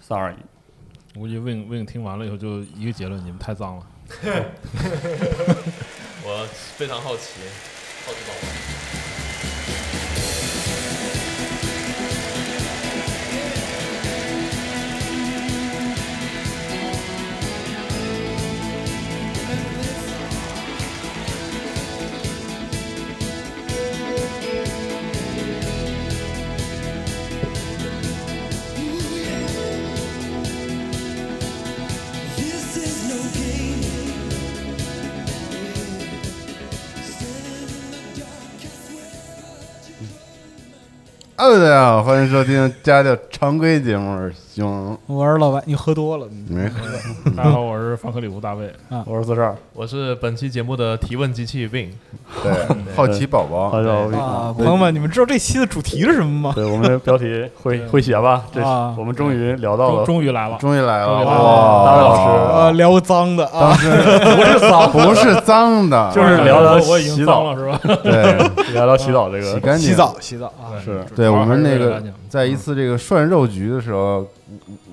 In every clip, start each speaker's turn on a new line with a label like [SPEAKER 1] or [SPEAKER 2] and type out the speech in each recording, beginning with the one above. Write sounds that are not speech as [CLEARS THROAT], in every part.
[SPEAKER 1] ，sorry，
[SPEAKER 2] 我估计 Win Win 听完了以后就一个结论：你们太脏了。
[SPEAKER 3] 我非常好奇，好奇宝宝。
[SPEAKER 4] This is no game. Stand in the dark, I swear.
[SPEAKER 5] 哦，大家好，欢迎收听家教常规节目《熊
[SPEAKER 6] 我是老白，你喝多了，你
[SPEAKER 5] 没
[SPEAKER 2] 大家好，我是范克里夫大卫。
[SPEAKER 1] 我是四十二，
[SPEAKER 3] 我是本期节目的提问机器 Win，
[SPEAKER 5] 对好奇宝宝
[SPEAKER 1] 大家好，
[SPEAKER 6] 啊，朋友们，你们知道这期的主题是什么吗？
[SPEAKER 1] 对我们的标题会会写吧，这是
[SPEAKER 6] 啊
[SPEAKER 1] 我们终于聊到
[SPEAKER 2] 终
[SPEAKER 1] 了，
[SPEAKER 2] 终于来了，
[SPEAKER 5] 终于来了，
[SPEAKER 2] 终于来了
[SPEAKER 5] 哇，
[SPEAKER 1] 大卫老师
[SPEAKER 6] 啊，聊个脏的啊，
[SPEAKER 1] 不是脏，
[SPEAKER 6] [LAUGHS]
[SPEAKER 5] 不是脏
[SPEAKER 2] [LAUGHS]
[SPEAKER 5] 的，
[SPEAKER 1] 就是聊聊
[SPEAKER 2] 我我已
[SPEAKER 1] 洗
[SPEAKER 2] 经脏
[SPEAKER 1] 澡
[SPEAKER 2] 了，是吧？
[SPEAKER 5] 对
[SPEAKER 1] 聊聊洗澡这
[SPEAKER 5] 洗
[SPEAKER 1] 个。
[SPEAKER 5] 干净
[SPEAKER 6] [LAUGHS] 洗澡，洗澡啊，
[SPEAKER 2] [LAUGHS]
[SPEAKER 1] 是
[SPEAKER 5] 对我们那
[SPEAKER 2] 主要
[SPEAKER 5] 个
[SPEAKER 2] 还是为了干净
[SPEAKER 5] 在一次这个涮肉局的时候，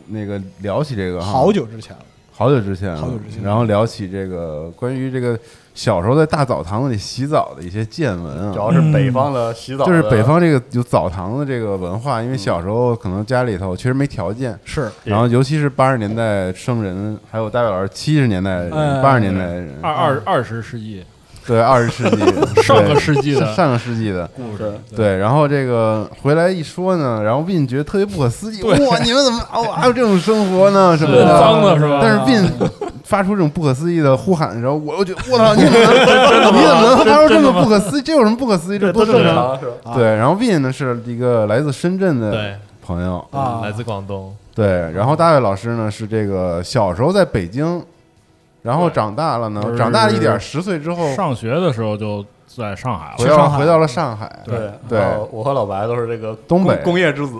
[SPEAKER 5] 那个聊起这个哈
[SPEAKER 6] 好久之前了，
[SPEAKER 5] 好久之前了，
[SPEAKER 6] 好久之前
[SPEAKER 5] 然后聊起这个关于这个小时候在大澡堂子里洗澡的一些见闻
[SPEAKER 1] 主
[SPEAKER 5] 啊。
[SPEAKER 1] 要是北方的洗澡，
[SPEAKER 5] 就是北，方这个有澡堂子这个文化，因为小时候可能家里头确实没条件，
[SPEAKER 6] 是
[SPEAKER 5] 然后尤其是八十年代生人，还有大卫老师七十年代人、
[SPEAKER 6] 哎
[SPEAKER 5] 八十年代人，
[SPEAKER 2] 二二二十世纪，
[SPEAKER 5] 对二十
[SPEAKER 2] [LAUGHS]
[SPEAKER 5] 世纪对
[SPEAKER 2] 上个世纪
[SPEAKER 5] 上
[SPEAKER 2] 的
[SPEAKER 5] 上个世纪的。
[SPEAKER 2] 故事，
[SPEAKER 5] 对，然后这个回来一说呢，然后 Win 觉得特别不可思议，哇，你们怎么哦还有这种生活呢什么
[SPEAKER 2] 对
[SPEAKER 5] 的，
[SPEAKER 2] 脏的是吧啊
[SPEAKER 5] 啊但是 Win 发出这种不可思议的呼喊的时候，我又觉得我操，你怎么
[SPEAKER 2] [LAUGHS]
[SPEAKER 5] 能你怎么能发出这么不可思议？这有什么不可思议？这
[SPEAKER 1] 这
[SPEAKER 5] 多
[SPEAKER 1] 多
[SPEAKER 5] 正
[SPEAKER 1] 正
[SPEAKER 5] 常。
[SPEAKER 1] 常是吧？
[SPEAKER 5] 对，然后 Win 呢是一个来自深圳的
[SPEAKER 3] 对，
[SPEAKER 5] 朋友，
[SPEAKER 2] 嗯
[SPEAKER 6] 啊，
[SPEAKER 3] 来自广东，
[SPEAKER 5] 对，然后大卫老师呢是这个小时候在北京，然后长大了呢
[SPEAKER 2] 不，是
[SPEAKER 5] 长大一点，十岁之后
[SPEAKER 2] 上学的时候就在上海
[SPEAKER 5] 哦回
[SPEAKER 2] 了。
[SPEAKER 5] 到
[SPEAKER 6] 上海
[SPEAKER 5] 回到了上海，
[SPEAKER 1] 对
[SPEAKER 5] 对
[SPEAKER 1] 然后我和老白都是这个
[SPEAKER 5] 东
[SPEAKER 1] 工
[SPEAKER 5] 北
[SPEAKER 1] 工业之子，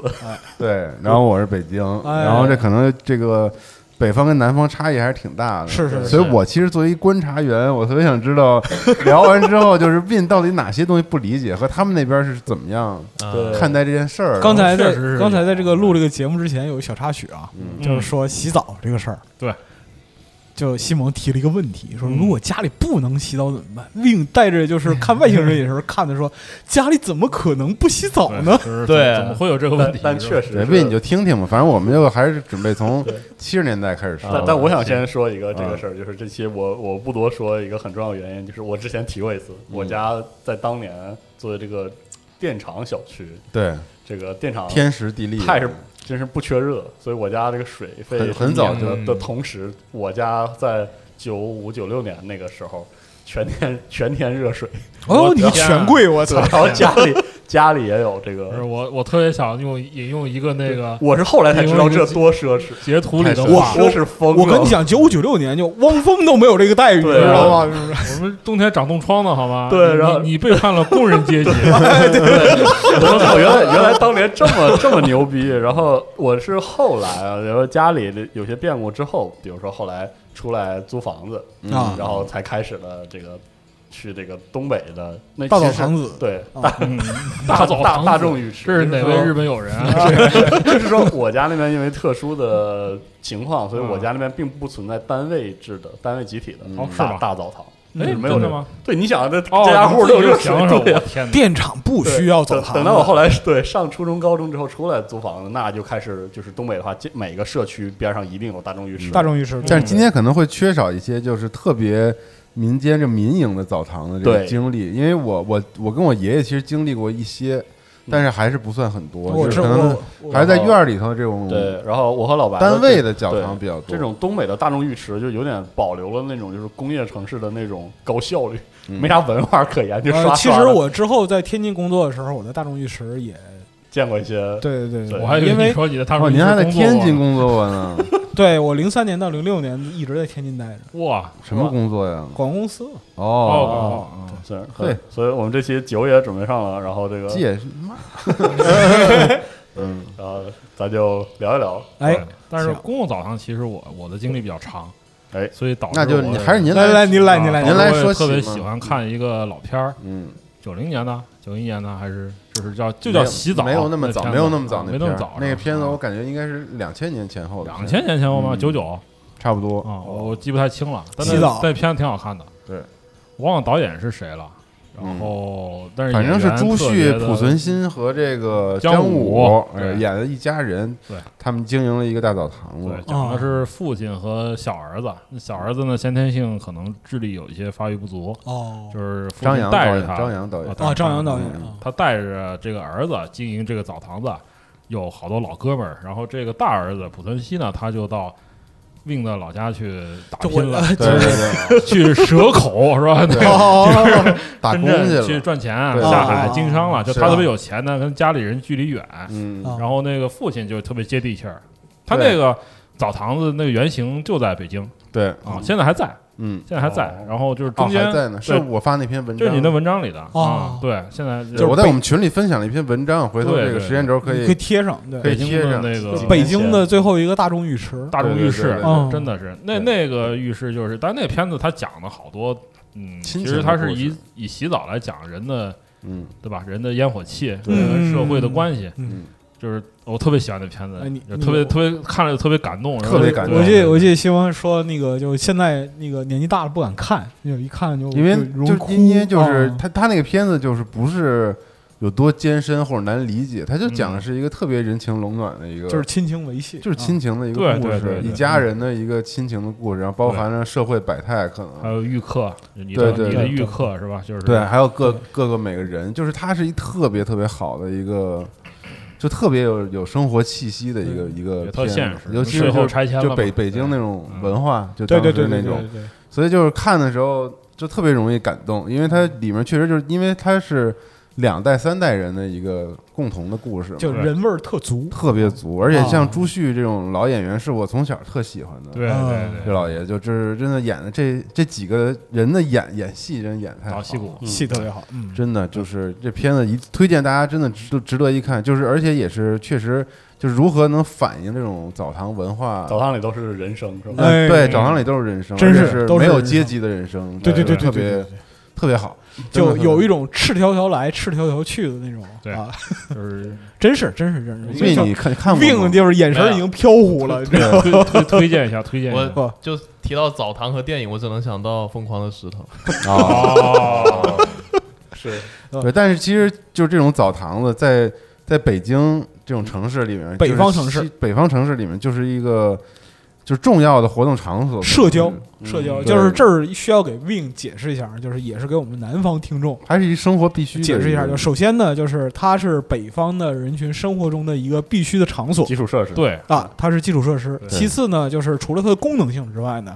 [SPEAKER 5] 对，然后我是北京，
[SPEAKER 6] 哎
[SPEAKER 5] 然后这可能这个北方跟南方差异还是挺大的，
[SPEAKER 6] 是是是
[SPEAKER 5] 所以我其实作为一观察员，我特别想知道聊完之后就是 Win 到底哪些东西不理解，和他们那边是怎么样
[SPEAKER 3] 啊
[SPEAKER 1] 对
[SPEAKER 5] 看待这件事儿的。
[SPEAKER 6] 刚才在
[SPEAKER 2] 确实是
[SPEAKER 6] 刚才在这个录这个节目之前有一小插曲啊，
[SPEAKER 5] 嗯
[SPEAKER 6] 就是说洗澡这个事儿，
[SPEAKER 2] 对。
[SPEAKER 6] 就西蒙提了一个问题，说
[SPEAKER 2] 嗯
[SPEAKER 6] 如果家里不能洗澡怎么办？并带着
[SPEAKER 2] [LAUGHS]
[SPEAKER 6] 就是看外星人也是看的说，家里怎么可能不洗澡呢？
[SPEAKER 2] 对，
[SPEAKER 3] 对
[SPEAKER 2] 怎么会有这个问
[SPEAKER 1] 但
[SPEAKER 2] 题？
[SPEAKER 1] 但确实
[SPEAKER 5] 对
[SPEAKER 1] 是
[SPEAKER 5] Win 你就听听吧，反正我们就还是准备从
[SPEAKER 1] 对
[SPEAKER 5] 七十年代开始说
[SPEAKER 1] 但。但我想先说一个这
[SPEAKER 5] 啊
[SPEAKER 1] 个事儿，就是这期我我不多说一个很重要的原因，就是我之前提过一次，我
[SPEAKER 5] 嗯
[SPEAKER 1] 家在当年做的这个电厂小区，
[SPEAKER 5] 对
[SPEAKER 1] 这个电厂
[SPEAKER 5] 天时地利
[SPEAKER 1] 太是真是不缺热，所以我家这个水费
[SPEAKER 5] 很很早
[SPEAKER 1] 的
[SPEAKER 3] 就
[SPEAKER 1] 的同时，我家在九五九六年那个时候全天全天热
[SPEAKER 6] [LAUGHS]
[SPEAKER 1] 水，
[SPEAKER 6] 哦，
[SPEAKER 2] 我
[SPEAKER 6] 你
[SPEAKER 2] 天啊
[SPEAKER 6] 权贵，我操
[SPEAKER 1] 然！后家里家里也有这
[SPEAKER 2] 不是
[SPEAKER 1] 个，
[SPEAKER 2] 我，我特别想用引用一个那个
[SPEAKER 1] 我是后来才知道这多奢侈，
[SPEAKER 2] 截图里的
[SPEAKER 5] 太
[SPEAKER 1] 我
[SPEAKER 2] 话
[SPEAKER 6] 哇，
[SPEAKER 1] 奢侈疯了。
[SPEAKER 6] 我跟你，讲，九五九六年就汪峰都没有这个待遇，你
[SPEAKER 1] 对
[SPEAKER 6] 知道
[SPEAKER 2] 啊
[SPEAKER 6] 吗？是不是？
[SPEAKER 2] 我们冬天长冻疮了，好吗？
[SPEAKER 1] 对
[SPEAKER 2] 你
[SPEAKER 1] 然后
[SPEAKER 2] 你你背叛了工人
[SPEAKER 1] [LAUGHS]
[SPEAKER 2] 阶级，
[SPEAKER 1] 我操，原来原来当年这么这么牛逼。然后我是后来啊，然后家里的有些变故之后，比如说后来出来租房子，
[SPEAKER 6] 啊
[SPEAKER 1] 然后才开始了这个去这个东北的那
[SPEAKER 6] 大澡
[SPEAKER 1] 其实
[SPEAKER 6] 堂子
[SPEAKER 1] 对
[SPEAKER 2] 嗯
[SPEAKER 1] [LAUGHS] 大
[SPEAKER 2] 澡
[SPEAKER 1] 大
[SPEAKER 2] 堂
[SPEAKER 1] 大
[SPEAKER 2] 子
[SPEAKER 1] 众浴池，
[SPEAKER 2] 这是哪
[SPEAKER 1] [LAUGHS]
[SPEAKER 2] 位日本友人
[SPEAKER 1] 嗯
[SPEAKER 2] 啊？
[SPEAKER 1] 就是说我家那边因为特殊的情况，所以
[SPEAKER 2] 嗯
[SPEAKER 1] 我家那边并不存在单位制的、单位集体的
[SPEAKER 2] 哦是
[SPEAKER 1] 大
[SPEAKER 2] 吗
[SPEAKER 1] 大澡堂。
[SPEAKER 2] 哎，
[SPEAKER 1] 没有
[SPEAKER 2] 真
[SPEAKER 1] 这
[SPEAKER 2] 的？吗？
[SPEAKER 1] 对，你想这
[SPEAKER 2] 哦，
[SPEAKER 1] 家家户户都有热水
[SPEAKER 2] 享受，
[SPEAKER 1] 对
[SPEAKER 2] 我
[SPEAKER 1] 呀
[SPEAKER 2] 天哪！
[SPEAKER 6] 电厂不
[SPEAKER 1] 对
[SPEAKER 6] 需要澡
[SPEAKER 1] 等
[SPEAKER 6] 堂。
[SPEAKER 1] 等到我后来对上初中、高中之后出来租房子，那就开始就是东北的话，这每个社区边上一定有大众浴池。
[SPEAKER 6] 嗯大众浴池，
[SPEAKER 5] 但是今天可能会缺少一些，就是特别民间这民营的澡堂的这个
[SPEAKER 1] 对
[SPEAKER 5] 经历，因为我我我跟我爷爷其实经历过一些，但是还是不算很多，
[SPEAKER 6] 我呃
[SPEAKER 5] 就是是可能
[SPEAKER 6] 我
[SPEAKER 5] 还是在院儿里头这种
[SPEAKER 1] 对，然后我和老白
[SPEAKER 5] 单位
[SPEAKER 1] 的
[SPEAKER 5] 的澡
[SPEAKER 1] 对
[SPEAKER 5] 堂比较多。
[SPEAKER 1] 这种东北的大众浴池就有点保留了那种就是工业城市的那种高效率，没啥文化可言，就刷
[SPEAKER 6] 嗯呃，
[SPEAKER 1] 刷。
[SPEAKER 6] 其实我之后在天津工作的时候，我在大众浴池也
[SPEAKER 1] 见过一些
[SPEAKER 6] 对对
[SPEAKER 1] 对
[SPEAKER 2] 我还以
[SPEAKER 6] 因
[SPEAKER 2] 为你
[SPEAKER 6] 为
[SPEAKER 2] 说你的他
[SPEAKER 5] 哦，
[SPEAKER 2] 说
[SPEAKER 5] 您还在天津
[SPEAKER 2] 工啊
[SPEAKER 5] 工作过呢？
[SPEAKER 6] 对我零三年到零六年一直在天津待着，
[SPEAKER 2] 作啊哇
[SPEAKER 5] 什么工作呀？
[SPEAKER 6] 广告公司
[SPEAKER 2] 哦
[SPEAKER 5] 哦，
[SPEAKER 2] 哦哦哦
[SPEAKER 1] 是，
[SPEAKER 5] 对
[SPEAKER 1] 对，嗯所以我们这期酒也准备上了，然后这个，
[SPEAKER 5] 姐，妈，嗯，
[SPEAKER 1] 然后呃咱就聊一聊，
[SPEAKER 6] 哎，
[SPEAKER 2] 对但是
[SPEAKER 6] 行
[SPEAKER 2] 公共澡堂其实我我的经历比较长，
[SPEAKER 1] 哎
[SPEAKER 2] 所以导致
[SPEAKER 5] 那就
[SPEAKER 2] 我
[SPEAKER 5] 还是您
[SPEAKER 6] 来来，您来，您
[SPEAKER 2] 啊
[SPEAKER 6] 来，
[SPEAKER 5] 您
[SPEAKER 2] 导
[SPEAKER 5] 来
[SPEAKER 2] 致我也
[SPEAKER 5] 说
[SPEAKER 2] 特别
[SPEAKER 5] 起嘛
[SPEAKER 2] 喜欢看一个老片儿，
[SPEAKER 5] 嗯，
[SPEAKER 2] 九零年的，九一年呢，还是就是叫就叫洗澡，
[SPEAKER 5] 没有那么早，没有那么早
[SPEAKER 2] 那
[SPEAKER 5] 那
[SPEAKER 2] 片子啊没
[SPEAKER 5] 片
[SPEAKER 2] 么早，
[SPEAKER 5] 那个片子我感觉应该是两千年前后的片，
[SPEAKER 2] 两千年前后吧，
[SPEAKER 5] 嗯
[SPEAKER 2] 九九
[SPEAKER 5] 差不多。
[SPEAKER 2] 啊，我记不太清了。但
[SPEAKER 6] 洗澡
[SPEAKER 2] 那片子挺好看的，
[SPEAKER 5] 对，
[SPEAKER 2] 我忘了导演是谁了。然
[SPEAKER 5] 嗯
[SPEAKER 2] 后，但是
[SPEAKER 5] 反正是
[SPEAKER 2] 演员
[SPEAKER 5] 朱
[SPEAKER 2] 特
[SPEAKER 5] 旭
[SPEAKER 2] 别、的
[SPEAKER 5] 濮存昕和这个
[SPEAKER 2] 姜
[SPEAKER 5] 武
[SPEAKER 2] 武
[SPEAKER 5] 呃
[SPEAKER 2] 对
[SPEAKER 5] 演了一家人，
[SPEAKER 2] 对
[SPEAKER 5] 他们经营了一个大澡堂
[SPEAKER 2] 对，
[SPEAKER 5] 子，
[SPEAKER 6] 啊
[SPEAKER 2] 讲的是父亲和小儿子。那小儿子
[SPEAKER 6] 嗯
[SPEAKER 2] 呢，先天性可能智力有一些发育不足，
[SPEAKER 6] 哦
[SPEAKER 2] 就是父
[SPEAKER 5] 张
[SPEAKER 2] 亲
[SPEAKER 5] 扬
[SPEAKER 2] 带
[SPEAKER 5] 导
[SPEAKER 2] 着
[SPEAKER 5] 演，
[SPEAKER 2] 他，
[SPEAKER 5] 张扬导
[SPEAKER 2] 啊
[SPEAKER 5] 演，
[SPEAKER 2] 对
[SPEAKER 6] 哦，张扬导演
[SPEAKER 5] 嗯
[SPEAKER 6] 啊，
[SPEAKER 2] 他带着这个儿子经营这个澡堂子，有好多老哥们儿。然后这个大儿子濮存昕呢，他就到 Win 的老家去打
[SPEAKER 6] 这我
[SPEAKER 2] 拼了，
[SPEAKER 5] 对对对
[SPEAKER 2] 去蛇口是吧？
[SPEAKER 5] 对，
[SPEAKER 6] 哦
[SPEAKER 5] 打
[SPEAKER 2] 深
[SPEAKER 5] 工
[SPEAKER 2] 圳
[SPEAKER 5] 去
[SPEAKER 2] 去
[SPEAKER 5] 了，
[SPEAKER 2] 赚钱，啊
[SPEAKER 5] 对
[SPEAKER 2] 下海经商了。
[SPEAKER 5] 哦
[SPEAKER 2] 就
[SPEAKER 5] 哦
[SPEAKER 2] 他
[SPEAKER 5] 是
[SPEAKER 2] 特别有钱呢，跟家里人距离远。
[SPEAKER 5] 嗯，
[SPEAKER 6] 啊
[SPEAKER 2] 然后那个父亲就特别接地气儿，他
[SPEAKER 5] 对
[SPEAKER 2] 那个澡堂子那个原型就在北京
[SPEAKER 5] 对，
[SPEAKER 2] 啊，现在还在，
[SPEAKER 5] 嗯，
[SPEAKER 2] 现在还在。然后就是中
[SPEAKER 5] 哦
[SPEAKER 2] 间
[SPEAKER 5] 还在呢，是
[SPEAKER 2] 对
[SPEAKER 5] 我发那篇文
[SPEAKER 2] 就是
[SPEAKER 5] 章，
[SPEAKER 2] 你的文章里的
[SPEAKER 6] 哦
[SPEAKER 2] 啊，对，现在
[SPEAKER 5] 对我在我们群里分享了一篇文章，回头
[SPEAKER 2] 对
[SPEAKER 5] 这个
[SPEAKER 2] 对
[SPEAKER 5] 时间轴可
[SPEAKER 6] 你可以
[SPEAKER 5] 以
[SPEAKER 6] 贴上对
[SPEAKER 5] 可以
[SPEAKER 2] 北京
[SPEAKER 5] 贴
[SPEAKER 2] 的
[SPEAKER 5] 上
[SPEAKER 2] 那个
[SPEAKER 3] 几
[SPEAKER 6] 北京的哦最后一个大众浴池
[SPEAKER 2] 大众浴
[SPEAKER 5] 对
[SPEAKER 2] 室
[SPEAKER 5] 对对
[SPEAKER 6] 对对，
[SPEAKER 2] 真的是那
[SPEAKER 5] 嗯
[SPEAKER 2] 那个浴室就是，但那片子它讲的好多，嗯，
[SPEAKER 5] 亲
[SPEAKER 2] 其
[SPEAKER 5] 情的
[SPEAKER 2] 实它是
[SPEAKER 5] 故事
[SPEAKER 2] 以以洗澡来讲人的，
[SPEAKER 5] 嗯，
[SPEAKER 2] 对吧？人的烟火气，
[SPEAKER 5] 对
[SPEAKER 2] 人社会的关系，
[SPEAKER 6] 嗯
[SPEAKER 2] 就是我特别喜欢那片子
[SPEAKER 6] 哎你，
[SPEAKER 2] 就特别
[SPEAKER 6] 你
[SPEAKER 2] 特别看着特别感动，然后
[SPEAKER 5] 特别
[SPEAKER 2] 就
[SPEAKER 5] 感动
[SPEAKER 6] 我
[SPEAKER 2] 对
[SPEAKER 6] 记得我记得新闻说那个就现在那个年纪大了不敢看，就一看就
[SPEAKER 5] 因为
[SPEAKER 6] 就容
[SPEAKER 5] 就是
[SPEAKER 6] 易哭
[SPEAKER 5] 因为就是
[SPEAKER 2] 哦
[SPEAKER 6] 啊
[SPEAKER 5] 他他那个片子就是不是有多艰深或者难理解，他就讲的
[SPEAKER 2] 嗯
[SPEAKER 5] 是一个特别人情冷暖的一个，
[SPEAKER 6] 就是亲情维系，
[SPEAKER 5] 就是亲
[SPEAKER 6] 啊
[SPEAKER 5] 情的一
[SPEAKER 2] 对
[SPEAKER 5] 个故
[SPEAKER 2] 对
[SPEAKER 5] 事
[SPEAKER 2] 对，对嗯
[SPEAKER 5] 一家人的一个亲情的故事，然后包含了社会百态，可
[SPEAKER 2] 还
[SPEAKER 5] 能
[SPEAKER 2] 有预刻，你
[SPEAKER 5] 对
[SPEAKER 2] 的
[SPEAKER 5] 对
[SPEAKER 2] 你的
[SPEAKER 6] 对
[SPEAKER 2] 预刻是吧？就是
[SPEAKER 5] 对，还有各各个每个人，就是他是一特别特别好的一个，就特别有有生活气息的一个一个
[SPEAKER 2] 也特
[SPEAKER 5] 片
[SPEAKER 2] 现
[SPEAKER 5] 子
[SPEAKER 2] 实，
[SPEAKER 5] 尤其
[SPEAKER 2] 最
[SPEAKER 5] 是
[SPEAKER 2] 后
[SPEAKER 5] 就
[SPEAKER 2] 拆迁了
[SPEAKER 5] 就
[SPEAKER 2] 嘛
[SPEAKER 5] 北北京那
[SPEAKER 2] 对
[SPEAKER 5] 种
[SPEAKER 2] 嗯
[SPEAKER 5] 文化，就
[SPEAKER 6] 对
[SPEAKER 5] 当
[SPEAKER 6] 对
[SPEAKER 5] 时
[SPEAKER 6] 对
[SPEAKER 5] 那
[SPEAKER 6] 对
[SPEAKER 5] 种
[SPEAKER 6] 对，对，
[SPEAKER 5] 所以就是看的时候就特别容易感动，因为它里面确实就是因为它是两代三代人的一个共同的故事嘛，
[SPEAKER 6] 就人味儿特足，
[SPEAKER 5] 特别足，而且像
[SPEAKER 6] 啊
[SPEAKER 5] 朱旭这种老演员是我从小特喜欢的，
[SPEAKER 2] 对
[SPEAKER 6] 嗯
[SPEAKER 2] 对对
[SPEAKER 5] 这老爷就这是真的演的这这几个人的演演戏真演得太
[SPEAKER 2] 老
[SPEAKER 5] 好了
[SPEAKER 2] 戏，骨，
[SPEAKER 6] 戏特别好，嗯，
[SPEAKER 5] 真的就是这片子一推荐大家真的值值得一看，就是而且也是确实就是如何能反映这种澡堂文化。
[SPEAKER 1] 澡堂里都是人声是吧？
[SPEAKER 6] 哎
[SPEAKER 5] 呃对，澡堂里都是人生，
[SPEAKER 6] 真是
[SPEAKER 5] 而且是
[SPEAKER 6] 都是
[SPEAKER 5] 没有
[SPEAKER 6] 人生
[SPEAKER 5] 阶级的人生，
[SPEAKER 6] 对对对
[SPEAKER 5] 特
[SPEAKER 6] 对对
[SPEAKER 5] 别
[SPEAKER 6] 对，
[SPEAKER 5] 特别好，
[SPEAKER 6] 就有一
[SPEAKER 5] 一
[SPEAKER 6] 种赤条条来赤条条去的那种，
[SPEAKER 2] 对
[SPEAKER 6] 啊，
[SPEAKER 2] 就是
[SPEAKER 6] 真是真是真是，
[SPEAKER 5] 因为你看看过吗
[SPEAKER 6] 病就是眼神儿已经飘忽了，你知道吗
[SPEAKER 2] 推推推荐一下，推荐一下。
[SPEAKER 3] 我就提到澡堂和电影，我只能想到《疯狂的石头》。
[SPEAKER 5] 啊，
[SPEAKER 2] 哦，
[SPEAKER 1] [LAUGHS] 是
[SPEAKER 5] 对，但是其实就是这种澡堂子在在北京这种城市里面，
[SPEAKER 6] 北
[SPEAKER 5] 就是
[SPEAKER 6] 方城市
[SPEAKER 5] 西，北方城市里面就是一个就是重要的活动场所，
[SPEAKER 6] 社交
[SPEAKER 5] 嗯
[SPEAKER 6] 社交，
[SPEAKER 5] 对
[SPEAKER 6] 就是这儿需要给 Win 解释一下，就是也是给我们南方听众
[SPEAKER 5] 还是一生活必须的
[SPEAKER 6] 解释一下，
[SPEAKER 5] 个
[SPEAKER 6] 就首先呢，就是它是北方的人群生活中的一个必须的场所
[SPEAKER 1] 基础设施，
[SPEAKER 2] 对，
[SPEAKER 6] 啊，它是基础设施。
[SPEAKER 2] 对
[SPEAKER 6] 其次呢，就是除了它的功能性之外呢，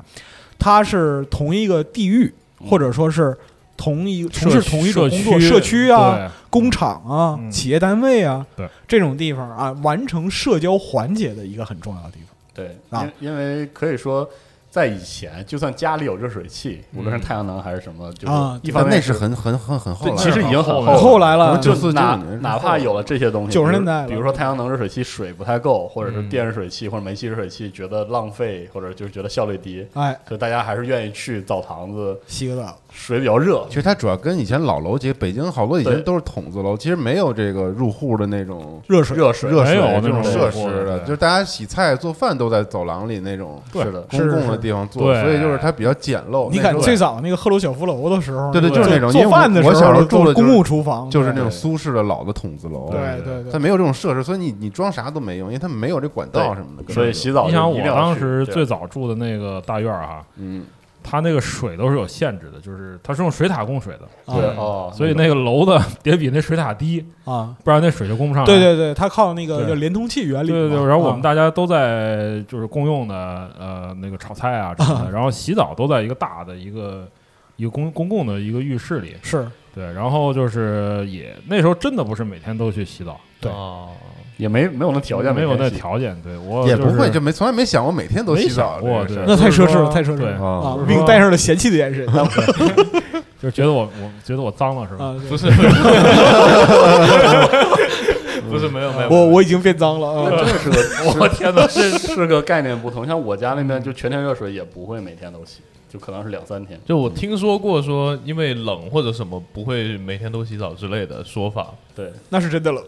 [SPEAKER 6] 它是同一个地域或者说是同一从事同一种工作社区啊，工厂啊、
[SPEAKER 2] 嗯
[SPEAKER 6] 企业单位啊，
[SPEAKER 2] 对
[SPEAKER 6] 这种地方啊，完成社交环节的一个很重要的地方。
[SPEAKER 1] 对，
[SPEAKER 6] 啊
[SPEAKER 1] 因因为可以说。在以前，就算家里有热水器，无论是太阳能还是什么，就是
[SPEAKER 6] 啊
[SPEAKER 1] 一方
[SPEAKER 5] 但
[SPEAKER 1] 面
[SPEAKER 5] 那是很很很很后
[SPEAKER 1] 对，
[SPEAKER 5] 来，
[SPEAKER 1] 其实已经很
[SPEAKER 2] 后
[SPEAKER 1] 了。
[SPEAKER 6] 后来了，
[SPEAKER 5] 就
[SPEAKER 1] 就是是
[SPEAKER 5] 这
[SPEAKER 1] 哪
[SPEAKER 5] 种人
[SPEAKER 1] 哪怕有了这些东西，
[SPEAKER 6] 90
[SPEAKER 1] 比如
[SPEAKER 6] 年代了
[SPEAKER 1] 比如说太阳能热水器水不太够，或者是
[SPEAKER 2] 嗯
[SPEAKER 1] 电热水器或者煤气热水器觉得浪费，或者就是觉得效率低，
[SPEAKER 6] 哎，
[SPEAKER 1] 所以大家还是愿意去澡堂子，
[SPEAKER 6] 洗个澡，
[SPEAKER 1] 水比较热
[SPEAKER 5] 其。实它主要跟以前老楼，其实北京好多以前
[SPEAKER 1] 对
[SPEAKER 5] 都是筒子楼，其实没有这个入户的那种
[SPEAKER 6] 热水
[SPEAKER 1] 热水
[SPEAKER 5] 热水
[SPEAKER 2] 没有那
[SPEAKER 5] 这种
[SPEAKER 2] 种
[SPEAKER 5] 设
[SPEAKER 2] 入
[SPEAKER 5] 施
[SPEAKER 2] 户的
[SPEAKER 5] 的，
[SPEAKER 2] 对
[SPEAKER 5] 就是大家洗菜做饭都在走廊里那种
[SPEAKER 1] 是的，
[SPEAKER 5] 公共的地方做，
[SPEAKER 2] 对
[SPEAKER 5] 所以就是它比较简陋。那
[SPEAKER 6] 你
[SPEAKER 5] 时
[SPEAKER 6] 敢
[SPEAKER 5] 候
[SPEAKER 6] 最早那个赫鲁晓夫楼的时候，
[SPEAKER 5] 对对，
[SPEAKER 2] 对
[SPEAKER 5] 就是那种，因为
[SPEAKER 6] 做饭的时
[SPEAKER 5] 我
[SPEAKER 6] 候，
[SPEAKER 5] 小时候住的
[SPEAKER 6] 公
[SPEAKER 5] 就是
[SPEAKER 6] 共厨房，
[SPEAKER 5] 就是那种
[SPEAKER 1] 对
[SPEAKER 5] 苏式的老的筒子楼，
[SPEAKER 6] 对对对
[SPEAKER 5] 它
[SPEAKER 6] 对，
[SPEAKER 5] 没有这种设施，所以你你装啥都没用，因为它没有这管道什么的。根本
[SPEAKER 1] 所以
[SPEAKER 5] 就
[SPEAKER 1] 洗澡
[SPEAKER 2] 你
[SPEAKER 1] 就
[SPEAKER 2] 想
[SPEAKER 1] 一
[SPEAKER 2] 我
[SPEAKER 1] 定要
[SPEAKER 2] 当
[SPEAKER 1] 去
[SPEAKER 2] 时
[SPEAKER 1] 对
[SPEAKER 2] 最早住的那个大院儿哈，
[SPEAKER 5] 嗯，
[SPEAKER 2] 它那个水都是有限制的，就是它是用水塔供水的，
[SPEAKER 1] 对
[SPEAKER 6] 啊
[SPEAKER 1] 哦，
[SPEAKER 2] 所以那个楼 [LAUGHS] 子得比那水塔低，
[SPEAKER 6] 啊，
[SPEAKER 2] 不然那水就供不上来。
[SPEAKER 6] 对对对，它靠那个
[SPEAKER 2] 对
[SPEAKER 6] 叫连通器原理嘛，
[SPEAKER 2] 对对对，然后我们
[SPEAKER 6] 啊
[SPEAKER 2] 大家都在就是共用的呃那个炒菜啊什么的，然后洗澡都在一个大的一个一个公公共的一个浴室里，
[SPEAKER 6] 是
[SPEAKER 2] 对，然后就是也那时候真的不是每天都去洗澡，
[SPEAKER 6] 对
[SPEAKER 3] 哦，
[SPEAKER 1] 也没没有那条件，
[SPEAKER 2] 没有
[SPEAKER 1] 每
[SPEAKER 2] 那
[SPEAKER 1] 天洗
[SPEAKER 2] 条件，对我
[SPEAKER 5] 也
[SPEAKER 2] 哦就
[SPEAKER 5] 不会
[SPEAKER 2] 是
[SPEAKER 5] 就没从来没想过每天都
[SPEAKER 2] 没
[SPEAKER 5] 洗澡
[SPEAKER 2] 想过
[SPEAKER 5] 这
[SPEAKER 2] 对
[SPEAKER 5] 个事
[SPEAKER 6] 那
[SPEAKER 5] 儿。
[SPEAKER 6] 太
[SPEAKER 2] 就
[SPEAKER 6] 奢
[SPEAKER 2] 是
[SPEAKER 6] 侈
[SPEAKER 2] 说
[SPEAKER 6] 了，太奢侈
[SPEAKER 2] 对
[SPEAKER 6] 了啊
[SPEAKER 5] 啊
[SPEAKER 2] 就，是
[SPEAKER 6] 并
[SPEAKER 2] 说
[SPEAKER 6] 带上了嫌弃的眼神啊
[SPEAKER 2] 就觉得我我觉得我脏了是吧？
[SPEAKER 6] 对
[SPEAKER 3] 不是，不是没有没有，
[SPEAKER 6] 我我已经变脏了
[SPEAKER 1] [LAUGHS]
[SPEAKER 6] 啊
[SPEAKER 1] 这是
[SPEAKER 2] [LAUGHS]
[SPEAKER 1] 个，我天哪，这是个概念不同。像我家那边就全天热水也不会每天都洗，就可能是两三天。
[SPEAKER 3] 就我听说过说，因为冷或者什么不会每天都洗澡之类的说法，
[SPEAKER 1] 对，
[SPEAKER 6] 那是真的冷。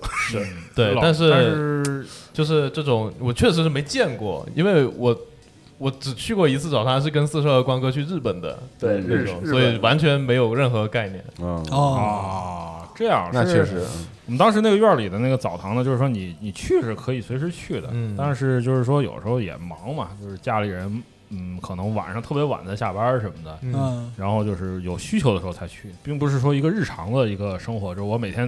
[SPEAKER 3] 对，
[SPEAKER 2] 老但
[SPEAKER 3] 但是就是这种我确实是没见过，因为我我只去过一次澡堂，是跟四十二光哥去日本的
[SPEAKER 1] 对
[SPEAKER 2] 嗯
[SPEAKER 3] 那
[SPEAKER 1] 日
[SPEAKER 3] 种
[SPEAKER 1] 日
[SPEAKER 3] 所以
[SPEAKER 1] 本
[SPEAKER 3] 完全没有任何概念。
[SPEAKER 5] 嗯，
[SPEAKER 6] 哦，
[SPEAKER 2] 啊，这样
[SPEAKER 5] 那
[SPEAKER 2] 是
[SPEAKER 5] 确实，
[SPEAKER 2] 我们当时那个院儿里的那个澡堂呢，就是说你你去是可以随时去的，
[SPEAKER 3] 嗯
[SPEAKER 2] 但是就是说有时候也忙嘛，就是家里人嗯可能晚上特别晚才下班什么的，
[SPEAKER 3] 嗯，
[SPEAKER 6] 嗯，
[SPEAKER 2] 然后就是有需求的时候才去，并不是说一个日常的一个生活，就是我每天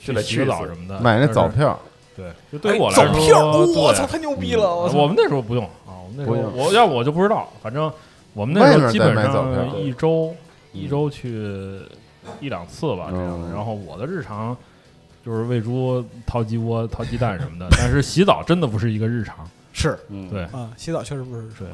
[SPEAKER 2] 去
[SPEAKER 1] 就得
[SPEAKER 2] 洗
[SPEAKER 1] 去
[SPEAKER 2] 个
[SPEAKER 1] 一
[SPEAKER 2] 澡
[SPEAKER 1] 次
[SPEAKER 2] 什么的，
[SPEAKER 5] 买
[SPEAKER 2] 但
[SPEAKER 5] 那
[SPEAKER 2] 是
[SPEAKER 5] 澡，票，
[SPEAKER 2] 对，就对于
[SPEAKER 6] 哎
[SPEAKER 2] 我来
[SPEAKER 6] 走
[SPEAKER 2] 说，
[SPEAKER 6] 片儿，我
[SPEAKER 2] 对
[SPEAKER 6] 操，太牛逼了！呃我操，
[SPEAKER 2] 我们那时候不用啊，我们那时候
[SPEAKER 5] 不用
[SPEAKER 2] 我要我就不知道，反正我们那
[SPEAKER 5] 外
[SPEAKER 2] 时候
[SPEAKER 5] 面再
[SPEAKER 2] 基本
[SPEAKER 5] 买早
[SPEAKER 2] 上
[SPEAKER 5] 餐
[SPEAKER 2] 一周
[SPEAKER 5] 嗯
[SPEAKER 2] 一周去一两次吧这样的。
[SPEAKER 5] 嗯
[SPEAKER 2] 然后我的日常就是喂猪、掏鸡窝、掏鸡蛋什么的，但是洗澡真的不是一个日常。
[SPEAKER 6] 是
[SPEAKER 1] 嗯
[SPEAKER 2] 对
[SPEAKER 6] 啊，洗澡确实不是
[SPEAKER 2] 对，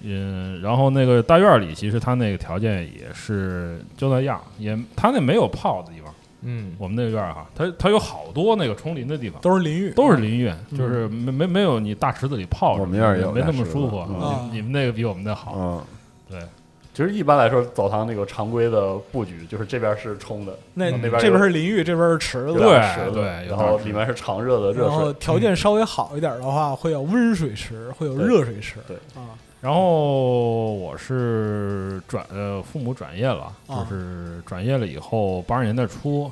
[SPEAKER 2] 嗯，然后那个大院里其实他那个条件也是就那样，也他那没有泡的地方，
[SPEAKER 3] 嗯，
[SPEAKER 2] 我们那个院儿哈，它它有好多那个冲淋的地方。
[SPEAKER 6] 都是淋浴，
[SPEAKER 2] 都是淋浴，
[SPEAKER 6] 嗯
[SPEAKER 2] 就是没没没有你大池子里泡着，
[SPEAKER 5] 我们院儿也有
[SPEAKER 2] 没那么
[SPEAKER 5] 大池子
[SPEAKER 2] 舒服。
[SPEAKER 6] 嗯
[SPEAKER 2] 你你们那个比我们那好，
[SPEAKER 5] 嗯，
[SPEAKER 2] 对，
[SPEAKER 1] 其实一般来说，澡堂那个常规的布局就是这边是冲的，
[SPEAKER 6] 那
[SPEAKER 1] 那边
[SPEAKER 6] 这边
[SPEAKER 1] 有
[SPEAKER 6] 是淋浴，这边是池
[SPEAKER 1] 有
[SPEAKER 6] 子，
[SPEAKER 1] 点池子
[SPEAKER 2] 对有
[SPEAKER 1] 然
[SPEAKER 2] 点
[SPEAKER 1] 后
[SPEAKER 2] 池
[SPEAKER 1] 里面是常热的热
[SPEAKER 6] 然后
[SPEAKER 1] 水，啊
[SPEAKER 6] 条件稍微好一点的话，会有温水池，会有
[SPEAKER 1] 对
[SPEAKER 6] 热水池，
[SPEAKER 1] 对
[SPEAKER 6] 啊，
[SPEAKER 2] 然后我是转呃父母转业了，就
[SPEAKER 6] 啊
[SPEAKER 2] 是转业了以后八十年代初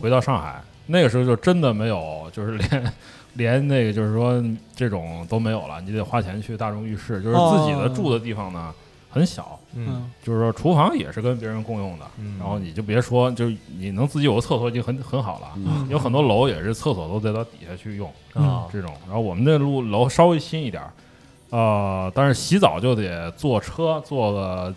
[SPEAKER 2] 回到上海，那个时候就真的没有，就是连连那个就是说这种都没有了，你得花钱去大众浴室，就是自己的
[SPEAKER 6] 哦
[SPEAKER 2] 住的地方呢很小，
[SPEAKER 3] 嗯
[SPEAKER 2] 就是说厨房也是跟别人共用的，
[SPEAKER 3] 嗯
[SPEAKER 2] 然后你就别说就是你能自己有个厕所已经很很好了，
[SPEAKER 5] 嗯
[SPEAKER 2] 有很多楼也是厕所都得到底下去用。
[SPEAKER 3] 啊，
[SPEAKER 2] 这种。然后我们那路楼稍微新一点儿，呃，但是洗澡就得坐车坐个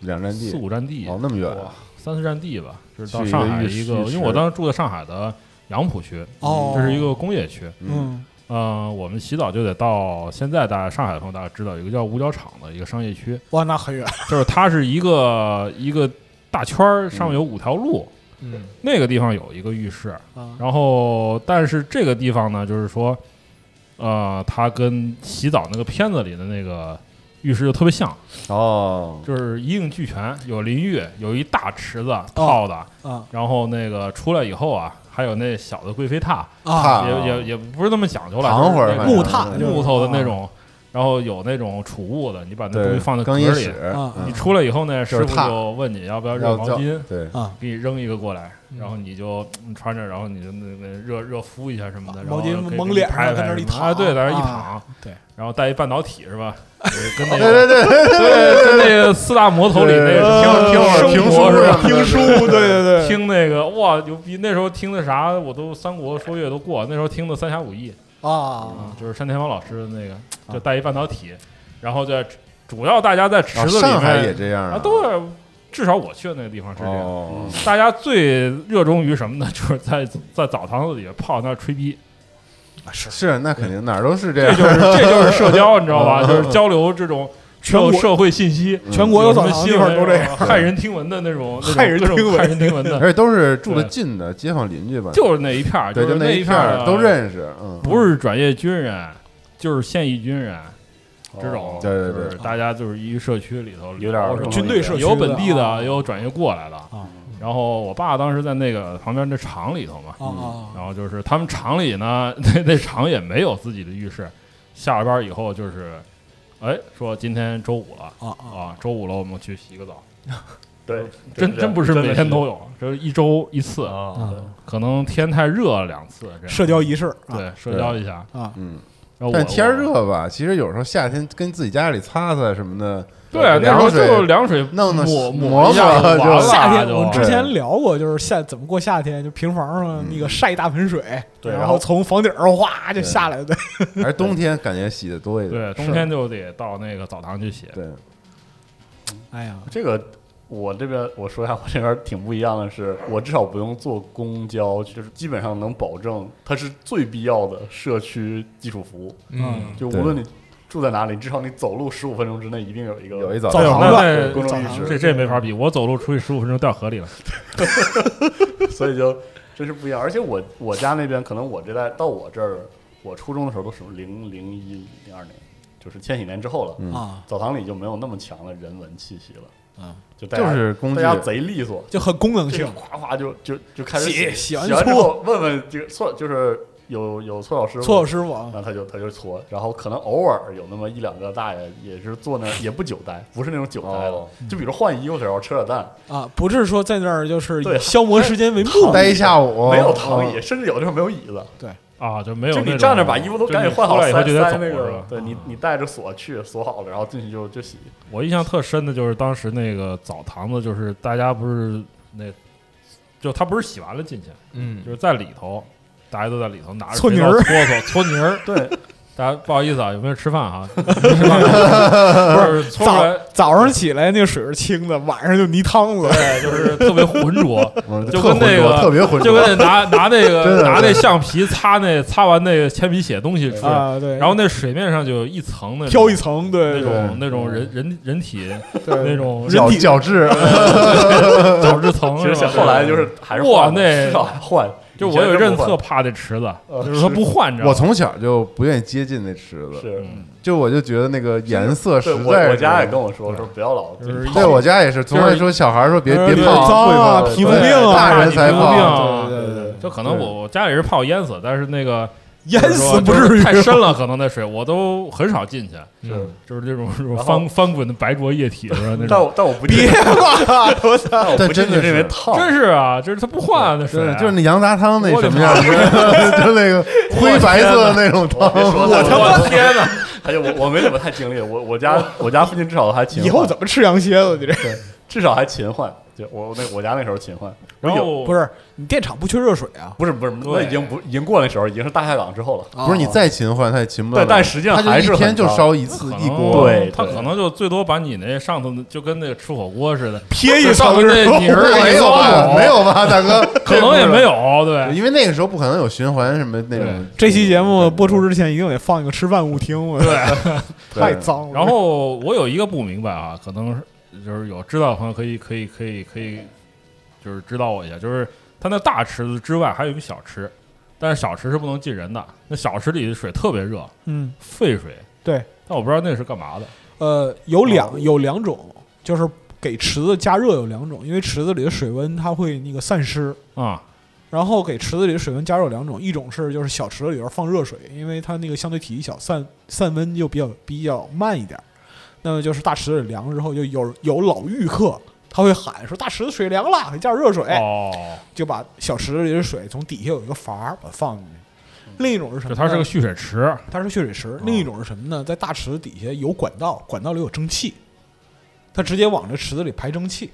[SPEAKER 5] 两站地
[SPEAKER 2] 四，五站地，
[SPEAKER 5] 哦，那么远啊，
[SPEAKER 2] 哇三四站地吧，就是到
[SPEAKER 5] 去一
[SPEAKER 2] 上
[SPEAKER 5] 个
[SPEAKER 2] 海
[SPEAKER 5] 浴
[SPEAKER 2] 一
[SPEAKER 5] 室
[SPEAKER 2] 个，
[SPEAKER 5] 浴
[SPEAKER 2] 因为我
[SPEAKER 5] 池
[SPEAKER 2] 当时住在上海的杨浦区，
[SPEAKER 6] 哦，
[SPEAKER 2] 这是一个工业区。
[SPEAKER 5] 嗯
[SPEAKER 6] 嗯
[SPEAKER 2] 嗯，我们洗澡就得到现在大家上海的朋友大概知道有一个叫五角场的一个商业区，
[SPEAKER 6] 哇，那 [LAUGHS] 很远，
[SPEAKER 2] 就是它是一个一个大圈儿，上面有五条路，
[SPEAKER 3] 嗯
[SPEAKER 2] 那个地方有一个浴室，
[SPEAKER 6] 啊，
[SPEAKER 2] 然后，但是这个地方呢，就是说，呃，它跟洗澡那个片子里的那个浴室就特别像，
[SPEAKER 5] 哦，
[SPEAKER 2] 就是一应俱全，有淋浴，有一大池子泡
[SPEAKER 5] 哦
[SPEAKER 2] 的，
[SPEAKER 6] 啊
[SPEAKER 2] 然后那个出来以后啊，还有那小的贵妃榻，
[SPEAKER 6] 啊，
[SPEAKER 5] 啊
[SPEAKER 2] 也也也不是那么讲究了，
[SPEAKER 5] 躺会儿
[SPEAKER 2] 就是那
[SPEAKER 5] 反
[SPEAKER 2] 个
[SPEAKER 5] 正
[SPEAKER 6] 木榻
[SPEAKER 5] 嗯
[SPEAKER 6] 就是
[SPEAKER 2] 木头的那种，然后有那种储物的，你把那东西
[SPEAKER 5] 对，
[SPEAKER 2] 放在壳
[SPEAKER 5] 更衣
[SPEAKER 2] 里
[SPEAKER 5] 室，，
[SPEAKER 6] 啊
[SPEAKER 5] 嗯
[SPEAKER 2] 你出来以后呢，
[SPEAKER 5] 就
[SPEAKER 2] 师
[SPEAKER 5] 是
[SPEAKER 2] 傅
[SPEAKER 5] 榻
[SPEAKER 2] 就问你要不要热
[SPEAKER 5] 要
[SPEAKER 2] 毛
[SPEAKER 5] 叫
[SPEAKER 2] 巾，
[SPEAKER 5] 对，
[SPEAKER 6] 啊，
[SPEAKER 2] 给你扔一个过来，
[SPEAKER 3] 嗯
[SPEAKER 2] 然后你就嗯穿着，然后你就那那热热敷一下什么的，
[SPEAKER 6] 啊
[SPEAKER 2] 然后
[SPEAKER 6] 毛巾
[SPEAKER 2] 给
[SPEAKER 6] 蒙
[SPEAKER 2] 给你
[SPEAKER 6] 脸
[SPEAKER 2] 拍
[SPEAKER 6] 上在
[SPEAKER 2] 拍
[SPEAKER 6] 那儿
[SPEAKER 2] 什
[SPEAKER 6] 一
[SPEAKER 2] 么
[SPEAKER 6] 躺
[SPEAKER 2] 哎对，在那儿一
[SPEAKER 6] 啊
[SPEAKER 2] 躺，
[SPEAKER 6] 对，
[SPEAKER 2] 然后带一半导体是
[SPEAKER 5] [LAUGHS]
[SPEAKER 2] 吧？就是跟那
[SPEAKER 5] 对对
[SPEAKER 2] 个
[SPEAKER 5] 对，
[SPEAKER 2] 对，跟那个四大魔头里那个听听会儿
[SPEAKER 5] 生
[SPEAKER 2] 评
[SPEAKER 5] 活
[SPEAKER 2] 说呃是吧？
[SPEAKER 5] 听
[SPEAKER 6] 听书，对对对，
[SPEAKER 2] 听那个哇牛逼！那时候听的啥，我都三国说岳都过，那时候听的《三侠五义》嗯
[SPEAKER 6] 啊，
[SPEAKER 2] 就是单田芳老师的那个，就带一半导体，然后在主要大家在池子里
[SPEAKER 5] 上海也
[SPEAKER 2] 面
[SPEAKER 5] 这样
[SPEAKER 2] 啊，都是至少我去的那个地方是这样。嗯
[SPEAKER 5] 哦，
[SPEAKER 2] 大家最热衷于什么呢？ [LAUGHS] 就是在在澡堂子里泡那儿吹逼，
[SPEAKER 6] 是
[SPEAKER 5] 是那肯定哪儿都是这
[SPEAKER 2] 这
[SPEAKER 5] 样，
[SPEAKER 2] 就是这就是社交，你知道吧？
[SPEAKER 5] 嗯
[SPEAKER 2] 就是交流这种
[SPEAKER 6] 全国
[SPEAKER 2] 社会信息，
[SPEAKER 5] 嗯
[SPEAKER 6] 全国有
[SPEAKER 2] 什
[SPEAKER 6] 澡
[SPEAKER 2] 么
[SPEAKER 6] 堂的
[SPEAKER 2] 新
[SPEAKER 6] 地
[SPEAKER 2] 闻
[SPEAKER 6] 方都这样，
[SPEAKER 2] 样，骇人听闻的那种，那种
[SPEAKER 6] 骇人
[SPEAKER 2] 各种
[SPEAKER 6] 听闻
[SPEAKER 2] 骇人听闻
[SPEAKER 5] [LAUGHS]
[SPEAKER 2] 的，
[SPEAKER 5] 而且都是住的近的街坊邻居吧，
[SPEAKER 2] 就是那一片儿，
[SPEAKER 5] 对，
[SPEAKER 2] 是
[SPEAKER 5] 就
[SPEAKER 2] 那
[SPEAKER 5] 一
[SPEAKER 2] 片
[SPEAKER 5] 片
[SPEAKER 2] 儿啊
[SPEAKER 5] 儿都，认识，嗯，
[SPEAKER 2] 不是转业军人，就是现役军人。这种
[SPEAKER 1] 哦
[SPEAKER 5] 对对
[SPEAKER 2] 就是
[SPEAKER 5] 对
[SPEAKER 2] 大家就是一社区里头
[SPEAKER 1] 有点儿
[SPEAKER 2] 聊什么
[SPEAKER 6] 军队社区
[SPEAKER 2] 有本地
[SPEAKER 6] 啊
[SPEAKER 2] 的，也有转业过来的
[SPEAKER 6] 啊。
[SPEAKER 2] 然后我爸当时在那个旁边那厂里头嘛，
[SPEAKER 6] 啊啊
[SPEAKER 2] 然后就是他们厂里呢，那那厂也没有自己的浴室，下了班以后就是，哎，说今天周五了
[SPEAKER 6] 啊啊
[SPEAKER 2] 啊，周五了，我们去洗个澡，
[SPEAKER 1] 对，
[SPEAKER 2] 真
[SPEAKER 1] 真
[SPEAKER 2] 真不是每天都
[SPEAKER 1] 有，
[SPEAKER 2] 有，这一周一次，
[SPEAKER 3] 啊，
[SPEAKER 6] 啊，
[SPEAKER 2] 可能天太热了两次，这样
[SPEAKER 6] 社交仪式，啊
[SPEAKER 2] 对社交一下。
[SPEAKER 6] 啊，
[SPEAKER 5] 嗯，
[SPEAKER 2] 然后我
[SPEAKER 5] 但天儿，热吧，其实有时候夏天跟自己家里擦擦什么
[SPEAKER 2] [LAUGHS]
[SPEAKER 5] 的，
[SPEAKER 2] 对，啊那时候
[SPEAKER 5] 凉水
[SPEAKER 2] 就是凉水
[SPEAKER 5] 弄得
[SPEAKER 2] 抹
[SPEAKER 5] 磨
[SPEAKER 2] 抹一下
[SPEAKER 5] 磨
[SPEAKER 2] 完
[SPEAKER 5] 就
[SPEAKER 2] 了，
[SPEAKER 6] 夏天我们
[SPEAKER 2] 就
[SPEAKER 6] 之前聊过，就是夏怎么过夏天，就平房
[SPEAKER 2] 嗯
[SPEAKER 6] 上那个晒一大盆水，
[SPEAKER 1] 对
[SPEAKER 6] 然
[SPEAKER 1] 然后
[SPEAKER 6] 后从房顶上哗就下来，对，
[SPEAKER 5] 还是冬天感觉洗的多一
[SPEAKER 2] 对
[SPEAKER 5] 点，
[SPEAKER 2] 冬天就得到那个澡堂去洗
[SPEAKER 5] 是，对，
[SPEAKER 6] 哎呀，
[SPEAKER 1] 这个我这边我说一下，我这边挺不一样的是，我至少不用坐公交，就是基本上能保证它是最必要的社区基础服务。
[SPEAKER 3] 嗯，
[SPEAKER 1] 就无
[SPEAKER 5] 对
[SPEAKER 1] 论你住在哪里，至少你走路十五分钟之内一定有一个
[SPEAKER 5] 有一澡
[SPEAKER 6] 澡
[SPEAKER 5] 堂
[SPEAKER 6] 堂
[SPEAKER 2] 那
[SPEAKER 6] 子
[SPEAKER 2] 那
[SPEAKER 1] 公众
[SPEAKER 6] 澡
[SPEAKER 1] 浴
[SPEAKER 6] 堂
[SPEAKER 1] 室，
[SPEAKER 2] 这这没法比，我走路出去十五分钟掉河里了。
[SPEAKER 1] 所以就真是不一样。而且我我家那边可能我这代到我这儿，我初中的时候都是零零一零二年，就是千禧年之后了，
[SPEAKER 5] 嗯
[SPEAKER 6] 啊，
[SPEAKER 1] 澡堂里就没有那么强的人文气息了。
[SPEAKER 6] 嗯，
[SPEAKER 1] 就大
[SPEAKER 5] 就
[SPEAKER 1] 家
[SPEAKER 5] 是工具
[SPEAKER 1] 大，家贼利索，
[SPEAKER 6] 就很功能
[SPEAKER 1] 这
[SPEAKER 6] 性
[SPEAKER 1] 个，哗哗就就就开始
[SPEAKER 6] 洗洗
[SPEAKER 1] 洗
[SPEAKER 6] 完
[SPEAKER 1] 完之
[SPEAKER 6] 搓
[SPEAKER 1] 后问问这个搓就是有有搓澡师傅，
[SPEAKER 6] 搓手师傅啊
[SPEAKER 1] 然后他就他就搓，然后可能偶尔有那么一两个大爷也是坐那儿也不久待，不是那种久待了，
[SPEAKER 5] 哦
[SPEAKER 1] 就比如换衣服的时候吃点蛋，
[SPEAKER 6] 啊，不是说在那儿就是
[SPEAKER 1] 对
[SPEAKER 6] 以消磨时间为目
[SPEAKER 5] 待
[SPEAKER 6] 的，
[SPEAKER 5] 一下午，
[SPEAKER 1] 没有躺椅，
[SPEAKER 5] 哦，
[SPEAKER 1] 甚至有的时候没有椅子，
[SPEAKER 2] 啊，就没有
[SPEAKER 1] 就
[SPEAKER 2] 那种
[SPEAKER 1] 你站着把衣服都赶紧换好
[SPEAKER 2] 就
[SPEAKER 1] 塞
[SPEAKER 2] 你出来以后就
[SPEAKER 1] 塞
[SPEAKER 2] 得走嗯
[SPEAKER 1] 那
[SPEAKER 2] 是
[SPEAKER 1] 个
[SPEAKER 2] 吧，
[SPEAKER 1] 对你你带着锁去锁好了，然后进去就就洗，
[SPEAKER 2] 我印象特深的就是当时那个澡堂子，就是大家不是那，就他不是洗完了进去，
[SPEAKER 3] 嗯
[SPEAKER 2] 就是在里头，大家都在里头拿着
[SPEAKER 6] 搓泥儿
[SPEAKER 2] 肥皂搓搓搓泥儿。
[SPEAKER 1] 对，
[SPEAKER 2] 大家不好意思啊，有没有吃饭
[SPEAKER 6] [LAUGHS]
[SPEAKER 2] 啊？吃饭不是搓出来
[SPEAKER 6] 早早上起来那个水是清的，晚上就泥汤子，
[SPEAKER 2] 对，就是特别浑
[SPEAKER 6] [LAUGHS]
[SPEAKER 2] 浊，
[SPEAKER 5] 嗯
[SPEAKER 2] 就
[SPEAKER 5] 特
[SPEAKER 2] 跟那
[SPEAKER 5] 浑浊
[SPEAKER 2] 个
[SPEAKER 5] 特别浑
[SPEAKER 2] 就
[SPEAKER 5] 浊，
[SPEAKER 2] 跟拿拿那
[SPEAKER 5] 真
[SPEAKER 2] 个
[SPEAKER 5] 的
[SPEAKER 2] 拿那橡皮擦那擦完那个铅笔写东西出来，
[SPEAKER 6] 啊，对，
[SPEAKER 2] 然后那水面上就有一层那种
[SPEAKER 6] [LAUGHS] 飘一层，
[SPEAKER 2] 那
[SPEAKER 6] 对对
[SPEAKER 2] 种那种人人人体那
[SPEAKER 6] 对，
[SPEAKER 2] 种
[SPEAKER 5] 角角质，
[SPEAKER 2] 角质层
[SPEAKER 1] 其
[SPEAKER 2] 是
[SPEAKER 1] 实
[SPEAKER 2] 吧，
[SPEAKER 1] 想后来就是还是
[SPEAKER 2] 哇
[SPEAKER 1] 换吧
[SPEAKER 2] 那
[SPEAKER 1] 至少还换，
[SPEAKER 2] 就
[SPEAKER 1] 以
[SPEAKER 2] 我
[SPEAKER 1] 前
[SPEAKER 2] 有一
[SPEAKER 1] 真
[SPEAKER 2] 阵
[SPEAKER 1] 不
[SPEAKER 2] 特
[SPEAKER 1] 换
[SPEAKER 2] 怕这池子，
[SPEAKER 1] 呃
[SPEAKER 2] 就是他
[SPEAKER 1] 是
[SPEAKER 2] 不换，你知道
[SPEAKER 5] 我
[SPEAKER 2] 吗？
[SPEAKER 5] 从小就不愿意接近那池子，
[SPEAKER 1] 是。
[SPEAKER 2] 嗯
[SPEAKER 5] 就我就觉得那个颜色实
[SPEAKER 1] 对
[SPEAKER 5] 在是，
[SPEAKER 1] 我我家也跟我说说不要老
[SPEAKER 2] 就是
[SPEAKER 1] 泡
[SPEAKER 5] 对我家也是，从来说小孩儿说别别
[SPEAKER 6] 对
[SPEAKER 5] 泡啊，
[SPEAKER 6] 脏啊，
[SPEAKER 1] 会吧
[SPEAKER 6] 皮肤
[SPEAKER 5] 对
[SPEAKER 6] 病啊，
[SPEAKER 5] 大人才
[SPEAKER 2] 皮肤病啊
[SPEAKER 5] 泡，
[SPEAKER 2] 对
[SPEAKER 6] 对对
[SPEAKER 2] 就可能我我家里是怕我淹死，但是那个
[SPEAKER 6] 淹
[SPEAKER 2] 就是说
[SPEAKER 6] 死不
[SPEAKER 2] 就是
[SPEAKER 6] 至于
[SPEAKER 2] 太深了，可能那水我都很少进去，嗯
[SPEAKER 1] 是
[SPEAKER 2] 就是这种这种
[SPEAKER 1] 然后
[SPEAKER 2] 翻翻滚的白浊液体是吧？那
[SPEAKER 1] 但
[SPEAKER 2] 种
[SPEAKER 1] 我嗯但我不
[SPEAKER 6] 别
[SPEAKER 1] 进去，
[SPEAKER 6] 吧，我操！
[SPEAKER 1] 但我
[SPEAKER 5] 但
[SPEAKER 1] 不进
[SPEAKER 5] 真
[SPEAKER 1] 去
[SPEAKER 5] 的
[SPEAKER 1] 是因为
[SPEAKER 5] 是
[SPEAKER 1] 烫，
[SPEAKER 2] 真是啊，就是他不换啊那水
[SPEAKER 5] 对，，就是那羊杂汤那什么样， [LAUGHS] 就那个灰白色的那种汤，
[SPEAKER 1] [LAUGHS] 别说
[SPEAKER 2] 我
[SPEAKER 5] [LAUGHS]
[SPEAKER 1] 了
[SPEAKER 2] 他妈天
[SPEAKER 1] [LAUGHS]
[SPEAKER 2] 哪！
[SPEAKER 1] 还有我我没怎么太经历，我我家我家附近至少还勤
[SPEAKER 6] [LAUGHS] 以后
[SPEAKER 1] 换，
[SPEAKER 6] 怎么吃羊蝎子？你这
[SPEAKER 1] 至少还勤换，就我那我家那时候勤换，
[SPEAKER 2] 然
[SPEAKER 1] 有
[SPEAKER 2] 后
[SPEAKER 6] 不是你电厂不缺热水啊？
[SPEAKER 1] 不是不是，那
[SPEAKER 2] 对
[SPEAKER 1] 已经不已经过那时候，已经是大下岗之后了。
[SPEAKER 5] 不是你再勤换他也勤不了，
[SPEAKER 1] 对，但实际上
[SPEAKER 5] 啊他
[SPEAKER 1] 还是
[SPEAKER 5] 就一天
[SPEAKER 1] 很
[SPEAKER 5] 就
[SPEAKER 1] 脏，
[SPEAKER 5] 烧一次
[SPEAKER 2] 可
[SPEAKER 5] 一
[SPEAKER 2] 能
[SPEAKER 5] 锅，
[SPEAKER 1] 对
[SPEAKER 2] 他可能就最多把你那上头的就跟那个吃火锅似的，
[SPEAKER 6] 撇一
[SPEAKER 2] 上
[SPEAKER 6] 层
[SPEAKER 2] 头那
[SPEAKER 6] 是吧？
[SPEAKER 2] 泥儿
[SPEAKER 5] 没
[SPEAKER 2] 一
[SPEAKER 5] 有吧？
[SPEAKER 2] 抹
[SPEAKER 5] 没，有吧，大哥，
[SPEAKER 2] 可能也没有，对，
[SPEAKER 5] 因为那个时候不可能有循环什么那种。
[SPEAKER 6] 这期节目播出之前一定得放一个吃饭勿听，我对，
[SPEAKER 5] 对
[SPEAKER 6] [LAUGHS] 太脏了。
[SPEAKER 2] 然后我有一个不明白啊，可能是就是有知道的朋友可以可以可以可以，就是指导我一下，就是它那大池子之外还有一个小池，但是小池是不能进人的，那小池里的水特别热，
[SPEAKER 6] 嗯，
[SPEAKER 2] 沸水。
[SPEAKER 6] 对，
[SPEAKER 2] 但我不知道那是干嘛的。
[SPEAKER 6] 呃，有两有两种，就是给池子加热有两种，因为池子里的水温它会那个散失。
[SPEAKER 2] 啊、
[SPEAKER 6] 然后给池子里的水温加热有两种，一种是就是小池子里边放热水，因为它那个相对体积小，散散温就比较比较慢一点儿。那么就是大池子里凉了之后，就有有老浴客他会喊说大池子水凉了，给加点热水。
[SPEAKER 2] 哦，
[SPEAKER 6] 就把小池子里的水从底下有一个阀儿把它放进去。另一种是什么
[SPEAKER 2] 嗯就
[SPEAKER 6] 呢？
[SPEAKER 2] 它是个蓄水池，
[SPEAKER 6] 它是蓄水池。另一种是什么呢？在大池子底下有管道，管道里有蒸汽，它直接往这池子里排蒸汽。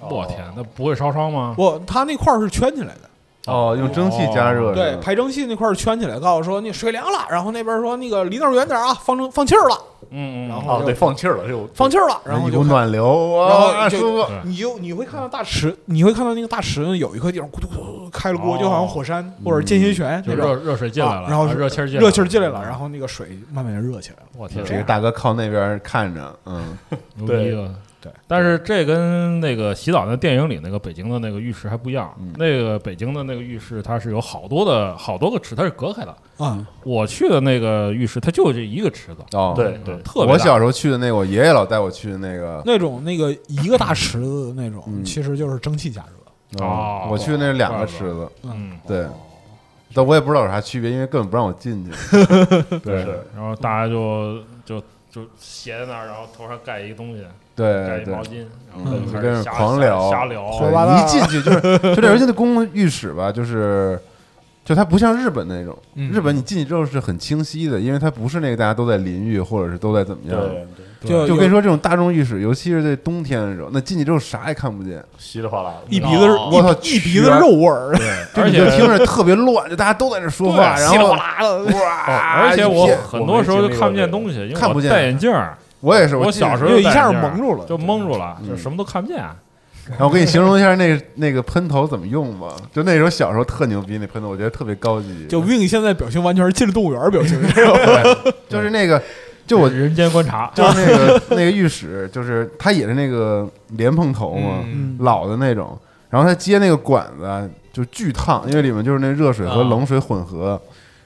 [SPEAKER 5] 哦
[SPEAKER 2] 我天，那不会烧伤吗？
[SPEAKER 6] 我它那块儿是圈起来的，
[SPEAKER 5] 哦，用蒸汽加热是吧
[SPEAKER 6] 对，排蒸汽那块儿是圈起来，告诉说那水凉了，然后那边说那个离那儿远点儿啊，放蒸放气儿了，
[SPEAKER 2] 嗯嗯，
[SPEAKER 6] 然后
[SPEAKER 1] 哦，对，放气儿了，就
[SPEAKER 6] 放气儿了，然后
[SPEAKER 5] 一
[SPEAKER 6] 就
[SPEAKER 5] 股
[SPEAKER 6] 看
[SPEAKER 5] 暖流，
[SPEAKER 6] 然后
[SPEAKER 5] 啊，
[SPEAKER 6] 就
[SPEAKER 5] 舒服。
[SPEAKER 2] 对
[SPEAKER 6] 你就你会看到大池，你会看到那个大池子有一个地方咕嘟咕嘟开了锅，
[SPEAKER 2] 哦
[SPEAKER 6] 就好像火山或者间歇泉
[SPEAKER 2] 就
[SPEAKER 6] 那
[SPEAKER 2] 热
[SPEAKER 6] 种，
[SPEAKER 2] 热水进来了，嗯
[SPEAKER 6] 啊然后
[SPEAKER 2] 啊
[SPEAKER 6] 是
[SPEAKER 2] 热气儿进来
[SPEAKER 6] 热气儿进来了，
[SPEAKER 2] 后
[SPEAKER 6] 然后那个水慢慢热起来了。
[SPEAKER 2] 我天，
[SPEAKER 5] 这个大哥靠那边看着，嗯，
[SPEAKER 2] 牛
[SPEAKER 1] 对
[SPEAKER 2] 逼了。
[SPEAKER 6] 对，
[SPEAKER 2] 但是这跟那个洗澡那电影里那个北京的那个浴室还不一样。
[SPEAKER 5] 嗯
[SPEAKER 2] 那个北京的那个浴室，它是有好多的好多个池，它是隔开的。
[SPEAKER 6] 啊，
[SPEAKER 2] 我去的那个浴室，它就这一个池子，嗯
[SPEAKER 5] 哦，
[SPEAKER 1] 对对，
[SPEAKER 2] 特别大
[SPEAKER 5] 我小时候去的那个，我爷爷老带我去的那个，
[SPEAKER 6] 那种那个一个大池子的那种，
[SPEAKER 5] 嗯
[SPEAKER 6] 其实就是蒸汽加热。
[SPEAKER 2] 哦
[SPEAKER 5] 我去的那是两个池子，
[SPEAKER 2] 嗯，
[SPEAKER 5] 对，但我也不知道有啥区别，因为根本不让我进去。对
[SPEAKER 1] 是
[SPEAKER 2] 然后大家就就就斜在那儿，然后头上盖一个东西，盖
[SPEAKER 5] 对
[SPEAKER 2] 一毛
[SPEAKER 5] 对。
[SPEAKER 2] 巾，然后就
[SPEAKER 5] 嗯
[SPEAKER 2] 开
[SPEAKER 5] 跟
[SPEAKER 2] 始
[SPEAKER 5] 人
[SPEAKER 2] 瞎
[SPEAKER 5] 狂
[SPEAKER 2] 瞎
[SPEAKER 5] 聊
[SPEAKER 2] 瞎聊，
[SPEAKER 6] 胡说八道
[SPEAKER 5] 哦对，一进去就是，就这，而且那公共浴室吧，就是，就它不像日本那种，
[SPEAKER 3] 嗯
[SPEAKER 5] 日本你进去之后是很清晰的，因为它不是那个大家都在淋浴或者是都在怎么样，
[SPEAKER 1] 对对，
[SPEAKER 2] 对
[SPEAKER 6] 就
[SPEAKER 5] 就
[SPEAKER 6] 有
[SPEAKER 5] 跟你说这种大众浴室，尤其是在冬天的时候，那进去之后啥也看不见，
[SPEAKER 1] 稀里哗啦的，
[SPEAKER 6] 一鼻子
[SPEAKER 5] 哦我操啊
[SPEAKER 6] 一一鼻子肉味儿，
[SPEAKER 2] 对，
[SPEAKER 5] 就
[SPEAKER 2] 而
[SPEAKER 5] 你
[SPEAKER 2] 且
[SPEAKER 5] 就听着特别乱，就大家都在那说话，
[SPEAKER 2] 对
[SPEAKER 5] 然
[SPEAKER 6] 稀里
[SPEAKER 5] 后
[SPEAKER 6] 哗啦的。
[SPEAKER 5] 哇，
[SPEAKER 2] 而且我
[SPEAKER 5] 一片
[SPEAKER 2] 很多时候就看不见东西，因为
[SPEAKER 5] 看
[SPEAKER 2] 我
[SPEAKER 5] 不见
[SPEAKER 2] 戴眼镜儿，
[SPEAKER 5] 我也是，
[SPEAKER 2] 我
[SPEAKER 5] 进去
[SPEAKER 2] 小时
[SPEAKER 6] 就
[SPEAKER 2] 候
[SPEAKER 6] 一下
[SPEAKER 2] 戴眼镜儿
[SPEAKER 6] 蒙住了，
[SPEAKER 2] 就蒙住了，
[SPEAKER 5] 嗯
[SPEAKER 2] 就什么都看不见。
[SPEAKER 5] 然后我给你形容一下那那个喷头怎么用吧，就那时候小时候特牛逼，那喷头我觉得特别高级，
[SPEAKER 6] [LAUGHS] 就 Win 现在表情完全是进了动物园儿表情，
[SPEAKER 5] 就是那个，就我
[SPEAKER 2] 人间观察，
[SPEAKER 5] 就是那个那个浴室，就是它也是那个莲蓬头嘛，
[SPEAKER 6] [LAUGHS] 嗯
[SPEAKER 5] 老的那种，然后它接那个管子啊就巨烫，因为里面就是那热水和冷水混合，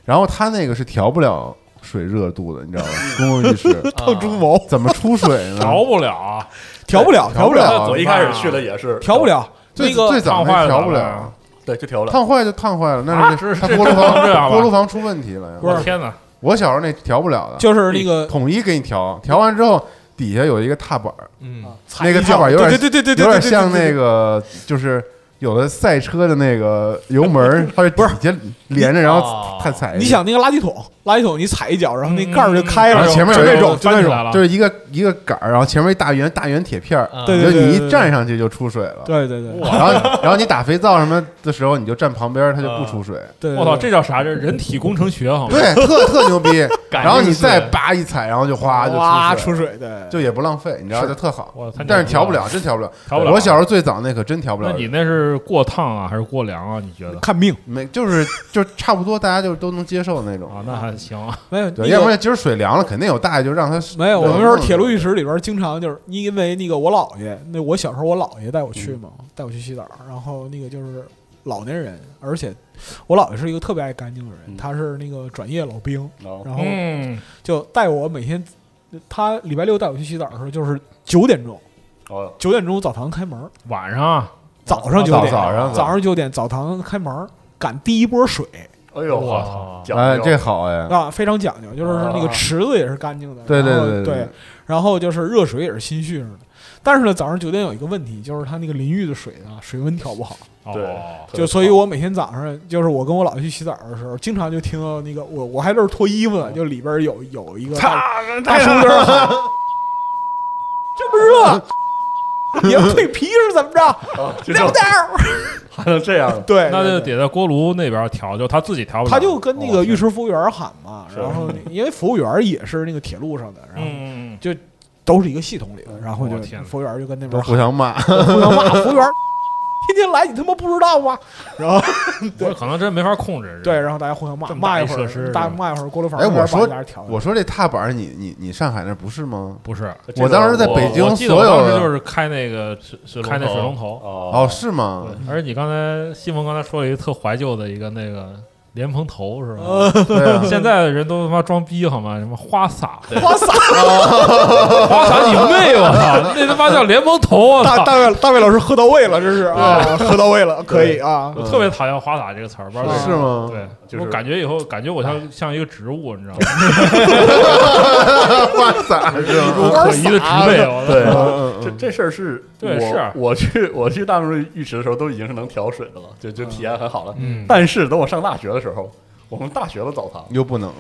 [SPEAKER 5] 然后它那个是调不了水热度的，你知道吧？公共浴室
[SPEAKER 3] 烫
[SPEAKER 6] 猪毛
[SPEAKER 5] 怎么出水
[SPEAKER 6] 嗯
[SPEAKER 5] 呢？
[SPEAKER 2] 调不了啊，
[SPEAKER 6] 调不了，调
[SPEAKER 5] 哦调
[SPEAKER 6] 不
[SPEAKER 5] 不
[SPEAKER 6] 了，
[SPEAKER 5] 了
[SPEAKER 1] 我一开始去的也是哦
[SPEAKER 6] 调不，了。
[SPEAKER 5] 最
[SPEAKER 2] 那个
[SPEAKER 5] 最
[SPEAKER 2] 烫
[SPEAKER 5] 早
[SPEAKER 2] 坏
[SPEAKER 5] 那
[SPEAKER 2] 了
[SPEAKER 5] 调不
[SPEAKER 2] 吧
[SPEAKER 5] 了，
[SPEAKER 1] 对，就调不了。
[SPEAKER 5] 烫坏就烫坏了，那
[SPEAKER 2] 啊
[SPEAKER 5] 是
[SPEAKER 2] 是
[SPEAKER 5] 它
[SPEAKER 2] 这
[SPEAKER 5] 锅炉
[SPEAKER 2] 这这样
[SPEAKER 5] 房
[SPEAKER 2] 吧
[SPEAKER 5] 锅炉房出问题了呀。
[SPEAKER 6] 不是
[SPEAKER 2] 我天哪！
[SPEAKER 5] 我小时候那调不了的，
[SPEAKER 6] 就是那个
[SPEAKER 5] 统一给你调，调完之后底下有一个踏板儿，
[SPEAKER 3] 嗯，
[SPEAKER 6] 踩
[SPEAKER 5] 那个
[SPEAKER 6] 一
[SPEAKER 5] 踏
[SPEAKER 6] 脚
[SPEAKER 5] 板有点
[SPEAKER 6] 对对对对对，
[SPEAKER 5] 有点
[SPEAKER 6] 对对
[SPEAKER 5] 像
[SPEAKER 6] 对
[SPEAKER 5] 那个就是有的赛车的那个油门儿，它是
[SPEAKER 6] 不是
[SPEAKER 5] 底下连着，然后
[SPEAKER 3] 哦
[SPEAKER 5] 它踩。
[SPEAKER 6] 你想那个垃圾桶，垃圾桶你踩一脚，然后那
[SPEAKER 2] 嗯
[SPEAKER 6] 盖儿就开
[SPEAKER 5] 然
[SPEAKER 6] 了
[SPEAKER 5] 后，前面有
[SPEAKER 2] 就
[SPEAKER 5] 一
[SPEAKER 2] 那种
[SPEAKER 5] 就那
[SPEAKER 2] 翻起来
[SPEAKER 5] 种，
[SPEAKER 2] 了嗯
[SPEAKER 5] 就是一个一个杆儿，然后前面一大圆大圆铁片儿，
[SPEAKER 3] 啊
[SPEAKER 6] 对
[SPEAKER 5] 就
[SPEAKER 6] 对
[SPEAKER 5] 你
[SPEAKER 6] 对
[SPEAKER 5] 一站上去就出水了。
[SPEAKER 6] 对对对，
[SPEAKER 5] 然后你然后你打肥皂什么的时候，你就站旁边儿，它就
[SPEAKER 6] 嗯
[SPEAKER 5] 不
[SPEAKER 3] 啊
[SPEAKER 5] 出水。
[SPEAKER 6] 对，
[SPEAKER 2] 我操，这叫啥？这人体工程学好吗？
[SPEAKER 5] 对，特特
[SPEAKER 2] [LAUGHS]
[SPEAKER 5] 牛逼。
[SPEAKER 3] 感
[SPEAKER 5] 然后
[SPEAKER 3] 应
[SPEAKER 5] 你
[SPEAKER 3] 是
[SPEAKER 5] 再叭一踩，然后就哗就
[SPEAKER 6] 哇
[SPEAKER 5] 出水
[SPEAKER 6] 出
[SPEAKER 5] 了，
[SPEAKER 6] 水，对，
[SPEAKER 5] 就也不浪费，你知道，
[SPEAKER 2] 是
[SPEAKER 5] 就特好。
[SPEAKER 2] 我操，
[SPEAKER 5] 但是调不了，真调不了。
[SPEAKER 2] 调不了。啊
[SPEAKER 5] 我小时候最早那可真调不
[SPEAKER 2] 那
[SPEAKER 5] 了，
[SPEAKER 2] 你那是过烫啊，还是过凉啊？你觉得
[SPEAKER 6] 看命
[SPEAKER 5] 没就是就差不多，大家就都能接受那种。
[SPEAKER 2] 啊？那还行啊，
[SPEAKER 6] 没有，
[SPEAKER 5] 对，
[SPEAKER 6] 那
[SPEAKER 5] 要不
[SPEAKER 6] 个
[SPEAKER 5] 然今儿水凉了，肯定有大爷就让他
[SPEAKER 6] 没有，我
[SPEAKER 5] 冷
[SPEAKER 6] 们说
[SPEAKER 5] 冻
[SPEAKER 6] 铁路
[SPEAKER 5] 着
[SPEAKER 6] 浴池里边经常就是因为那个我姥爷，那我小时候我姥爷带我去嘛，带我去洗澡，然后那个就是老年人，而且我姥爷是一个特别爱干净的人，
[SPEAKER 1] 嗯
[SPEAKER 6] 他是那个转业老兵，
[SPEAKER 1] 哦
[SPEAKER 6] 然后
[SPEAKER 2] 嗯，
[SPEAKER 6] 就带我每天，他礼拜六带我去洗澡的时候就是九点钟，
[SPEAKER 1] 哦，
[SPEAKER 6] 九点钟澡堂开门儿，
[SPEAKER 2] 晚上啊
[SPEAKER 6] 早上九
[SPEAKER 5] 早
[SPEAKER 6] 点，
[SPEAKER 5] 早上
[SPEAKER 6] 早上九点澡堂开门儿，赶第一波水
[SPEAKER 1] 哎呦，
[SPEAKER 2] 哇
[SPEAKER 1] 我操，
[SPEAKER 2] 操，
[SPEAKER 1] 讲
[SPEAKER 5] 哎，
[SPEAKER 1] 究
[SPEAKER 5] 这好哎，
[SPEAKER 6] 啊，非常讲究，就是那个
[SPEAKER 1] 啊
[SPEAKER 6] 池子也是干净的，
[SPEAKER 5] 对对
[SPEAKER 6] 然后
[SPEAKER 5] 对对对
[SPEAKER 6] 对，然后就是热水也是新蓄着的。但是呢，早上九点有一个问题，就是它那个淋浴的水呢，水温调不好，
[SPEAKER 1] 对
[SPEAKER 2] 哦
[SPEAKER 1] 特别
[SPEAKER 6] 就所以，
[SPEAKER 1] 棒
[SPEAKER 6] 我每天早上就是我跟我姥爷去洗澡的时候，经常就听到那个我我还在这儿脱衣服呢，就里边有有一个大大叔在这儿喊，这么热，你要蜕皮是怎么着？
[SPEAKER 1] 啊这
[SPEAKER 6] 溜
[SPEAKER 1] 就
[SPEAKER 6] 达儿，
[SPEAKER 1] 还能这样，
[SPEAKER 6] 对，
[SPEAKER 2] 那
[SPEAKER 6] 对
[SPEAKER 2] 就
[SPEAKER 6] 对
[SPEAKER 2] 得在锅炉那边调，就他自己调不了。
[SPEAKER 6] 他就跟那
[SPEAKER 2] 哦
[SPEAKER 6] 个浴池服务员喊嘛，
[SPEAKER 1] 是
[SPEAKER 6] 然后那因为服务员也是那个铁路上的，然后
[SPEAKER 2] 嗯，嗯
[SPEAKER 6] 都是一个系统里的，然后
[SPEAKER 2] 我
[SPEAKER 6] 就
[SPEAKER 2] 天哪
[SPEAKER 6] 服务员就跟那
[SPEAKER 5] 都
[SPEAKER 6] 边
[SPEAKER 5] 互相骂。
[SPEAKER 6] 喊，互相骂，服务员
[SPEAKER 2] [LAUGHS]
[SPEAKER 6] 天天来，你他妈不知道吗？然后
[SPEAKER 2] 嗯我可能真没法控制。
[SPEAKER 6] 对，然后大家互相骂，
[SPEAKER 2] 这么大
[SPEAKER 6] 骂
[SPEAKER 2] 一
[SPEAKER 6] 一会
[SPEAKER 2] 设施
[SPEAKER 6] 儿，大
[SPEAKER 2] 是吧
[SPEAKER 6] 骂一会儿，锅炉房
[SPEAKER 5] 哎
[SPEAKER 6] 那边
[SPEAKER 5] 我说
[SPEAKER 6] 把大家调
[SPEAKER 5] 我说这踏板儿，你你你上海那不是吗？
[SPEAKER 2] 不是，
[SPEAKER 1] 这个
[SPEAKER 5] [LAUGHS] 我当时在北京
[SPEAKER 2] 我记得我
[SPEAKER 5] 所有
[SPEAKER 2] 当时
[SPEAKER 5] 的
[SPEAKER 2] 就是开那个
[SPEAKER 3] 水
[SPEAKER 2] 开那水龙头，
[SPEAKER 1] 哦
[SPEAKER 5] 哦，是吗？
[SPEAKER 2] 嗯而且你刚才西蒙刚才说了一个特怀旧的一个那个莲蓬头是吧？
[SPEAKER 6] 呃，
[SPEAKER 5] 对啊，
[SPEAKER 2] [LAUGHS] 现在的人都他妈装逼好吗？什么花洒，
[SPEAKER 6] 花洒，
[SPEAKER 2] [LAUGHS] 花洒你妹！我操，那他妈叫莲蓬头！我
[SPEAKER 6] 大
[SPEAKER 2] [LAUGHS] 操，
[SPEAKER 6] 大卫大卫老师喝到位了，这是啊，喝到位了，可以啊
[SPEAKER 2] 我，特别讨厌花洒这个词儿，不知道为什
[SPEAKER 5] 嗯是
[SPEAKER 2] 么。
[SPEAKER 5] 吗？
[SPEAKER 2] 对，
[SPEAKER 1] 就是
[SPEAKER 2] 我感觉以后感觉我像像一个植物，你知道吗？
[SPEAKER 5] [LAUGHS] 花洒是吗？
[SPEAKER 2] 可疑的植被，我操
[SPEAKER 1] 对
[SPEAKER 5] 嗯。嗯
[SPEAKER 1] 这
[SPEAKER 5] 嗯，
[SPEAKER 1] 这事儿是
[SPEAKER 2] 对
[SPEAKER 1] 我
[SPEAKER 2] 是啊
[SPEAKER 1] 我去我去大众浴池的时候，都已经是能调水的了，就就体验很好了。
[SPEAKER 3] 嗯
[SPEAKER 1] 但是等我上大学的时候，我们大学的澡堂，
[SPEAKER 5] 又不能了。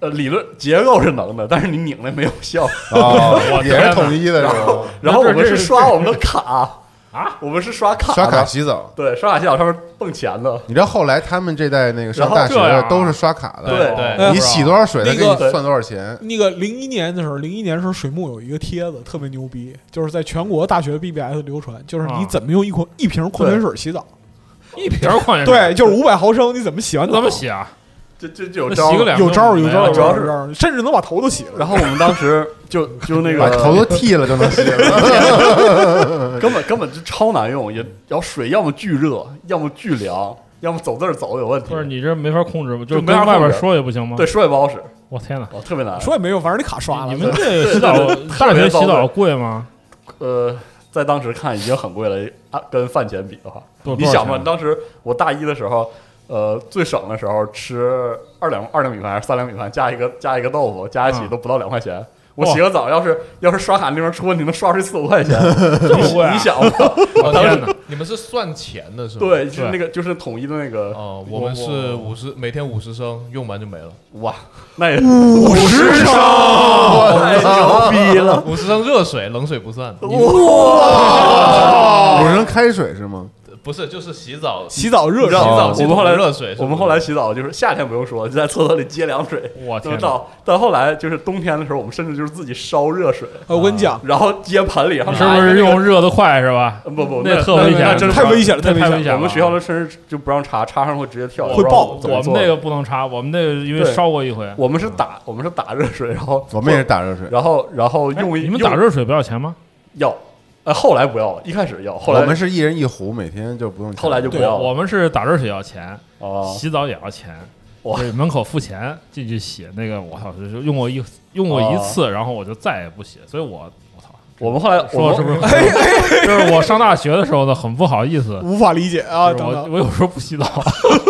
[SPEAKER 1] 呃，理论结构是能的，但是你拧那没有效。
[SPEAKER 5] 哦
[SPEAKER 2] 我，
[SPEAKER 5] 也
[SPEAKER 2] 天
[SPEAKER 5] 是
[SPEAKER 2] 哪
[SPEAKER 5] 统一的，是吧？
[SPEAKER 1] 然后
[SPEAKER 2] 那
[SPEAKER 1] 我们
[SPEAKER 2] 这这
[SPEAKER 1] 是
[SPEAKER 2] 是
[SPEAKER 1] 刷我们的卡
[SPEAKER 2] 啊，
[SPEAKER 1] 我们是刷卡的，
[SPEAKER 5] 刷卡洗澡。
[SPEAKER 1] 对，刷卡洗澡上面蹦钱的，
[SPEAKER 5] 你知道后来他们这代那个上
[SPEAKER 1] 然后
[SPEAKER 5] 大学
[SPEAKER 2] 这样
[SPEAKER 5] 的
[SPEAKER 2] 啊
[SPEAKER 5] 都是刷卡的，
[SPEAKER 1] 对
[SPEAKER 2] 哎
[SPEAKER 3] 对
[SPEAKER 6] 对
[SPEAKER 5] 你洗多少水，他
[SPEAKER 6] 那
[SPEAKER 5] 给
[SPEAKER 6] 个
[SPEAKER 5] 你算多少钱。
[SPEAKER 6] 那个零一年的时候，零一年的时候，水木有一个帖子特别牛逼，就是在全国大学 BBS 流传，就是你
[SPEAKER 2] 啊
[SPEAKER 6] 怎么用一矿一瓶矿泉水洗澡？
[SPEAKER 2] 一瓶矿泉水，
[SPEAKER 6] 对，就是五百毫升，你怎么洗完
[SPEAKER 2] 你
[SPEAKER 6] 澡？
[SPEAKER 2] 怎么？洗啊？
[SPEAKER 1] 这这这有
[SPEAKER 2] 那
[SPEAKER 1] 招
[SPEAKER 2] 洗个
[SPEAKER 1] 儿。
[SPEAKER 2] 脸
[SPEAKER 6] 有招儿，有招儿，
[SPEAKER 1] 啊
[SPEAKER 6] 有
[SPEAKER 1] 主
[SPEAKER 6] 招
[SPEAKER 1] 要
[SPEAKER 6] 儿，
[SPEAKER 1] 是
[SPEAKER 6] 有招儿，甚至能把头都洗了。
[SPEAKER 1] 然后我们当时就就那
[SPEAKER 5] 把
[SPEAKER 1] 个
[SPEAKER 5] 头都剃了就能洗了，
[SPEAKER 1] [LAUGHS] 根本根本就超难用，也然后水要么巨热，要么巨凉，要么走字儿走的有问题
[SPEAKER 2] 不。是你这没法控制吗？就
[SPEAKER 1] 就没
[SPEAKER 2] 跟
[SPEAKER 1] 法控制
[SPEAKER 2] 外边说也不行吗？
[SPEAKER 1] 对，，说也不好使，
[SPEAKER 2] 我天哪！
[SPEAKER 1] 哦，特别难。
[SPEAKER 6] 说也没用，反正你卡刷了。
[SPEAKER 2] 你们
[SPEAKER 6] 对
[SPEAKER 2] 这洗澡
[SPEAKER 1] 对对对
[SPEAKER 2] 大
[SPEAKER 1] 特
[SPEAKER 2] 学洗
[SPEAKER 1] 别
[SPEAKER 2] 澡
[SPEAKER 1] 糟
[SPEAKER 2] 贵吗？
[SPEAKER 1] 呃，在当时看已经很贵了，啊，跟饭钱比的话，
[SPEAKER 2] 多
[SPEAKER 1] 你想嘛，
[SPEAKER 2] 多少钱啊
[SPEAKER 1] 当时我大一的时候，呃，最省的时候吃二两二两米饭还是三两米饭，加一个加一个豆腐，加一起
[SPEAKER 2] 嗯
[SPEAKER 1] 都不到两块钱。我
[SPEAKER 2] 哇
[SPEAKER 1] 洗个澡，要是要是刷卡那边出问题，能刷出去四五块钱，
[SPEAKER 2] 这么贵啊？
[SPEAKER 1] 你想吧，
[SPEAKER 2] [LAUGHS] 我
[SPEAKER 3] 哦
[SPEAKER 1] 当时
[SPEAKER 2] 天哪！
[SPEAKER 3] 你们是算钱的是吗？。
[SPEAKER 1] 对，就是那个就是统一的那个，
[SPEAKER 3] 哦，我们是五十，每天五十升，用完就没了。
[SPEAKER 1] 哇，那也五十升，太牛逼了，
[SPEAKER 3] 五十升热水，冷水不算。你
[SPEAKER 5] 五人开水是吗？
[SPEAKER 3] 不是，就是洗澡，洗
[SPEAKER 6] 洗澡热
[SPEAKER 1] 你知道
[SPEAKER 6] 水，
[SPEAKER 3] 澡
[SPEAKER 1] 我
[SPEAKER 3] 系
[SPEAKER 1] 们后
[SPEAKER 3] 统
[SPEAKER 1] 来
[SPEAKER 3] 的热水是不是。
[SPEAKER 1] 我们后来洗澡就是夏天不用说，就在厕所里接凉水，
[SPEAKER 2] 我
[SPEAKER 1] 就
[SPEAKER 2] 天哪！
[SPEAKER 1] 到到后来就是冬天的时候，我们甚至就是自己烧热水，
[SPEAKER 6] 呃我跟你讲，
[SPEAKER 1] 然后接盆里，然后
[SPEAKER 2] 你
[SPEAKER 1] 拿
[SPEAKER 2] 是
[SPEAKER 1] 一
[SPEAKER 2] 不
[SPEAKER 1] 个那
[SPEAKER 2] 是
[SPEAKER 1] 个
[SPEAKER 2] 用热的快是吧？
[SPEAKER 1] 呃不不，
[SPEAKER 2] 那
[SPEAKER 1] 那
[SPEAKER 2] 特
[SPEAKER 1] 那
[SPEAKER 2] 危险
[SPEAKER 1] 那真
[SPEAKER 6] 太危险了，
[SPEAKER 2] 那
[SPEAKER 6] 太
[SPEAKER 2] 太
[SPEAKER 6] 危险
[SPEAKER 2] 危
[SPEAKER 6] 了。
[SPEAKER 2] 险了。
[SPEAKER 1] 我们学校的甚至就不让插，插上会直接跳，
[SPEAKER 6] 会爆
[SPEAKER 1] 不知道
[SPEAKER 2] 我
[SPEAKER 1] 怎么
[SPEAKER 2] 们
[SPEAKER 1] 做
[SPEAKER 2] 那
[SPEAKER 1] 的
[SPEAKER 2] 个不能插，我们那个因为
[SPEAKER 1] 对
[SPEAKER 2] 烧过一回。
[SPEAKER 1] 我们是打我们是打热水，然后
[SPEAKER 5] 我们也是打热水，
[SPEAKER 1] 然后然后
[SPEAKER 2] 哎
[SPEAKER 1] 用一
[SPEAKER 2] 你们打
[SPEAKER 1] 用
[SPEAKER 2] 热水不要钱吗？
[SPEAKER 1] 要，呃后来不要了，一开始要，后来
[SPEAKER 5] 我们是一人一壶，每天就不用钱。
[SPEAKER 1] 后来就不
[SPEAKER 2] 对，
[SPEAKER 1] 要了
[SPEAKER 2] 我们是打热水要钱，
[SPEAKER 1] 哦
[SPEAKER 2] 洗澡也要钱，
[SPEAKER 1] 哇
[SPEAKER 2] 对，门口付钱进去写那个，我操，就是用过一用过
[SPEAKER 1] 哦
[SPEAKER 2] 一次，然后我就再也不写，所以我我操，
[SPEAKER 1] 我们后来
[SPEAKER 2] 说
[SPEAKER 1] 我
[SPEAKER 2] 了是
[SPEAKER 1] 们
[SPEAKER 2] 不是？就是我上大学的时候呢，很不好意思，
[SPEAKER 6] 无法理解啊！
[SPEAKER 2] 嗯就是
[SPEAKER 6] 等
[SPEAKER 2] 我
[SPEAKER 6] 等，
[SPEAKER 2] 我有时候不洗澡，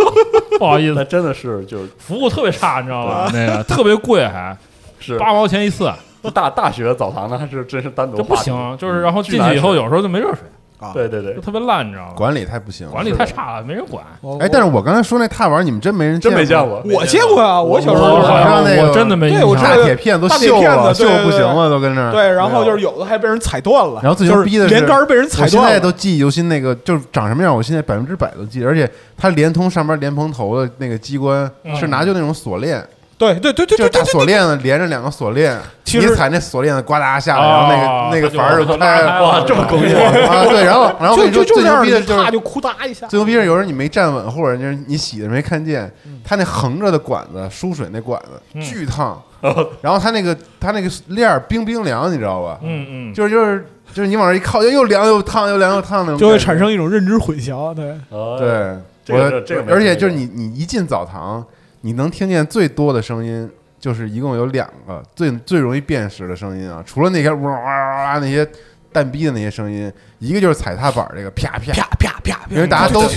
[SPEAKER 2] [LAUGHS] 不好意
[SPEAKER 1] [LAUGHS] 那
[SPEAKER 2] 思，
[SPEAKER 1] 真的是就
[SPEAKER 2] 服务特别差，你知道吧？那个特别贵，还
[SPEAKER 1] 啊是
[SPEAKER 2] 八毛钱一次，
[SPEAKER 1] 大大学澡堂呢，还是真是单独
[SPEAKER 2] 这不
[SPEAKER 1] 话题
[SPEAKER 2] 行。啊就是然后
[SPEAKER 1] 巨
[SPEAKER 2] 进
[SPEAKER 1] 难
[SPEAKER 2] 去以后，
[SPEAKER 1] 吃
[SPEAKER 2] 有时候就没热水，
[SPEAKER 1] 对对对
[SPEAKER 2] 就，特别烂，你知道吗？
[SPEAKER 5] 管理太不行了，
[SPEAKER 2] 管理
[SPEAKER 5] 是
[SPEAKER 2] 太
[SPEAKER 5] 吧
[SPEAKER 2] 差了，没人管。
[SPEAKER 6] 我
[SPEAKER 5] 哎，但是我刚才说那踏板，你们真没人
[SPEAKER 1] 真没见
[SPEAKER 5] 见
[SPEAKER 1] 过。
[SPEAKER 6] 我见过啊，
[SPEAKER 1] 我
[SPEAKER 6] 小时
[SPEAKER 2] 我
[SPEAKER 6] 候
[SPEAKER 5] 我
[SPEAKER 2] 好
[SPEAKER 5] 知道
[SPEAKER 2] 像
[SPEAKER 5] 那个
[SPEAKER 2] 我真的没
[SPEAKER 6] 对
[SPEAKER 2] 印
[SPEAKER 6] 我知
[SPEAKER 2] 象
[SPEAKER 6] 道
[SPEAKER 5] 大铁片都
[SPEAKER 6] 大铁
[SPEAKER 5] 锈
[SPEAKER 6] 片
[SPEAKER 5] 了，
[SPEAKER 6] 子
[SPEAKER 5] 锈
[SPEAKER 6] 对
[SPEAKER 5] 得不
[SPEAKER 6] 对
[SPEAKER 5] 行了，都跟那儿。
[SPEAKER 6] 对，然后就是有的还被人踩断了，
[SPEAKER 5] 然后最牛
[SPEAKER 6] 就是
[SPEAKER 5] 逼的是
[SPEAKER 6] 连杆儿被人踩
[SPEAKER 5] 我现
[SPEAKER 6] 断
[SPEAKER 5] 在
[SPEAKER 6] 了，
[SPEAKER 5] 都记忆犹新，那个就是长什么样，我现在百分之百都记，而且它连通上面莲蓬头的那个机关
[SPEAKER 2] 嗯
[SPEAKER 5] 是拿就那种锁链，
[SPEAKER 6] 对对对对
[SPEAKER 5] 就是
[SPEAKER 6] 对
[SPEAKER 5] 大
[SPEAKER 6] 对
[SPEAKER 5] 锁链子连着两个锁链，
[SPEAKER 6] 其实啊
[SPEAKER 5] 你踩那锁链子呱嗒下来，然后
[SPEAKER 2] 哦
[SPEAKER 5] 那个那个阀儿
[SPEAKER 2] 就
[SPEAKER 5] 开了，
[SPEAKER 2] 哇，这么
[SPEAKER 1] 工业
[SPEAKER 5] 啊，对，然后然后我跟
[SPEAKER 6] 对，
[SPEAKER 5] 你
[SPEAKER 6] 就
[SPEAKER 5] 说
[SPEAKER 6] 就
[SPEAKER 5] 最
[SPEAKER 6] 这
[SPEAKER 5] 牛
[SPEAKER 6] 样，
[SPEAKER 5] 逼的就
[SPEAKER 6] 啪
[SPEAKER 5] 是
[SPEAKER 6] 就哭嗒一下，
[SPEAKER 5] 最牛逼的是有时候你没站稳，或者就是你洗的没看见，
[SPEAKER 6] 嗯
[SPEAKER 5] 它那横着的管子输水那管子
[SPEAKER 2] 嗯
[SPEAKER 5] 巨烫，然后它那个它那个链儿冰冰凉，你知道吧？ [LAUGHS]
[SPEAKER 2] 嗯嗯，
[SPEAKER 5] 就是就是就是你往这一靠，又又凉又烫，又凉又烫那种，
[SPEAKER 6] 就会产。生一种认知混淆。对，
[SPEAKER 1] [LAUGHS] 对，
[SPEAKER 5] 对，
[SPEAKER 1] 呃这个
[SPEAKER 5] 我
[SPEAKER 1] 这个没
[SPEAKER 5] 而且
[SPEAKER 1] 听
[SPEAKER 5] 就
[SPEAKER 1] 过
[SPEAKER 5] 是你你一进澡堂，你能听见最多的声音。就是一共有两个最最容易辨识的声音啊，除了那些哇哇哇哇那些蛋逼的那些声音，一个就是踩踏板儿这个啪啪
[SPEAKER 6] 啪啪啪，
[SPEAKER 5] 因为大家都因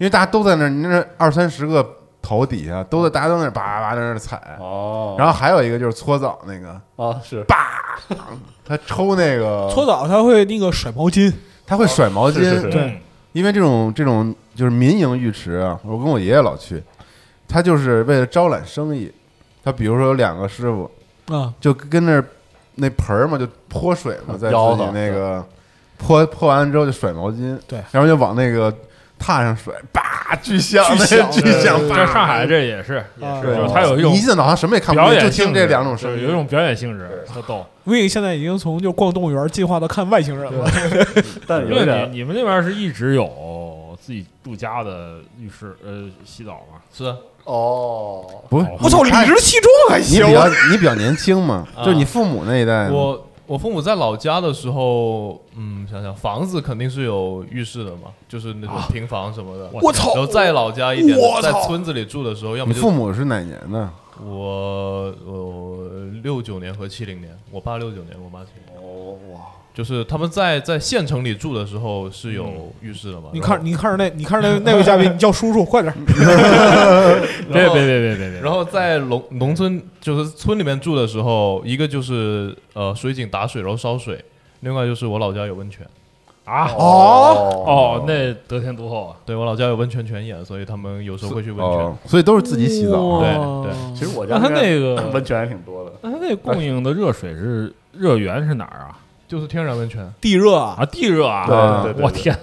[SPEAKER 5] 为大家都在那儿，你那二三十个头底下都在，大家都在那儿叭叭叭在那儿踩。
[SPEAKER 1] 哦，
[SPEAKER 5] 然后还有一个就是搓澡那个，
[SPEAKER 1] 啊是
[SPEAKER 5] 他抽那个
[SPEAKER 6] 搓，澡他会那个甩毛巾，
[SPEAKER 5] 他会甩毛
[SPEAKER 1] 哦是是
[SPEAKER 5] 巾
[SPEAKER 1] 是，
[SPEAKER 2] 嗯
[SPEAKER 6] 对
[SPEAKER 5] 因为这种这种就是民营浴池啊，我跟我爷爷老去，他就是为了招揽生意。他比如说有两个师傅，
[SPEAKER 6] 啊，
[SPEAKER 5] 就跟那儿那盆儿嘛，就泼水嘛，在
[SPEAKER 1] 舀
[SPEAKER 5] 自己
[SPEAKER 1] 的
[SPEAKER 5] 那个泼泼完了之后就甩毛巾，
[SPEAKER 6] 对，
[SPEAKER 5] 然后就往那个榻上甩，叭，巨响，
[SPEAKER 6] 巨
[SPEAKER 5] 那
[SPEAKER 6] 响
[SPEAKER 5] 巨
[SPEAKER 6] 对
[SPEAKER 5] 响，
[SPEAKER 2] 在
[SPEAKER 5] 叭
[SPEAKER 2] 上海这也是也
[SPEAKER 6] 啊
[SPEAKER 2] 是，
[SPEAKER 5] 对，
[SPEAKER 2] 就是它有一种
[SPEAKER 5] 你一进澡堂什么也看不
[SPEAKER 2] 表
[SPEAKER 5] 见，就
[SPEAKER 2] 演性
[SPEAKER 5] 听
[SPEAKER 2] 质，
[SPEAKER 5] 这两种声
[SPEAKER 2] 对
[SPEAKER 5] 音，
[SPEAKER 2] 有一种表演性质，特 [LAUGHS] 逗。
[SPEAKER 6] Win 现在已经从就逛动物园进化到看外星人了。
[SPEAKER 1] 但有
[SPEAKER 2] 因为
[SPEAKER 1] 点
[SPEAKER 2] 你你们那边是一直有自己住家的浴室呃洗澡吗？
[SPEAKER 3] 是啊
[SPEAKER 1] 哦，
[SPEAKER 5] 不是
[SPEAKER 2] 哦
[SPEAKER 6] 我操，理直气壮还
[SPEAKER 5] 你
[SPEAKER 6] 行，
[SPEAKER 5] 比较你比较年轻嘛，
[SPEAKER 3] 啊
[SPEAKER 5] 就是你父母那一
[SPEAKER 6] 嗯
[SPEAKER 5] 代，
[SPEAKER 3] 我我父母在老家的时候，嗯，想想房子肯定是有浴室的嘛，就是那种平房什么的。
[SPEAKER 6] 我操
[SPEAKER 3] 然后在老家一点的
[SPEAKER 6] 我，
[SPEAKER 3] 在
[SPEAKER 6] 操
[SPEAKER 3] 村子里住的时候，要
[SPEAKER 5] 你
[SPEAKER 3] 么
[SPEAKER 5] 父
[SPEAKER 3] 就
[SPEAKER 5] 母是哪年的？
[SPEAKER 3] 我我六九年和七零年，我爸六九年，我妈七零年，
[SPEAKER 1] 哦哇，
[SPEAKER 3] 就是他们在在县城里住的时候是有浴室的嘛。
[SPEAKER 6] 你看，你看着那，你看着那那位嘉宾，你叫叔叔，快点儿！
[SPEAKER 2] 别
[SPEAKER 3] 然后
[SPEAKER 2] 别别别别别，
[SPEAKER 3] 然后在农农村，就是村里面住的时候，一个就是呃水井打水，然后烧水；，另外就是我老家有温泉，
[SPEAKER 2] 啊
[SPEAKER 1] 哦
[SPEAKER 2] 哦，那得天独厚啊！
[SPEAKER 3] 对我老家有温泉泉眼，所以他们有时候会去温泉。
[SPEAKER 5] 哦，所以都是自己洗澡。
[SPEAKER 6] 哦
[SPEAKER 3] 对
[SPEAKER 2] 哦
[SPEAKER 3] 对
[SPEAKER 1] 其实我家
[SPEAKER 2] 那它
[SPEAKER 1] 边
[SPEAKER 2] 那个
[SPEAKER 1] 温泉还挺多的，
[SPEAKER 2] 那它那供应的热水是热源是哪儿啊？
[SPEAKER 3] 就是天然温泉。
[SPEAKER 6] 地热啊！
[SPEAKER 2] 啊，地热啊！
[SPEAKER 5] 啊
[SPEAKER 1] 对对对，
[SPEAKER 2] 我
[SPEAKER 1] 对，
[SPEAKER 2] 天，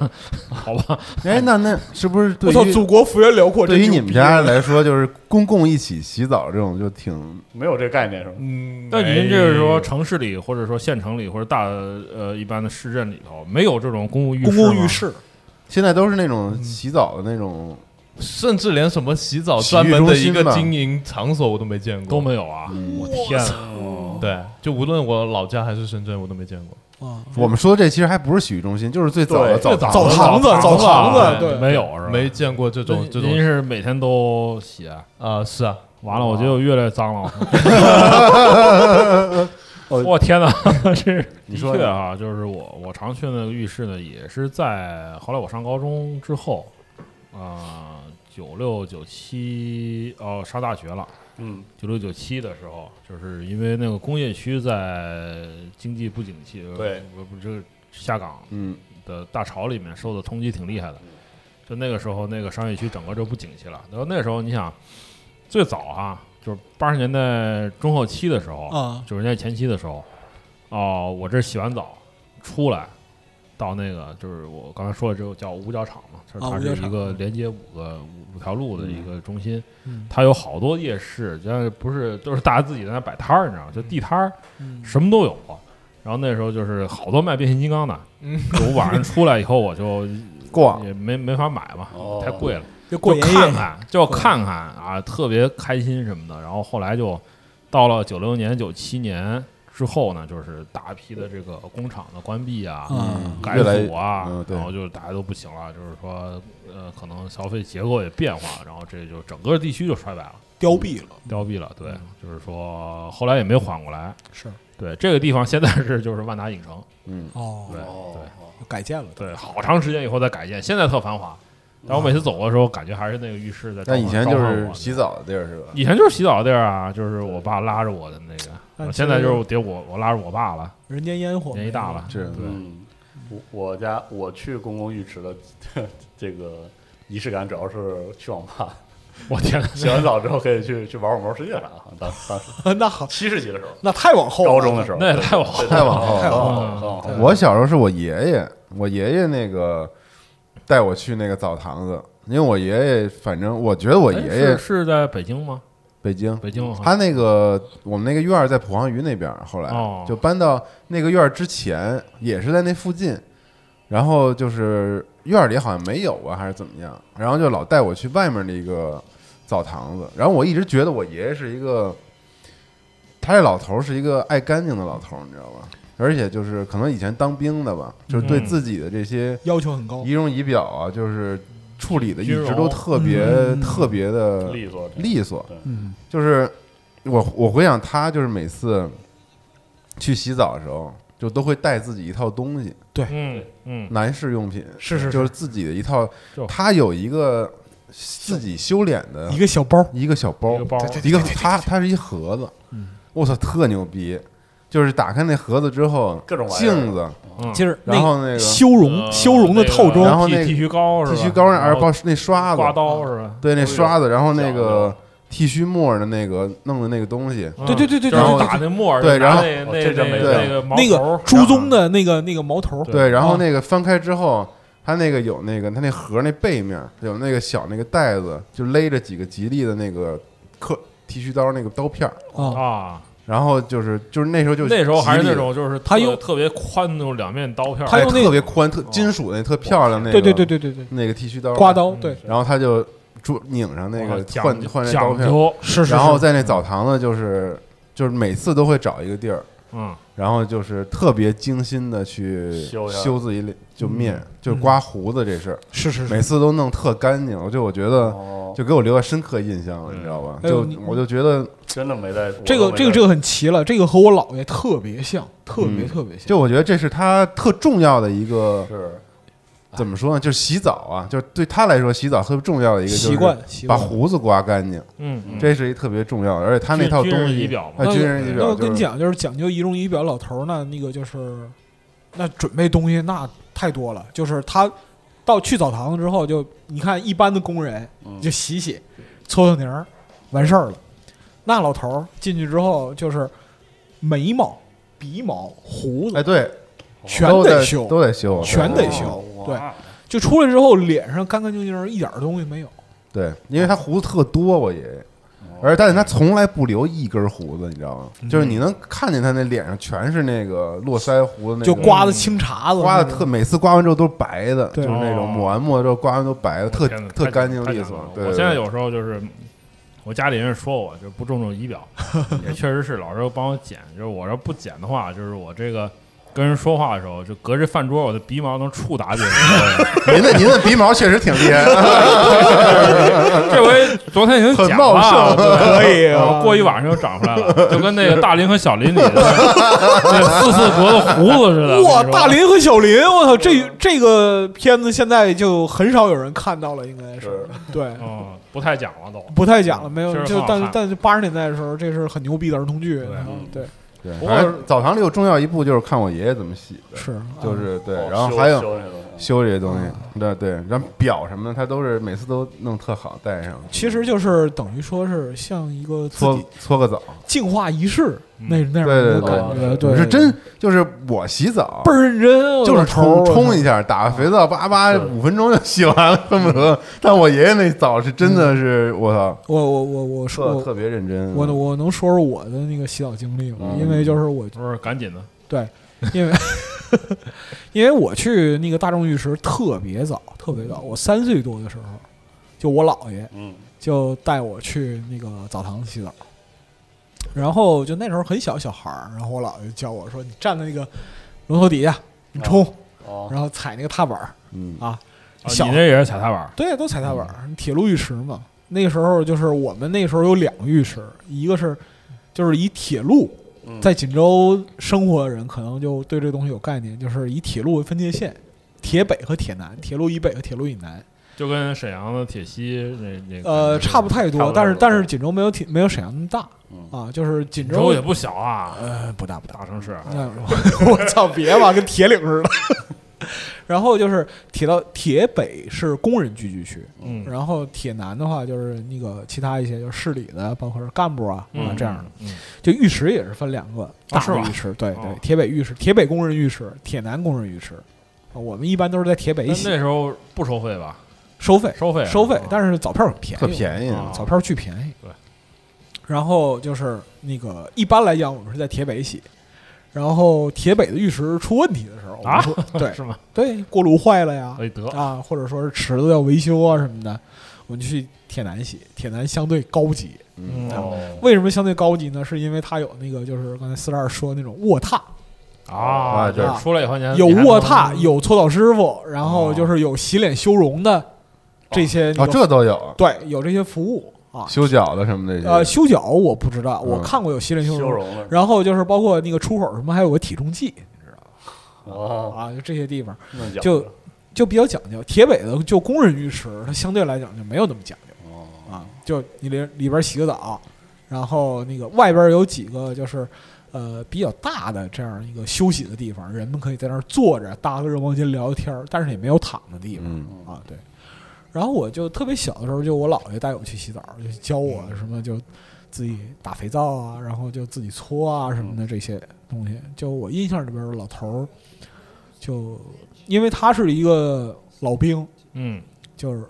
[SPEAKER 2] 好吧，
[SPEAKER 5] 哎，那那是不是对
[SPEAKER 6] 我操，
[SPEAKER 5] 于
[SPEAKER 6] 祖国幅员辽阔，
[SPEAKER 5] 对于
[SPEAKER 6] 真
[SPEAKER 5] 你
[SPEAKER 6] 牛
[SPEAKER 5] 们
[SPEAKER 6] 逼
[SPEAKER 5] 家来说，就是公共一起洗澡这种就挺
[SPEAKER 1] 没有这个概念是吗？
[SPEAKER 3] 嗯，
[SPEAKER 2] 那您
[SPEAKER 3] 这
[SPEAKER 2] 这是说城市里，或者说县城里，或者大呃一般的市镇里头，没有这种公共浴
[SPEAKER 6] 公共
[SPEAKER 2] 吗
[SPEAKER 6] 浴室，
[SPEAKER 5] 现在都是那种洗澡的那种，
[SPEAKER 3] 甚至连什么洗澡
[SPEAKER 5] 洗浴
[SPEAKER 3] 专门的一个
[SPEAKER 5] 中心吧
[SPEAKER 3] 经营场所我都没见过，
[SPEAKER 2] 都没有啊！我天啊，
[SPEAKER 3] 对，就无论我老家还是深圳，我都没见过。
[SPEAKER 6] 啊，
[SPEAKER 5] 我们说这其实还不是洗浴中心，就是最早的
[SPEAKER 1] 对
[SPEAKER 5] 澡堂
[SPEAKER 6] 澡堂子
[SPEAKER 2] 澡
[SPEAKER 6] 澡
[SPEAKER 3] 堂
[SPEAKER 2] 堂啊
[SPEAKER 3] 子
[SPEAKER 6] 对
[SPEAKER 2] 没有是吧？
[SPEAKER 3] 没见过这种
[SPEAKER 2] 那
[SPEAKER 3] 这
[SPEAKER 2] 您
[SPEAKER 3] 种
[SPEAKER 2] 是每天都洗啊？
[SPEAKER 3] 啊，是啊，
[SPEAKER 2] 完了，我觉得我越来越脏了。
[SPEAKER 1] 哦
[SPEAKER 2] 我天哪，是
[SPEAKER 5] 你
[SPEAKER 2] 的
[SPEAKER 5] 说
[SPEAKER 2] 确
[SPEAKER 5] 呢
[SPEAKER 2] 啊，就是我我常去的那个浴室呢，也是在后来我上高中之后，啊、九六九七哦上大学了，
[SPEAKER 1] 嗯，
[SPEAKER 2] 九六九七的时候，就是因为那个工业区在经济不景气，呃
[SPEAKER 1] 对，
[SPEAKER 2] 不不就是下岗
[SPEAKER 5] 嗯，
[SPEAKER 2] 的大潮里面受的冲击挺厉害的。就那个时候，那个商业区整个就不景气了。然后那时候，你想，最早啊，就是八十年代中后期的时候，
[SPEAKER 6] 啊
[SPEAKER 2] 九十年代前期的时候，哦、我这洗完澡出来，到那个就是我刚才说的，这个叫五角场嘛，就是
[SPEAKER 6] 啊
[SPEAKER 2] 它
[SPEAKER 6] 五角
[SPEAKER 2] 是
[SPEAKER 6] 场
[SPEAKER 2] 一个连接五个五五条路的一个中心，
[SPEAKER 6] 嗯
[SPEAKER 2] 它有好多夜市，但是不是都是大家自己在那摆摊儿，你知道吗？就地摊儿，
[SPEAKER 6] 嗯
[SPEAKER 2] 什么都有。啊然后那时候就是好多卖变形金刚的，
[SPEAKER 3] 嗯
[SPEAKER 2] 我晚上出来以后我
[SPEAKER 5] [LAUGHS]
[SPEAKER 2] 就
[SPEAKER 5] 逛
[SPEAKER 2] 也没没法买嘛
[SPEAKER 1] 哦，
[SPEAKER 2] 太贵了，
[SPEAKER 6] 就过
[SPEAKER 2] 就
[SPEAKER 6] 年
[SPEAKER 2] 看
[SPEAKER 6] 夜，
[SPEAKER 2] 看就看看啊，特别开心什么的。然后后来就到了九六年、九七年之后呢，就是大批的这个工厂的关闭啊，
[SPEAKER 6] 嗯
[SPEAKER 2] 改
[SPEAKER 5] 越来越
[SPEAKER 2] 组啊，
[SPEAKER 5] 嗯对
[SPEAKER 2] 然后就是大家都不行了，就是说呃，可能消费结构也变化了，然后这就整个地区就衰败了。
[SPEAKER 6] 凋敝了，
[SPEAKER 2] 凋敝了。对，就是说后来也没缓过来。
[SPEAKER 6] 是
[SPEAKER 2] 对，这个地方现在是就是万达影城，
[SPEAKER 5] 嗯，
[SPEAKER 6] 哦，
[SPEAKER 2] 对
[SPEAKER 1] 哦，
[SPEAKER 6] 改建了，
[SPEAKER 2] 对，好长时间以后再改建，现在特繁华。但我每次走的时候，感觉还是那个浴室在召
[SPEAKER 5] 但
[SPEAKER 2] 唤。
[SPEAKER 5] 以前就
[SPEAKER 2] 召唤
[SPEAKER 5] 是
[SPEAKER 2] 我
[SPEAKER 5] 洗澡的地儿是吧？
[SPEAKER 2] 以前就是洗澡的地儿啊，就是我爸拉着我的那个，
[SPEAKER 6] 但
[SPEAKER 2] 我
[SPEAKER 6] 其实
[SPEAKER 2] 现在就是得我我拉着我爸了，
[SPEAKER 6] 人间烟火，
[SPEAKER 2] 年纪大了，
[SPEAKER 5] 是
[SPEAKER 2] 对，
[SPEAKER 1] 嗯，我我家我去公共浴池的 [LAUGHS] 这个仪式感主要是去网吧，
[SPEAKER 2] 我天
[SPEAKER 5] [LAUGHS]
[SPEAKER 2] 哪，
[SPEAKER 1] 洗完澡之后可以去去玩会儿《魔兽世界》啥的，当当时
[SPEAKER 6] [LAUGHS] 那好，
[SPEAKER 1] 七十级的时候，
[SPEAKER 6] 那太往后了，
[SPEAKER 1] 高中的时候，
[SPEAKER 2] 那也太往后
[SPEAKER 1] 对
[SPEAKER 2] 了。
[SPEAKER 5] 太往后了
[SPEAKER 1] 太往
[SPEAKER 2] 嗯
[SPEAKER 1] 后了太往后了。
[SPEAKER 5] 我小时候是我爷爷，我爷爷那个带我去那个澡堂子，因为我爷爷反正我觉得我
[SPEAKER 2] 哎
[SPEAKER 5] 爷爷
[SPEAKER 2] 是是在北京吗？
[SPEAKER 5] 北京，
[SPEAKER 2] 北京啊
[SPEAKER 5] 他那个我们那个院儿在普黄鱼那边儿，后来
[SPEAKER 2] 哦
[SPEAKER 5] 就搬到那个院儿之前，也是在那附近。然后就是院儿里好像没有啊，还是怎么样？然后就老带我去外面的一个澡堂子。然后我一直觉得我爷爷是一个，他这老头儿是一个爱干净的老头儿，你知道吧？而且就是可能以前当兵的吧，就是对
[SPEAKER 2] 嗯
[SPEAKER 5] 自己的这些
[SPEAKER 6] 要求很高，
[SPEAKER 5] 仪容仪表啊，就是处理的一直
[SPEAKER 2] 军
[SPEAKER 5] 都
[SPEAKER 2] 容
[SPEAKER 5] 特别
[SPEAKER 6] 嗯
[SPEAKER 5] 特别的
[SPEAKER 1] 利索的，
[SPEAKER 5] 利索。
[SPEAKER 6] 嗯，
[SPEAKER 5] 就是我我回想他，就是每次去洗澡的时候，就都会带自己一套东西，
[SPEAKER 2] 嗯嗯，
[SPEAKER 5] 男士用品，
[SPEAKER 6] 是是
[SPEAKER 5] 就是自己的一套
[SPEAKER 2] 就。
[SPEAKER 5] 他有一个自己修脸的
[SPEAKER 6] 一个小包，
[SPEAKER 5] 一个小包
[SPEAKER 2] 一个，包
[SPEAKER 5] 一个他他是一盒子
[SPEAKER 6] 嗯，
[SPEAKER 5] 我操，特牛逼！就是打开那盒子之后，
[SPEAKER 1] 各种玩意儿
[SPEAKER 5] 镜子，
[SPEAKER 2] 嗯
[SPEAKER 6] 就是
[SPEAKER 5] 然后那个
[SPEAKER 6] 修容
[SPEAKER 2] 呃
[SPEAKER 6] 修容的套
[SPEAKER 5] 然
[SPEAKER 6] 装，
[SPEAKER 5] 后
[SPEAKER 2] 剃
[SPEAKER 5] 那个
[SPEAKER 2] 剃须膏是
[SPEAKER 5] 剃
[SPEAKER 2] 吧？
[SPEAKER 5] 须膏，
[SPEAKER 2] 然
[SPEAKER 5] 然后
[SPEAKER 2] 后
[SPEAKER 5] 包嗯那刷子，
[SPEAKER 2] 刮刀是吧？
[SPEAKER 5] 对那刷子，然后那个
[SPEAKER 1] 讲
[SPEAKER 5] 剃须末的那个弄的那个东西，
[SPEAKER 2] 嗯
[SPEAKER 6] 对对对对对
[SPEAKER 2] 然后
[SPEAKER 5] 对
[SPEAKER 2] 打那沫儿，
[SPEAKER 5] 对
[SPEAKER 2] 拿
[SPEAKER 5] 然后
[SPEAKER 2] 那
[SPEAKER 1] 哦
[SPEAKER 2] 那
[SPEAKER 1] 这真
[SPEAKER 2] 那
[SPEAKER 1] 没
[SPEAKER 5] 见
[SPEAKER 2] 那个毛
[SPEAKER 6] 那
[SPEAKER 2] 头
[SPEAKER 6] 个
[SPEAKER 2] 儿
[SPEAKER 6] 朱宗的那个那个毛头，
[SPEAKER 2] 对
[SPEAKER 5] 对，然后
[SPEAKER 6] 啊
[SPEAKER 5] 那个翻开之后，它那个有那个它那盒那背面有那个小那个袋子，就勒着几个吉利的那个刻剃须刀那个刀片儿。
[SPEAKER 6] 啊，
[SPEAKER 2] 啊，
[SPEAKER 5] 然后就是就是那时哦候就
[SPEAKER 2] 那时候还是
[SPEAKER 5] 吉利
[SPEAKER 2] 那种就是
[SPEAKER 6] 他
[SPEAKER 2] 特
[SPEAKER 6] 用
[SPEAKER 2] 特别宽的那种两面刀片儿，
[SPEAKER 6] 他
[SPEAKER 5] 哎
[SPEAKER 6] 用那个
[SPEAKER 5] 特别宽特金属的那特漂亮那个嗯
[SPEAKER 6] 对对对对对对，
[SPEAKER 5] 那个剃须刀
[SPEAKER 6] 刮，刀，
[SPEAKER 2] 嗯
[SPEAKER 6] 对，
[SPEAKER 5] 然后他就注拧上那
[SPEAKER 2] 我
[SPEAKER 5] 个
[SPEAKER 2] 讲
[SPEAKER 5] 换换那刀
[SPEAKER 2] 讲
[SPEAKER 5] 片儿，
[SPEAKER 2] 究，
[SPEAKER 6] 是是，
[SPEAKER 5] 然后
[SPEAKER 6] 是
[SPEAKER 5] 在那澡堂子就是就是每次都会找一个地儿。
[SPEAKER 2] 嗯，
[SPEAKER 5] 然后就是特别精心的去
[SPEAKER 1] 修一下
[SPEAKER 5] 修自己脸，就面，就是刮胡子这事儿，
[SPEAKER 2] [LAUGHS]
[SPEAKER 6] 是是是
[SPEAKER 5] 每次都弄特干净。就我觉得，
[SPEAKER 1] 哦，
[SPEAKER 5] 就给我留下深刻印象了，
[SPEAKER 2] 嗯
[SPEAKER 5] 你知道吧？
[SPEAKER 6] 哎
[SPEAKER 5] 就
[SPEAKER 6] 呦你
[SPEAKER 5] 我就觉得，
[SPEAKER 1] 真的没在
[SPEAKER 6] 这个这个这个很奇了，这个和我姥爷特别像，特别
[SPEAKER 5] 嗯
[SPEAKER 6] 特别像，
[SPEAKER 5] 就我觉得这是他特重要的一个，
[SPEAKER 1] 是
[SPEAKER 5] 怎
[SPEAKER 2] 嗯
[SPEAKER 5] 么说呢？就是洗澡啊，就是对他来说洗澡特别重要的一个就是
[SPEAKER 6] 习惯习
[SPEAKER 5] 把
[SPEAKER 6] 惯。
[SPEAKER 5] 胡子刮干净，
[SPEAKER 2] 嗯，
[SPEAKER 5] 这是一特别重要的。而且他那
[SPEAKER 2] 军
[SPEAKER 5] 套
[SPEAKER 2] 军人
[SPEAKER 5] 东西
[SPEAKER 2] 仪表嘛
[SPEAKER 5] 哎
[SPEAKER 6] 那
[SPEAKER 5] 军
[SPEAKER 6] 我
[SPEAKER 5] 人仪
[SPEAKER 6] 那
[SPEAKER 5] 表，
[SPEAKER 6] 我
[SPEAKER 5] 就
[SPEAKER 6] 跟你
[SPEAKER 5] 是
[SPEAKER 6] 讲，就是讲究仪容仪表，老头儿呢，那个就是那准备东西那太多了，就是他到去澡堂子之后就，你看一般的工人
[SPEAKER 1] 嗯
[SPEAKER 6] 就洗洗、搓搓泥儿，完事儿了。那老头儿进去之后，就是眉毛、鼻毛、胡子、
[SPEAKER 5] 哎，对，
[SPEAKER 6] 全
[SPEAKER 5] 都
[SPEAKER 6] 得
[SPEAKER 5] 得
[SPEAKER 6] 修，
[SPEAKER 5] 都得修，
[SPEAKER 6] 全得修对就出来之后脸上干干净净儿，一点儿东西没有。
[SPEAKER 5] 对，对因为他胡子特多，我爷爷。
[SPEAKER 2] 哦
[SPEAKER 5] 而但是他从来不留一根胡子，你知道吗？
[SPEAKER 2] 嗯
[SPEAKER 5] 就是你能看见他那脸上全是那个络腮胡子，那
[SPEAKER 6] 就
[SPEAKER 5] 个嗯
[SPEAKER 6] 刮的青碴子，
[SPEAKER 5] 刮的特，每次刮完之后都是白的，就
[SPEAKER 6] 哦对
[SPEAKER 5] 是那种
[SPEAKER 2] 哦
[SPEAKER 5] 抹完沫之后刮完都白的，特
[SPEAKER 2] 我天哪
[SPEAKER 5] 特
[SPEAKER 2] 太
[SPEAKER 5] 干净
[SPEAKER 2] 太
[SPEAKER 5] 利
[SPEAKER 2] 讲究
[SPEAKER 5] 索
[SPEAKER 2] 了。
[SPEAKER 5] 对，
[SPEAKER 2] 我现在
[SPEAKER 5] 对
[SPEAKER 2] 有时候就是，我家里人说我就是不注重仪
[SPEAKER 5] [LAUGHS]
[SPEAKER 2] 表，也确实是老是帮我剪。就是我要不剪的话，就是我这个跟人说话的时候，就隔着饭桌，我的鼻毛能触达别人。
[SPEAKER 5] 对您的您的鼻毛确实挺厉害
[SPEAKER 6] [LAUGHS]
[SPEAKER 5] 的，
[SPEAKER 2] [LAUGHS] 这回昨天已经
[SPEAKER 5] 很
[SPEAKER 2] 剪
[SPEAKER 5] 茂盛
[SPEAKER 2] 了，对
[SPEAKER 6] [LAUGHS] 可以啊
[SPEAKER 2] 我过一晚上就长出来了，就跟那个大林和小林里的
[SPEAKER 6] [LAUGHS]
[SPEAKER 2] 那四四格的胡子似的。我跟
[SPEAKER 6] 哇，
[SPEAKER 2] 你说
[SPEAKER 6] 大林和小林，我操，这
[SPEAKER 5] 嗯
[SPEAKER 6] 这个片子现在就很少有人看到了，应该是
[SPEAKER 1] 是哦
[SPEAKER 6] [LAUGHS] 对，
[SPEAKER 2] 嗯，不太讲了都。
[SPEAKER 6] 不太讲了，没有
[SPEAKER 2] 确实
[SPEAKER 6] 就
[SPEAKER 2] 很好
[SPEAKER 6] 但是
[SPEAKER 2] 看
[SPEAKER 6] 但是八十年代的时候，这是很牛逼的儿童剧，
[SPEAKER 2] 对
[SPEAKER 6] 嗯对
[SPEAKER 5] 对
[SPEAKER 2] 不过
[SPEAKER 5] 反正澡堂里有重要一步就是看我爷爷怎么洗的，
[SPEAKER 6] 是啊
[SPEAKER 2] 嗯
[SPEAKER 5] 就是对，
[SPEAKER 1] 哦
[SPEAKER 5] 然后
[SPEAKER 1] 修
[SPEAKER 5] 还有
[SPEAKER 1] 修那个
[SPEAKER 5] 修这些东
[SPEAKER 6] 嗯
[SPEAKER 5] 西，对对，然后表什么的他都是每次都弄特好戴上，
[SPEAKER 6] 其实就是等于说是像一个自
[SPEAKER 5] 搓
[SPEAKER 6] 己
[SPEAKER 5] 搓个澡，
[SPEAKER 6] 净化仪式
[SPEAKER 2] 嗯
[SPEAKER 6] 那那样
[SPEAKER 5] 对
[SPEAKER 6] 的
[SPEAKER 5] 对哦
[SPEAKER 6] 感觉，
[SPEAKER 1] 对
[SPEAKER 6] 对，
[SPEAKER 5] 是真就是我洗澡
[SPEAKER 6] 倍。儿认真，啊
[SPEAKER 5] 就是
[SPEAKER 6] 头
[SPEAKER 5] 冲冲一下，打个肥皂，叭叭，
[SPEAKER 2] 是
[SPEAKER 5] 五分钟就洗完了，恨不得。但我爷爷那澡是真的是，我操，
[SPEAKER 6] 我我我嗯我
[SPEAKER 5] 特
[SPEAKER 6] 说
[SPEAKER 5] 特别认真。
[SPEAKER 6] 我我能说说我的那个洗澡经历吗？
[SPEAKER 5] 嗯
[SPEAKER 6] 因为就是我
[SPEAKER 2] 不是，赶紧的，
[SPEAKER 6] 因为 [LAUGHS] 因为我去那个大众浴池特别早，特别早，我三岁多的时候，就我姥爷
[SPEAKER 1] 嗯
[SPEAKER 6] 就带我去那个澡堂洗澡，然后就那时候很小小孩儿，然后我姥爷教我说：“你站在那个龙头底下，你冲，
[SPEAKER 1] 哦
[SPEAKER 6] 然后踩那个踏板儿
[SPEAKER 5] 嗯
[SPEAKER 6] 啊。
[SPEAKER 2] 啊
[SPEAKER 6] 小
[SPEAKER 2] 你那也是踩踏板儿，
[SPEAKER 1] 嗯
[SPEAKER 6] 对，都踩踏板儿，铁路浴池嘛。那时候就是我们那时候有两个浴池，一个是就是以铁路
[SPEAKER 1] 嗯
[SPEAKER 6] 在锦州生活的人可能就对这东西有概念，就是以铁路为分界线，铁北和铁南，铁路以北和铁路以南，
[SPEAKER 2] 就跟沈阳的铁西那那个
[SPEAKER 6] 呃，差不太
[SPEAKER 1] 差
[SPEAKER 6] 多
[SPEAKER 1] 不，
[SPEAKER 6] 但是
[SPEAKER 1] 多
[SPEAKER 6] 但是锦州没有铁没有沈阳那么大
[SPEAKER 1] 嗯
[SPEAKER 6] 啊，就是锦
[SPEAKER 2] 州
[SPEAKER 6] 州
[SPEAKER 2] 也不小啊，
[SPEAKER 6] 呃不大不大，
[SPEAKER 2] 大城市。
[SPEAKER 6] 那我 [LAUGHS] 操，别吧，跟铁岭似的。 [LAUGHS] 然后就是铁道铁北是工人聚居区，
[SPEAKER 2] 嗯，
[SPEAKER 6] 然后铁南的话就是那个其他一些就是市里的，包括是干部啊、啊
[SPEAKER 2] 嗯
[SPEAKER 6] 这样的。，
[SPEAKER 2] 嗯
[SPEAKER 6] 就浴池也是分两个大
[SPEAKER 2] 是
[SPEAKER 6] 的
[SPEAKER 2] 吧
[SPEAKER 6] 浴池，对对
[SPEAKER 2] 哦，
[SPEAKER 6] 铁北浴池、铁北工人浴池、铁南工人浴池。啊我们一般都是在铁北
[SPEAKER 2] 那
[SPEAKER 6] 一起
[SPEAKER 2] 那时候不收费吧？
[SPEAKER 6] 收费，
[SPEAKER 2] 收费啊，
[SPEAKER 6] 收费
[SPEAKER 2] 啊，
[SPEAKER 6] 但嗯是早票很便宜，
[SPEAKER 5] 特便宜
[SPEAKER 2] 啊
[SPEAKER 6] 早票巨便宜。
[SPEAKER 2] 对，
[SPEAKER 6] 然后就是那个一般来讲，我们是在铁北洗，然后铁北的浴池出问题的时候，我们
[SPEAKER 2] 啊
[SPEAKER 6] 说
[SPEAKER 2] [LAUGHS]
[SPEAKER 6] 对
[SPEAKER 2] 是吗？
[SPEAKER 6] 对，锅炉坏了呀，
[SPEAKER 2] 哎得，
[SPEAKER 6] 啊，或者说是池子要维修啊什么的，我们就去铁南洗。铁南相对高级，
[SPEAKER 5] 嗯
[SPEAKER 2] 哦
[SPEAKER 6] 为什么相对高级呢？是因为它有那个就是刚才四十二说的那种卧榻，
[SPEAKER 2] 啊，
[SPEAKER 5] 对
[SPEAKER 2] 就是出来以后你还
[SPEAKER 6] 有
[SPEAKER 2] 你还
[SPEAKER 6] 卧
[SPEAKER 2] 能
[SPEAKER 6] 榻，有搓澡师傅，然后
[SPEAKER 2] 嗯哦
[SPEAKER 6] 就是有洗脸修容的这些
[SPEAKER 5] 哦，
[SPEAKER 6] 那个
[SPEAKER 5] 这都有
[SPEAKER 6] 对有这些服务啊。
[SPEAKER 5] 修脚的什么的，
[SPEAKER 6] 呃，修脚我不知道，我
[SPEAKER 5] 嗯
[SPEAKER 6] 看过有洗脸修
[SPEAKER 1] 修
[SPEAKER 6] 容，
[SPEAKER 1] 容了，
[SPEAKER 6] 然后就是包括那个出口什么，还有个体重计
[SPEAKER 1] 哇，
[SPEAKER 6] 啊，就这些地方
[SPEAKER 1] 那讲
[SPEAKER 6] 就
[SPEAKER 1] 究
[SPEAKER 6] 就比较讲究。铁北的就工人浴池，它相对来讲就没有那么讲究
[SPEAKER 1] 哦
[SPEAKER 6] 啊，就你里里边洗个澡，然后那个外边有几个就是呃比较大的这样一个休息的地方，人们可以在那儿坐着搭个热毛巾聊天儿，但是也没有躺的地方。
[SPEAKER 5] 嗯，
[SPEAKER 1] 嗯
[SPEAKER 6] 啊，对。然后我就特别小的时候，就我姥爷带我去洗澡，就教我
[SPEAKER 2] 嗯
[SPEAKER 6] 什么就自己打肥皂啊，然后就自己搓啊什么
[SPEAKER 2] 嗯
[SPEAKER 6] 的这些东西。就我印象里边儿，老头儿就因为他是一个老兵，
[SPEAKER 2] 嗯，
[SPEAKER 6] 就是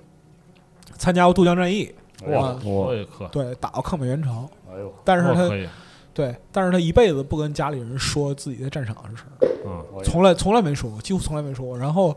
[SPEAKER 6] 参加过渡江战役，
[SPEAKER 2] 哇，
[SPEAKER 5] 哇
[SPEAKER 2] 这可
[SPEAKER 6] 对，打过抗美援朝，
[SPEAKER 1] 哎呦，
[SPEAKER 6] 但是
[SPEAKER 2] 我
[SPEAKER 6] 他
[SPEAKER 2] 哦可以，
[SPEAKER 6] 对，但是他一辈子不跟家里人说自己在战场的事儿。
[SPEAKER 2] 嗯，
[SPEAKER 1] 我也
[SPEAKER 6] 从来从来没说过，几乎从来没说过。然后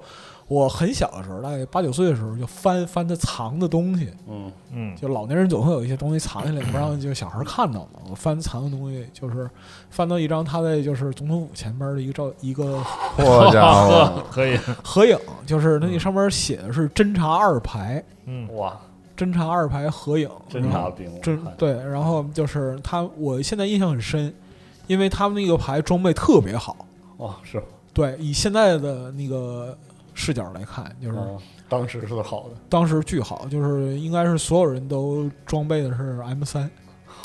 [SPEAKER 6] 我很小的时候，大概八九岁的时候，就翻翻他藏的东西，
[SPEAKER 1] 嗯
[SPEAKER 2] 嗯，
[SPEAKER 6] 就老年人总会有一些东西藏起来，不让就小孩看到嘛。我翻藏的东西，就是翻到一张他在就是总统府前边的一个照一个
[SPEAKER 5] 好家
[SPEAKER 6] 哦
[SPEAKER 5] 伙，
[SPEAKER 2] 可以，
[SPEAKER 6] 合影，就是
[SPEAKER 1] 嗯
[SPEAKER 6] 那上面写的是侦察二排，
[SPEAKER 2] 嗯，
[SPEAKER 1] 哇，
[SPEAKER 6] 侦察二排合影，
[SPEAKER 1] 侦察兵，
[SPEAKER 6] 嗯真
[SPEAKER 1] 我看
[SPEAKER 6] 对，然后就是他，我现在印象很深，因为他们那个排装备特别好，
[SPEAKER 1] 哦是，
[SPEAKER 6] 对，以现在的那个视角来看，就是
[SPEAKER 1] 嗯，当时是好的，
[SPEAKER 6] 当时巨好，就是应该是所有人都装备的是 M 三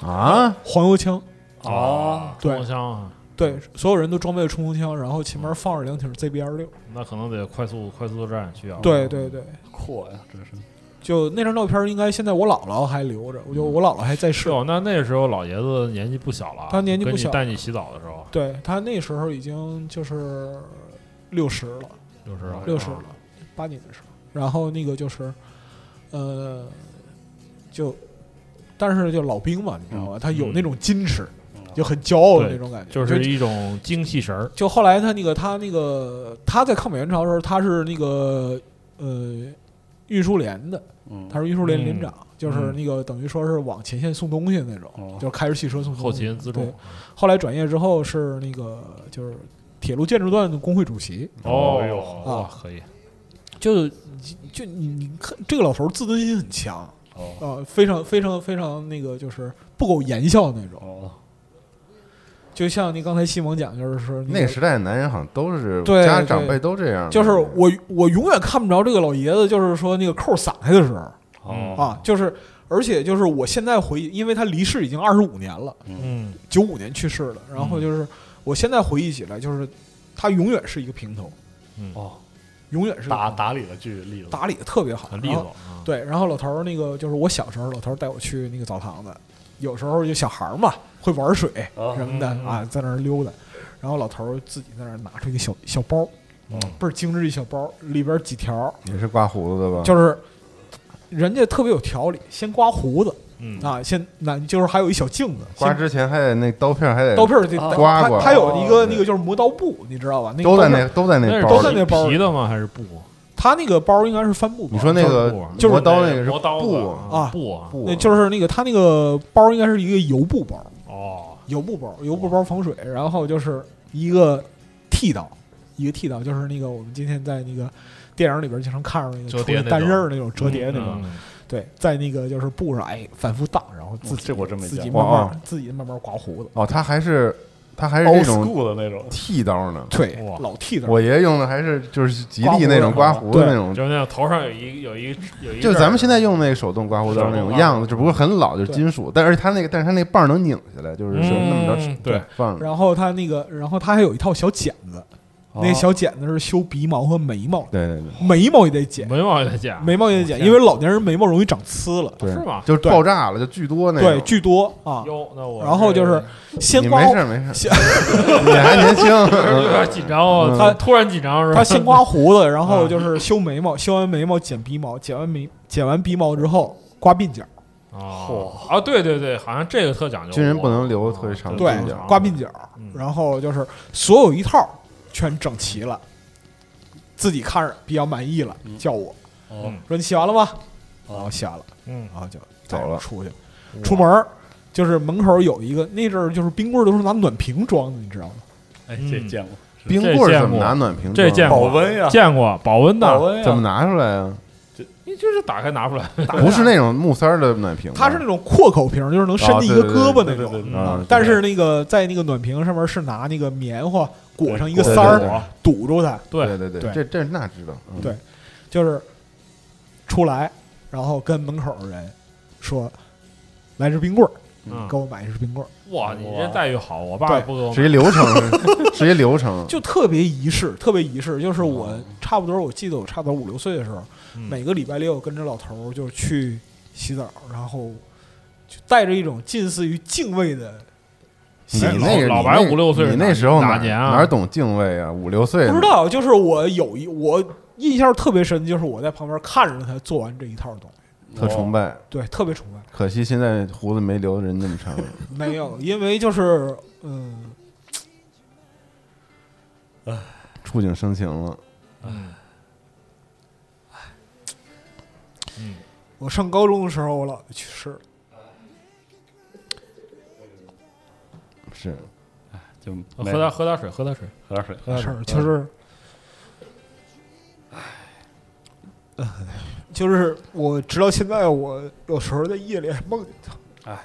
[SPEAKER 5] 啊，
[SPEAKER 6] 黄油枪，
[SPEAKER 1] 哦
[SPEAKER 2] 啊，冲
[SPEAKER 6] [LAUGHS] 对
[SPEAKER 2] 锋枪啊，
[SPEAKER 6] 对，所有人都装备了冲锋枪，然后前面放着两挺 ZB 二六，
[SPEAKER 2] 嗯那可能得快速快速作战需要，
[SPEAKER 6] 对对对，
[SPEAKER 1] 阔呀，啊真是，
[SPEAKER 6] 就那张照片，应该现在我姥姥还留着，我就我姥姥还在
[SPEAKER 2] 嗯是
[SPEAKER 6] 世，
[SPEAKER 2] 哦，那那时候老爷子年纪不小了，
[SPEAKER 6] 他年纪不
[SPEAKER 2] 跟
[SPEAKER 6] 小
[SPEAKER 2] 你带你洗澡的时候
[SPEAKER 6] 对她那时候已经就是六十了，
[SPEAKER 2] 就是嗯
[SPEAKER 6] 60了八年的时候，然后那个就是，呃，就。但是就老兵嘛，你知道吧？他有那种矜持，
[SPEAKER 1] 嗯
[SPEAKER 6] 就很骄傲的
[SPEAKER 2] 嗯对
[SPEAKER 6] 那种感觉，
[SPEAKER 2] 就是一种精气神儿，
[SPEAKER 6] 就后来他那个他那个他在抗美援朝的时候，他是那个呃运输连的，
[SPEAKER 1] 嗯，
[SPEAKER 6] 他是运输连连
[SPEAKER 2] 嗯
[SPEAKER 6] 长，就是那个等于说是往前线送东西那种，
[SPEAKER 1] 哦
[SPEAKER 6] 就是开着汽车送东西
[SPEAKER 2] 后勤辎重
[SPEAKER 6] 对，后来转业之后是那个就是铁路建筑段的工会主席，
[SPEAKER 1] 哎呦
[SPEAKER 2] 哦，哇，可以，
[SPEAKER 6] 啊就就你你看这个老头儿自尊心很强啊、
[SPEAKER 1] 哦
[SPEAKER 6] 呃非常非常非常那个就是不苟言笑那种，
[SPEAKER 1] 哦，
[SPEAKER 6] 就像你刚才西蒙讲，就是说
[SPEAKER 5] 那个时代的男人好像都是
[SPEAKER 6] 对
[SPEAKER 5] 家
[SPEAKER 6] 对
[SPEAKER 5] 长辈都这样，
[SPEAKER 6] 就是我我永远看不着这个老爷子，就是说那个扣散开的时候
[SPEAKER 1] 哦
[SPEAKER 6] 啊，就是而且就是我现在回忆，因为他离世已经二十五年了，
[SPEAKER 2] 嗯，
[SPEAKER 6] 九五年去世的，然后就是我现在回忆起来，就是他永远是一个平头，
[SPEAKER 2] 嗯
[SPEAKER 1] 哦，
[SPEAKER 6] 永远是
[SPEAKER 1] 打打理的巨利落，
[SPEAKER 6] 打理的特别好，
[SPEAKER 2] 很利
[SPEAKER 6] 然后
[SPEAKER 2] 索，啊
[SPEAKER 6] 对，然后老头儿那个就是我小时候，老头儿带我去那个澡堂子，有时候就小孩儿嘛会玩水
[SPEAKER 1] 啊
[SPEAKER 6] 什么的
[SPEAKER 2] 嗯嗯
[SPEAKER 6] 啊，在那儿溜达，然后老头儿自己在那儿拿出一个小小包，
[SPEAKER 2] 嗯
[SPEAKER 6] 倍儿精致一小包，里边儿几条儿
[SPEAKER 5] 也是刮胡子的
[SPEAKER 2] 嗯
[SPEAKER 5] 吧？
[SPEAKER 6] 就是人家特别有条理，先刮胡子
[SPEAKER 2] 嗯，
[SPEAKER 6] 啊，先那就是还有一小镜子，
[SPEAKER 5] 刮
[SPEAKER 6] 先
[SPEAKER 5] 之前还得那刀片儿还得
[SPEAKER 6] 刀片儿得
[SPEAKER 1] 啊
[SPEAKER 5] 刮
[SPEAKER 6] 它
[SPEAKER 5] 过
[SPEAKER 6] 它有一
[SPEAKER 5] 哦
[SPEAKER 6] 个那个就是磨刀布，你知道吧？那个
[SPEAKER 5] 都在
[SPEAKER 6] 刀片
[SPEAKER 5] 那
[SPEAKER 6] 儿，
[SPEAKER 5] 都在
[SPEAKER 2] 那
[SPEAKER 5] 那
[SPEAKER 2] 是
[SPEAKER 5] 包
[SPEAKER 6] 都在
[SPEAKER 5] 里。
[SPEAKER 6] 那包里
[SPEAKER 2] 皮的吗？还是布？啊
[SPEAKER 6] 它那个包应该是帆布包
[SPEAKER 5] 你，说那个
[SPEAKER 6] 就是
[SPEAKER 5] 磨刀那个是
[SPEAKER 2] 磨刀
[SPEAKER 5] 布
[SPEAKER 2] 子
[SPEAKER 6] 啊
[SPEAKER 2] 布啊，
[SPEAKER 5] 布
[SPEAKER 6] 那就是那个它那个包应该是一个油布包，
[SPEAKER 2] 哦，
[SPEAKER 6] 油布包，油布包防水，然后就是一个剃刀，一个剃刀就是那个我们今天在那个电影里边经常看着那个
[SPEAKER 3] 折
[SPEAKER 6] 出
[SPEAKER 3] 叠
[SPEAKER 6] 来
[SPEAKER 3] 那
[SPEAKER 6] 单
[SPEAKER 3] 种
[SPEAKER 6] 刃儿那种折叠那种，
[SPEAKER 2] 嗯，
[SPEAKER 6] 对，在那个就是布上哎反复荡，然后自己
[SPEAKER 1] 这我真没
[SPEAKER 6] 自己
[SPEAKER 1] 见
[SPEAKER 5] 过
[SPEAKER 6] 慢慢
[SPEAKER 5] 哇
[SPEAKER 6] 自己慢慢刮胡子，
[SPEAKER 5] 哦，他还是他还是
[SPEAKER 1] ，old
[SPEAKER 5] 这种
[SPEAKER 1] school 的那种，
[SPEAKER 5] 剃刀呢。
[SPEAKER 6] 哦对
[SPEAKER 2] 哇，
[SPEAKER 6] 老剃的。
[SPEAKER 5] 我爷爷用的还是就是吉
[SPEAKER 6] 刮胡
[SPEAKER 5] 利那种
[SPEAKER 6] 子
[SPEAKER 5] 刮
[SPEAKER 6] 是吧
[SPEAKER 5] 胡子那
[SPEAKER 6] 对
[SPEAKER 5] 种，
[SPEAKER 2] 就是那种头上有一有一有一
[SPEAKER 5] 就
[SPEAKER 2] 阵儿
[SPEAKER 5] 咱们现在用那个手动刮胡刀那
[SPEAKER 2] 手动
[SPEAKER 5] 种
[SPEAKER 2] 刮
[SPEAKER 5] 样子，只不过很老，就是金属，但而且它那个但是它那棒儿能拧下来，就是是那么着
[SPEAKER 2] 嗯对
[SPEAKER 5] 放着。
[SPEAKER 6] 然后他那个，然后他还有一套小剪子，
[SPEAKER 2] 哦
[SPEAKER 6] 那个小剪子是修鼻毛和眉毛的，
[SPEAKER 5] 对对对
[SPEAKER 6] 眉毛也得剪，
[SPEAKER 2] 眉毛也得剪，
[SPEAKER 6] 眉毛也得剪，
[SPEAKER 2] 哦天
[SPEAKER 6] 因为老年人眉毛容易长刺了，
[SPEAKER 5] 对，
[SPEAKER 2] 是吗
[SPEAKER 5] 就是
[SPEAKER 6] 啊对
[SPEAKER 5] 爆炸了，就巨多那
[SPEAKER 6] 对，
[SPEAKER 5] 种。
[SPEAKER 6] 巨多啊。
[SPEAKER 2] 哟，那我
[SPEAKER 6] 然后就
[SPEAKER 2] 这
[SPEAKER 6] 是先
[SPEAKER 5] 你
[SPEAKER 6] 刮
[SPEAKER 5] 没事儿没事
[SPEAKER 6] 先
[SPEAKER 5] 儿， [LAUGHS] 你还年轻。
[SPEAKER 6] [LAUGHS]
[SPEAKER 2] 有点紧张哦，
[SPEAKER 5] 嗯
[SPEAKER 2] 他突然紧张是吧？
[SPEAKER 6] 他先刮胡子，然
[SPEAKER 2] 啊
[SPEAKER 6] 后就是修眉毛，修完眉毛剪鼻毛，剪完眉剪完鼻毛之后刮鬓角，
[SPEAKER 2] 哦啊，对对对，好像这个特讲究，
[SPEAKER 5] 军人不能留特别长的
[SPEAKER 6] 对
[SPEAKER 5] 鬓角，
[SPEAKER 6] 刮鬓角
[SPEAKER 2] 嗯，
[SPEAKER 6] 然后就是所有一套全整齐了，自己看着比较满意了，叫我
[SPEAKER 1] 哦
[SPEAKER 6] 说你洗完了吗？啊，我洗完了，
[SPEAKER 2] 嗯，
[SPEAKER 6] 然后就
[SPEAKER 5] 走了
[SPEAKER 6] 出去了，出门儿就是门口有一个那阵儿就是冰棍儿都是拿暖瓶装的，你知道吗？
[SPEAKER 1] 哎，
[SPEAKER 2] 嗯
[SPEAKER 1] 这见过，
[SPEAKER 5] 冰
[SPEAKER 2] 这
[SPEAKER 5] 棍儿
[SPEAKER 2] 见
[SPEAKER 5] 怎么
[SPEAKER 6] 啊
[SPEAKER 2] 过
[SPEAKER 5] 拿暖瓶装？啊
[SPEAKER 2] 这见
[SPEAKER 1] 保
[SPEAKER 2] 过
[SPEAKER 1] 温呀
[SPEAKER 2] 见过保温
[SPEAKER 1] 保
[SPEAKER 2] 的，
[SPEAKER 1] 温呀，
[SPEAKER 5] 怎么拿出来啊？
[SPEAKER 2] 你就是打开拿出来，
[SPEAKER 5] 不是那种木塞儿的暖瓶吧，
[SPEAKER 6] 它是那种阔口瓶，就是能伸进一
[SPEAKER 5] 啊
[SPEAKER 6] 个
[SPEAKER 5] 对对
[SPEAKER 6] 胳膊
[SPEAKER 1] 对
[SPEAKER 6] 那
[SPEAKER 1] 对对
[SPEAKER 6] 种。
[SPEAKER 1] 对，
[SPEAKER 5] 啊，
[SPEAKER 6] 但是那个在那个暖瓶上面是拿那个棉花裹上一个
[SPEAKER 5] 对
[SPEAKER 6] 塞
[SPEAKER 5] 对
[SPEAKER 6] 儿
[SPEAKER 5] 对
[SPEAKER 6] 堵住它，
[SPEAKER 5] 对
[SPEAKER 2] 对，
[SPEAKER 5] 对对，
[SPEAKER 6] 对
[SPEAKER 5] 这这那知道，嗯
[SPEAKER 6] 对就是出来，然后跟门口的人说：“来只冰棍儿，
[SPEAKER 2] 嗯
[SPEAKER 6] 给我买一只冰棍儿。
[SPEAKER 2] 哇，你这待遇好，我爸
[SPEAKER 6] 对
[SPEAKER 2] 不给我买
[SPEAKER 5] 是一流程，是一流程”，
[SPEAKER 6] [LAUGHS] 就特别仪式，特别仪式。就是我
[SPEAKER 5] 哦
[SPEAKER 6] 差不多，我记得我差不多五六岁的时候，
[SPEAKER 2] 嗯
[SPEAKER 6] 每个礼拜六跟着老头儿就去洗澡，然后就带着一种近似于敬畏的
[SPEAKER 5] 你
[SPEAKER 6] 心
[SPEAKER 2] 哎
[SPEAKER 5] 嗯那个
[SPEAKER 2] 老
[SPEAKER 5] 你
[SPEAKER 2] 老白
[SPEAKER 5] 那
[SPEAKER 2] 五六岁是
[SPEAKER 5] 你
[SPEAKER 2] 哪
[SPEAKER 5] 那时候
[SPEAKER 2] 哪
[SPEAKER 5] 哪
[SPEAKER 2] 年啊
[SPEAKER 5] 哪懂敬畏啊？五六岁
[SPEAKER 6] 不知道，就是我有一我印象特别深，就是我在旁边看着他做完这一套东西，
[SPEAKER 5] 特崇拜，
[SPEAKER 6] 对，特别崇
[SPEAKER 5] [LAUGHS]
[SPEAKER 6] 拜。
[SPEAKER 5] 可惜现在胡子没留人那么长。
[SPEAKER 6] 没有，因为就是嗯，
[SPEAKER 5] 触景生情了，
[SPEAKER 2] 嗯嗯，
[SPEAKER 6] 我上高中的时候，我姥爷去世了，
[SPEAKER 5] 是
[SPEAKER 1] 就
[SPEAKER 2] 喝
[SPEAKER 1] 没
[SPEAKER 2] 点喝点水，喝点水，
[SPEAKER 1] 喝点水，
[SPEAKER 2] 喝点
[SPEAKER 6] 事
[SPEAKER 2] 水
[SPEAKER 6] 儿就是，
[SPEAKER 5] 嗯
[SPEAKER 6] 唉，就是我直到现在，我有时候在夜里还梦见他，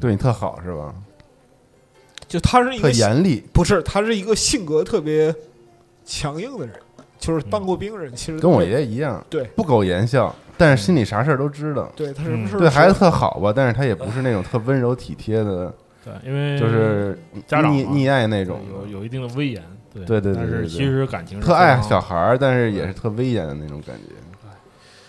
[SPEAKER 5] 对你特好是吧？
[SPEAKER 6] 就他是一
[SPEAKER 5] 特
[SPEAKER 6] 个性
[SPEAKER 5] 严厉，
[SPEAKER 6] 不是，他是一个性格特别强硬的人，就是当过兵人，其实
[SPEAKER 5] 嗯跟我
[SPEAKER 6] 对
[SPEAKER 5] 爷爷一样，
[SPEAKER 6] 对
[SPEAKER 5] 不苟言笑，但是心里啥事儿都知道。
[SPEAKER 6] 对他什么事儿
[SPEAKER 5] 嗯对孩子
[SPEAKER 6] 说
[SPEAKER 5] 特好吧，但是他也不是那种特温柔体贴的，
[SPEAKER 2] 对，因为
[SPEAKER 5] 就是
[SPEAKER 2] 嗯家长
[SPEAKER 5] 溺
[SPEAKER 2] 嘛
[SPEAKER 5] 溺爱那种的，
[SPEAKER 2] 有有一定的威严，对
[SPEAKER 5] 对对对
[SPEAKER 2] 但
[SPEAKER 5] 对
[SPEAKER 2] 是
[SPEAKER 5] 对
[SPEAKER 2] 其实感情是
[SPEAKER 5] 特爱
[SPEAKER 2] 非常
[SPEAKER 5] 小孩儿，但是也是特威严的那种感觉。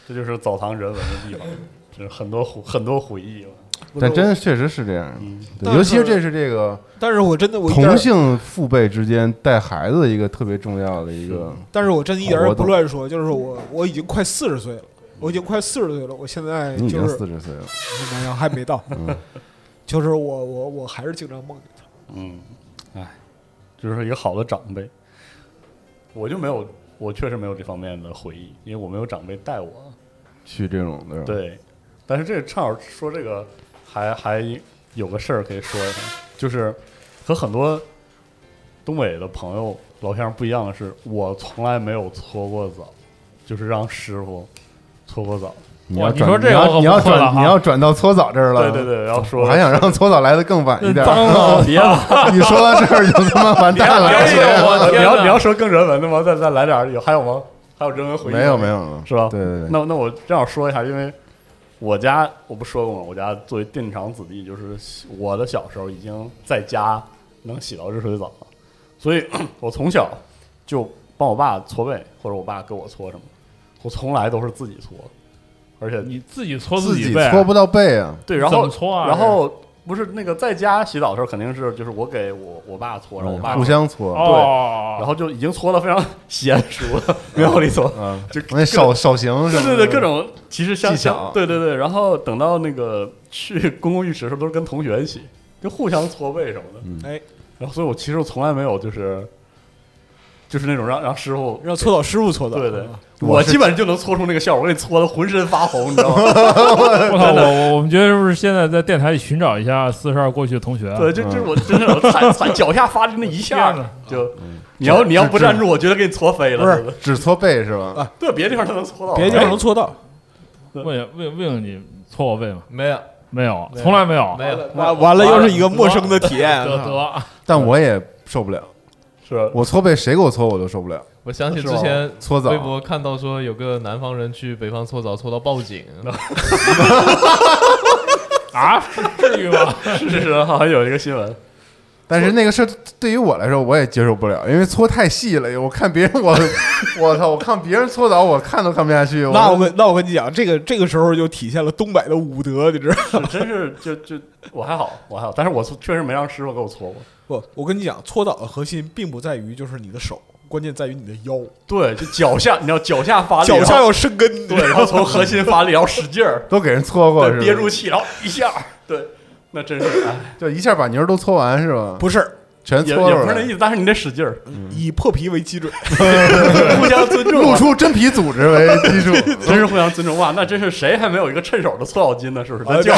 [SPEAKER 1] 这就是澡堂人文的地方，就是很多回很多回忆了。
[SPEAKER 6] 不是
[SPEAKER 5] 但
[SPEAKER 6] 我
[SPEAKER 5] 真确实是这样，
[SPEAKER 1] 嗯，
[SPEAKER 5] 对
[SPEAKER 6] 但
[SPEAKER 5] 尤其
[SPEAKER 6] 是
[SPEAKER 5] 是这是这个
[SPEAKER 6] 但是我真的我一点
[SPEAKER 5] 同
[SPEAKER 6] 儿
[SPEAKER 5] 性父辈之间带孩子的一个特别重要的一个，
[SPEAKER 6] 但是我真一点儿
[SPEAKER 5] 活
[SPEAKER 6] 也不
[SPEAKER 5] 动
[SPEAKER 6] 乱说，就是我我已经快四十岁了，我已经快四十岁了，我现在
[SPEAKER 5] 你已
[SPEAKER 6] 就
[SPEAKER 5] 经
[SPEAKER 6] 是
[SPEAKER 5] 四十岁了，
[SPEAKER 6] 没有还没到，
[SPEAKER 5] 嗯，
[SPEAKER 6] [LAUGHS] 就是我我我还是经常梦见他。
[SPEAKER 1] 嗯，哎，就是一个好的长辈。我就没有，我确实没有这方面的回忆，因为我没有长辈带我。
[SPEAKER 5] 去这种的，，
[SPEAKER 1] 对，但是这正好说这个还还有个事儿可以说一下，就是和很多东北的朋友老乡不一样的是，我从来没有搓过澡，就是让师傅搓过澡。
[SPEAKER 5] 你要
[SPEAKER 2] 哇你
[SPEAKER 5] 转
[SPEAKER 2] 说这
[SPEAKER 5] 你
[SPEAKER 2] 个
[SPEAKER 5] 要
[SPEAKER 2] 我
[SPEAKER 5] 你要
[SPEAKER 2] 不会了
[SPEAKER 5] 转
[SPEAKER 2] 哈
[SPEAKER 5] 你要转到搓澡这儿
[SPEAKER 1] 对
[SPEAKER 5] 了，
[SPEAKER 1] 对，对，然后说
[SPEAKER 5] 我还想让搓澡来的更晚一点儿，
[SPEAKER 1] [LAUGHS] 啊，别
[SPEAKER 5] [LAUGHS]
[SPEAKER 1] 了。
[SPEAKER 5] 你说到这儿就他妈完蛋了，
[SPEAKER 2] 别别别我
[SPEAKER 1] 你
[SPEAKER 2] 天哪
[SPEAKER 1] 要你要说更人文的吗？再再来点儿有还有吗？还有人文回忆吗？
[SPEAKER 5] 没有没有没有，
[SPEAKER 1] 是吧
[SPEAKER 5] 对对对，
[SPEAKER 1] 那那我正好说一下，因为我家我不说过吗？我家作为电厂子弟，就是我的小时候已经在家能洗到热水澡了，所以 [CLEARS THROAT] 我从小就帮我爸搓背，或者我爸给我搓什么，我从来都是自己搓，而且
[SPEAKER 2] 你自己搓
[SPEAKER 5] 自
[SPEAKER 2] 己
[SPEAKER 5] 己
[SPEAKER 2] 呗，
[SPEAKER 5] 搓不到背啊，
[SPEAKER 1] 对，然
[SPEAKER 2] 怎么
[SPEAKER 1] 后
[SPEAKER 2] 搓啊？
[SPEAKER 1] 然后不是那个在家洗澡的时候，肯定是就是我给我我爸搓，然后我爸
[SPEAKER 5] 互
[SPEAKER 1] 给我，
[SPEAKER 5] 相搓，
[SPEAKER 2] 哦，
[SPEAKER 1] 然后就已经搓的非常 [LAUGHS] 娴熟了，没有理搓。
[SPEAKER 5] 啊，
[SPEAKER 1] 就
[SPEAKER 5] 那手手型什
[SPEAKER 1] 对
[SPEAKER 5] 么
[SPEAKER 1] 对
[SPEAKER 5] 的
[SPEAKER 1] 对，各种其实像
[SPEAKER 5] 技巧
[SPEAKER 1] 像对对对，然后等到那个去公共浴池的时候，都是跟同学一起，就互相搓背什么的。
[SPEAKER 5] 嗯
[SPEAKER 6] 哎，
[SPEAKER 1] 然后，所以我其实我从来没有就是就是那种让让师傅，
[SPEAKER 6] 让搓澡师傅搓澡，
[SPEAKER 1] 对对
[SPEAKER 6] 啊，
[SPEAKER 1] 我
[SPEAKER 5] 我是
[SPEAKER 1] 基本上就能搓出那个效果，我给你搓的浑身发红，你知道吗？
[SPEAKER 2] 我操，我我我们觉得是不是现在在电台里寻找一下四十二过去的同学啊？
[SPEAKER 1] 对，就就是我真的我踩踩脚下发力那一下
[SPEAKER 2] 天哪，
[SPEAKER 1] 就你要你要不站住，我觉得给你搓飞了。
[SPEAKER 6] 不是
[SPEAKER 1] 真的啊
[SPEAKER 5] 只搓背是吧？
[SPEAKER 1] 对，别地方都能搓到，
[SPEAKER 6] 别的地方能搓到。
[SPEAKER 2] 问问问你错过位吗？
[SPEAKER 3] 没有，
[SPEAKER 2] 没有，啊
[SPEAKER 3] 没有
[SPEAKER 2] 从来没有。
[SPEAKER 3] 没
[SPEAKER 1] 哦哎
[SPEAKER 3] 有，
[SPEAKER 7] 完完了又是一个陌生的体验
[SPEAKER 2] 得。得，
[SPEAKER 1] 啊
[SPEAKER 5] 但我也受不了，
[SPEAKER 1] 是
[SPEAKER 5] 我搓背谁给我搓我都受不了，
[SPEAKER 3] 我想起
[SPEAKER 1] 是
[SPEAKER 3] 之
[SPEAKER 1] 吧
[SPEAKER 3] 前
[SPEAKER 5] 搓澡
[SPEAKER 3] 微博看到说有个南方人去北方搓澡搓到报警，
[SPEAKER 2] [LAUGHS] 啊，至
[SPEAKER 1] [LAUGHS]
[SPEAKER 2] 于吗？
[SPEAKER 1] [LAUGHS] 是是，好像有一个新闻，
[SPEAKER 5] 但是那个事儿对于我来说，我也接受不了，因为搓太细了。我看别人，我我操，我看别人搓澡，我看都看不下去。
[SPEAKER 6] 那我跟那我跟你讲，这个这个时候就体现了东北的武德，你知道吗？
[SPEAKER 1] 是真是就就我还好，我还好，但是我搓确实没让师傅给我搓过。
[SPEAKER 6] 不，我跟你讲，搓澡的核心并不在于就是你的手，关键在于你的腰，
[SPEAKER 1] 对，就脚啊下，你知道脚下发力，
[SPEAKER 6] 脚下
[SPEAKER 1] 然后
[SPEAKER 6] 要生根。
[SPEAKER 1] 对，然后从核心发力，然后使劲儿，
[SPEAKER 5] 都给人搓 [LAUGHS] 过
[SPEAKER 1] 对，
[SPEAKER 5] 是
[SPEAKER 1] 憋住
[SPEAKER 5] 吧？
[SPEAKER 1] 气，然后一下，对，那真是哎，
[SPEAKER 5] 就一下把泥儿都搓完是吧？
[SPEAKER 6] 不是
[SPEAKER 5] 全
[SPEAKER 1] 也
[SPEAKER 5] 搓
[SPEAKER 1] 也
[SPEAKER 5] 出
[SPEAKER 1] 不是那
[SPEAKER 5] 来
[SPEAKER 1] 意，思，但是你得使劲儿，
[SPEAKER 6] 以破皮为基准，
[SPEAKER 1] 互相尊重啊，
[SPEAKER 5] 露出真皮组织为基础。
[SPEAKER 1] [LAUGHS] 真是互相尊重啊哇！那真是谁还没有一个趁手的搓澡巾呢？是不是？咱
[SPEAKER 6] 哎
[SPEAKER 1] 教